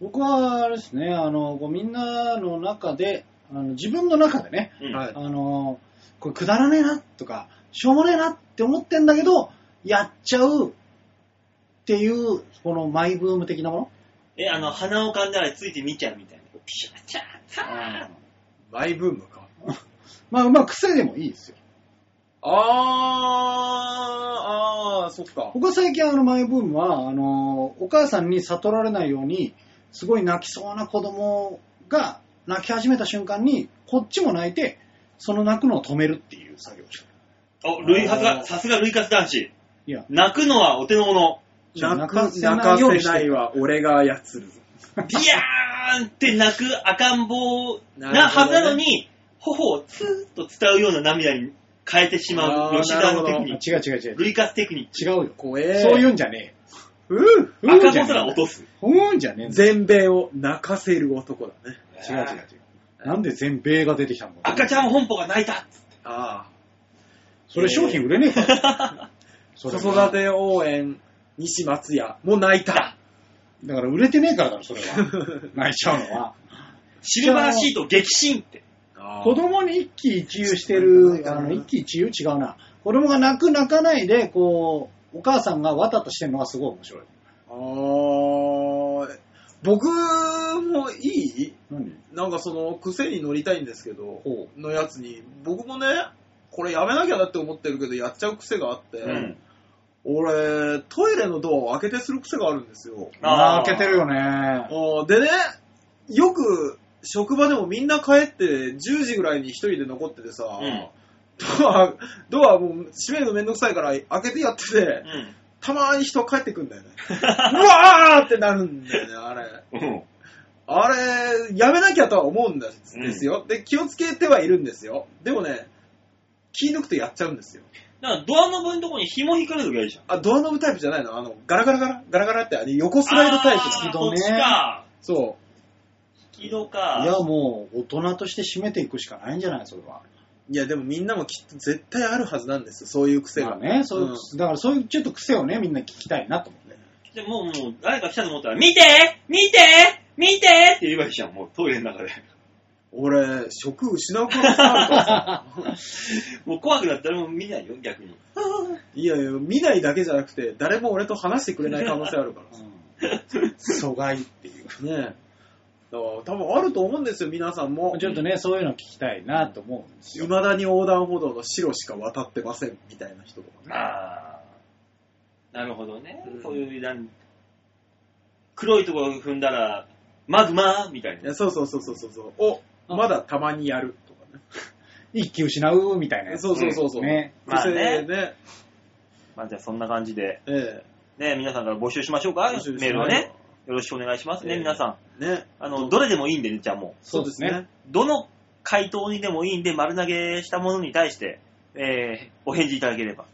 D: 僕はあれですね、あの、こうみんなの中で、あの自分の中でね、
B: うん。
C: はい。
D: あの、これくだらねえなとか、しょうもねえなって思ってんだけど、やっちゃうっていう、このマイブーム的なも
B: え、あの、鼻を噛んだらついて見ちゃうみたいな。ピシャチャチャー
C: マイブームか。
D: のまあ、まあ、癖でもいいですよ。
C: あー、あー、そっか。
D: 僕は最近あのマイブームは、あの、お母さんに悟られないように、すごい泣きそうな子供が泣き始めた瞬間に、こっちも泣いて、その泣くのを止めるっていう作業をしてる。
B: お、ルイカツ
C: あ
B: が、
C: ー
B: さすがルイカツ男子。
D: いや、
B: 泣くのはお手の物。
C: 泣
D: 泣か
C: か
D: せ
C: せ
D: な
C: ないい
D: ようにして
C: は俺が操る。
B: ビヤーンって泣く赤ん坊
C: なる
B: な
C: ほ
B: は
C: ど
B: ず
C: ね
B: なのに、頬をツーッと伝うような涙に変えてしま
C: あ
B: う
C: ー
B: 吉田の
C: な
B: テク
C: るほど
B: ニック。
D: 違う違う違う。
B: ルイカツテクニッ
D: 違うよ。
C: 怖え
D: そうい
C: ー。
D: うんじゃね
C: うう
D: え
B: ク。
D: よ。
B: 赤ん坊すら落
D: 音。
B: とす。
D: うんじゃねえんだよ
C: 全米を泣かせる男だね。
D: 違う違う違う。なんで全米が出てきたんだ
B: 赤ちゃん本舗が泣いた。
C: あ
D: それ商品売れねえから。
C: ー。子
D: それ
C: 育て応援、西松屋も泣いた。
D: だから売れてねえからだろ、それは。泣いちゃうのは。
B: シルバーシート激震って。
D: 子供に一喜一憂してる、あの、一喜一憂違うな。子供が泣く泣かないで、こう、お母さんがわたとしてるのがすごい面白い。
C: あー僕もいい
D: 何
C: なんかその癖に乗りたいんですけど
D: ほ、
C: のやつに、僕もね、これやめなきゃだって思ってるけど、やっちゃう癖があって、
B: うん
C: 俺、トイレのドアを開けてする癖があるんですよ。
B: あ
D: あー
B: ー
D: 開けてるよね。
C: あーでね、よく職場でもみんな帰って10時ぐらいに一人で残っててさ、
B: うん
C: ドア、ドアもう閉めるのめんどくさいから開けてやってて
B: う、ん。
C: たまーに人帰ってくん
B: [laughs]
C: だよね。うわーってなるんだよね、あれ。
B: うん。
C: あれ、やめなきゃとは思うんですですよ、で、気をつけてはいるんですよ。でもね、気抜くとやっちゃうんですよ。
B: だからドアノブのとこに紐引っ掛けときゃいいじゃん。
C: あ、ドアノブタイプじゃないのあの、ガラガラガラ、ガラガラって、あれ横スライドタイプ
B: あー
D: 引き
C: の。
D: 戸ね
B: こっちか。
C: そ
B: 引き戸か。
D: いや、もう、大人として締めていくしかないんじゃない、それは。
C: う。いや、でもみんなもきっと絶対あるはずなんですよ、そういう癖
D: ま
C: が。
D: あね、そういう、だからそういうちょっと癖をね、みんな聞きたいなと思って。
B: でもう、もう、誰か来たと思ったら、見て見て見てって言えばいいじゃん、もうトイレの中で。 [laughs]
C: 俺、職失う可能性あるから
D: [laughs]
C: さ。
B: もう怖くなったらもう見ないよ、逆に。
C: いやいや、見ないだけじゃなくて、誰も俺と話してくれない可能性あるからさ。
D: うん、阻害っていう。
C: ねえ。だから多分あると思うんですよ、皆さんも。
D: ちょっとね、そういうの聞きたいなと思うんですよ
C: 未。だに横断歩道の白しか渡ってません、みたいな人とかね。
B: あー。なるほどね。
C: うん
B: そういうなん、黒いところ踏んだら、マグマみたい
C: い
B: な。
C: やそうそうそうそうそう。お、まだたまにやるとか
D: 一気失うみたいなや
C: ね。
D: つ。
C: そうそうそうそう。
D: ね。
B: まあね
C: 癖ね。
B: まあじゃあそんな感じで、
C: ええ。
B: ね、皆さんから募集しましょうか、メ
C: 募集しましょう
B: ールをね。よろしくお願いしますね、
C: ええ
B: 皆さん。
C: ね。
B: あの、どれでもいいんでね、じゃあもう。
D: そうですね。。
B: どの回答にでもいいんで、丸投げしたものに対して、えー、お返事いただければ。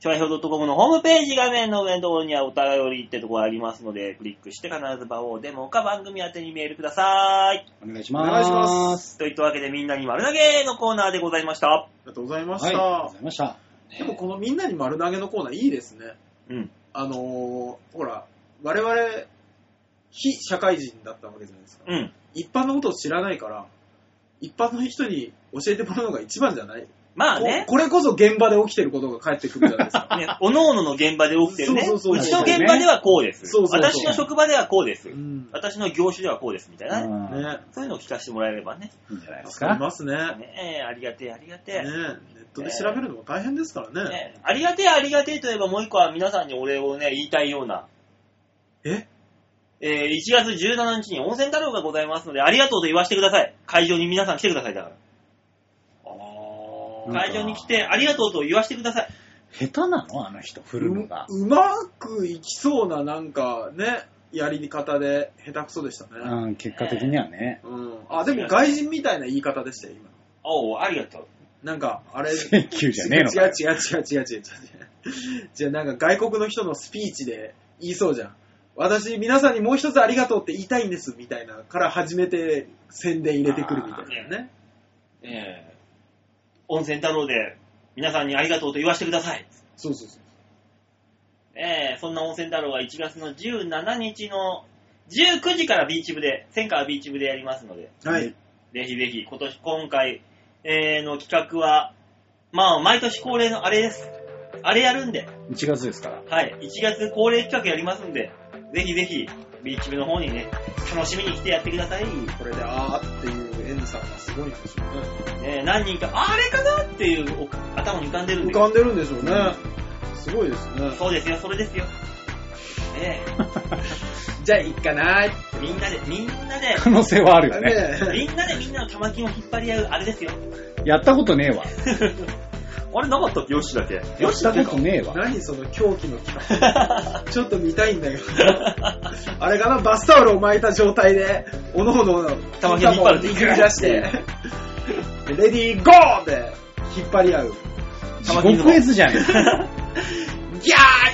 B: ちょいひょう .com のホームページ画面の上のところにはお便りってところがありますので、クリックして必ず場をデモか番組宛てにメールください。
D: お願いします。。
C: お願いします
B: といったわけでみんなに丸投げのコーナーでございました。
C: ありがとうございま
D: はい、あ
C: し
D: り
C: た。
D: がとうございました。
C: でもこのみんなに丸投げのコーナーいいですね。
B: うん。
C: あのー、ほら、我々、非社会人だったわけじゃないですか。
B: うん。
C: 一般のことを知らないから、一般の人に教えてもらうのが一番じゃない、
B: まあね
C: こ、これこそ現場で起きてることが返ってくるじゃないですか。
B: ねおのおのの現場で起きてるね。
C: そううそうそう
B: ちの現場ではこうです。
C: そうそうそう
B: 私の職場ではこうです
C: [laughs] う。ん。
B: 私の業種ではこうです。みたいなね、
D: うん
C: ね。
B: そういうのを聞かせてもらえればね。
D: いいんじゃないです
C: 助かり
D: か。
C: ますね。ね
B: ねえありがてえ、ありがて
C: ネ
B: え。
C: ットで調べるのも大変ですからね。
B: ねありがてえありがてえといえばもう一個は皆さんにお礼をね、言いたいような。
C: え
B: えー1月17日に温泉太郎がございますので、ありがとうと言わせてください。会場に皆さん来てください、だか
C: うん
B: ら。会場に来て、ありがとうと言わせてください。
D: 下手なのあの人、振るのが。
C: ううまくいきそうな、なんかね、やり方で、下手くそでした
D: う
C: ね。
D: ん、結果的にはね。
C: うん。あ、でも外人みたいな言い方でしたよ、今。
B: おう、ありがとう。
C: なんか、あれ、
D: 選挙じゃねえのか
C: 違う [laughs] 違う違う違う違う違う。じゃあなんか外国の人のスピーチで言いそうじゃん。私、皆さんにもう一つありがとうって言いたいんです、みたいな、から始めて宣伝入れてくるみたいなね。
B: えー温泉太郎で、皆さんにありがとうと言わせてください。
C: そうそうそう。
B: えーそんな温泉太郎は1月の17日の19時からビーチ部で、センカービーチ部でやりますので、
C: はい。
B: ぜひぜひ、今年、今回、えーの企画は、まあ、毎年恒例のあれです。あれやるんで、
D: 1月ですから。
B: はい、1月恒例企画やりますんで、ぜひぜひ、ビーチ部の方にね、楽しみに来てやってください。
C: これで、あーっていうエンさんがすごいんでしょ
B: ね、何人か、ああれかなっていうお頭に浮かんでる
C: うんね。浮
B: で。
C: かんでるんでしょうね。すごいですね。
B: そうですよ、それですよ。ね
C: じゃあ、いっかなーっ
B: え、みんなで、みんなで、
D: 可能性はあるよ
C: て
D: ね。
C: ね。
D: [laughs]
B: みんなでみんなの玉金を引っ張り合う、あれですよ。
D: やったことねえわ。
B: あれなかったっけヨッシーだけ。
D: やったことねえわ。
C: 何その狂気の企画。ちょっと見たいんだけど。
B: [laughs]
C: あれかなバスタオルを巻いた状態で、おのおのの
B: 玉毛引っ張る
C: 引り出して、レディーゴーで引っ張り合う。
D: 地獄絵図じゃねえか。
C: ギャー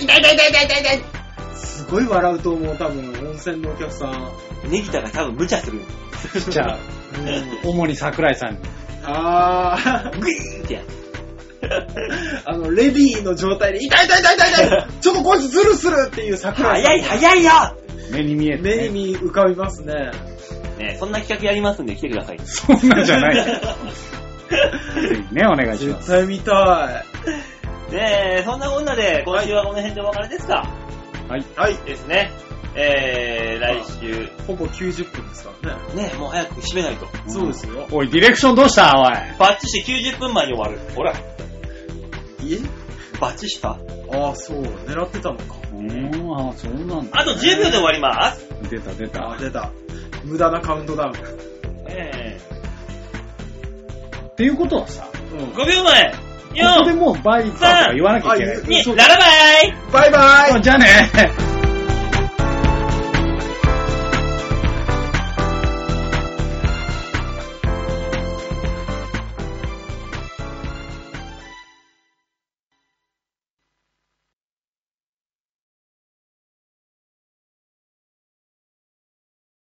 C: 痛い痛い痛い痛い痛い痛いすごい笑うと思う、多分、温泉のお客さん。
B: ネギタが多分無茶するよ。
D: じゃあ、
C: うん
D: 主に桜井さんに。
C: あー、 [laughs]
B: グイーンってやる。
C: あの、レディーの状態で、痛い痛い痛い痛い痛いちょっとこいつズルするっていう桜井さ
B: 早
C: ん
B: い早いよ
D: [laughs] 目に見えて、ね。
C: 目に見浮かびますね。
B: ねそんな企画やりますんで来てください。
D: そんなんじゃない。ぜひね、お願いしま
C: 絶
D: す。
C: 対見た
B: ねえ、そんなこんなで、今週はこの辺でお別れですか。
C: い。はい。
B: ですね。えー、来週、
C: ほぼ90分ですからね。
B: ねえ、もう早く締めないと。
D: ん
C: そうですよ。
D: おい、ディレクションどうしたおい。
B: バッチして90分前に終わる。ほら、
C: え
B: バッチした
C: ああ、そう。狙ってたのか。
D: うーん、あ、そうなんだ。
B: あと10秒で終わります。
D: 出た出
C: あ
D: た
C: あ、。出た。無駄なカウントダウン。
B: ええ
D: っていうことはさ、
C: うん
B: 5秒前
D: ここで
B: !4、
D: もうバイバイとか言わなきゃいけない
C: あ。
B: 2、ララバイ
C: バイバイ
D: あじゃあね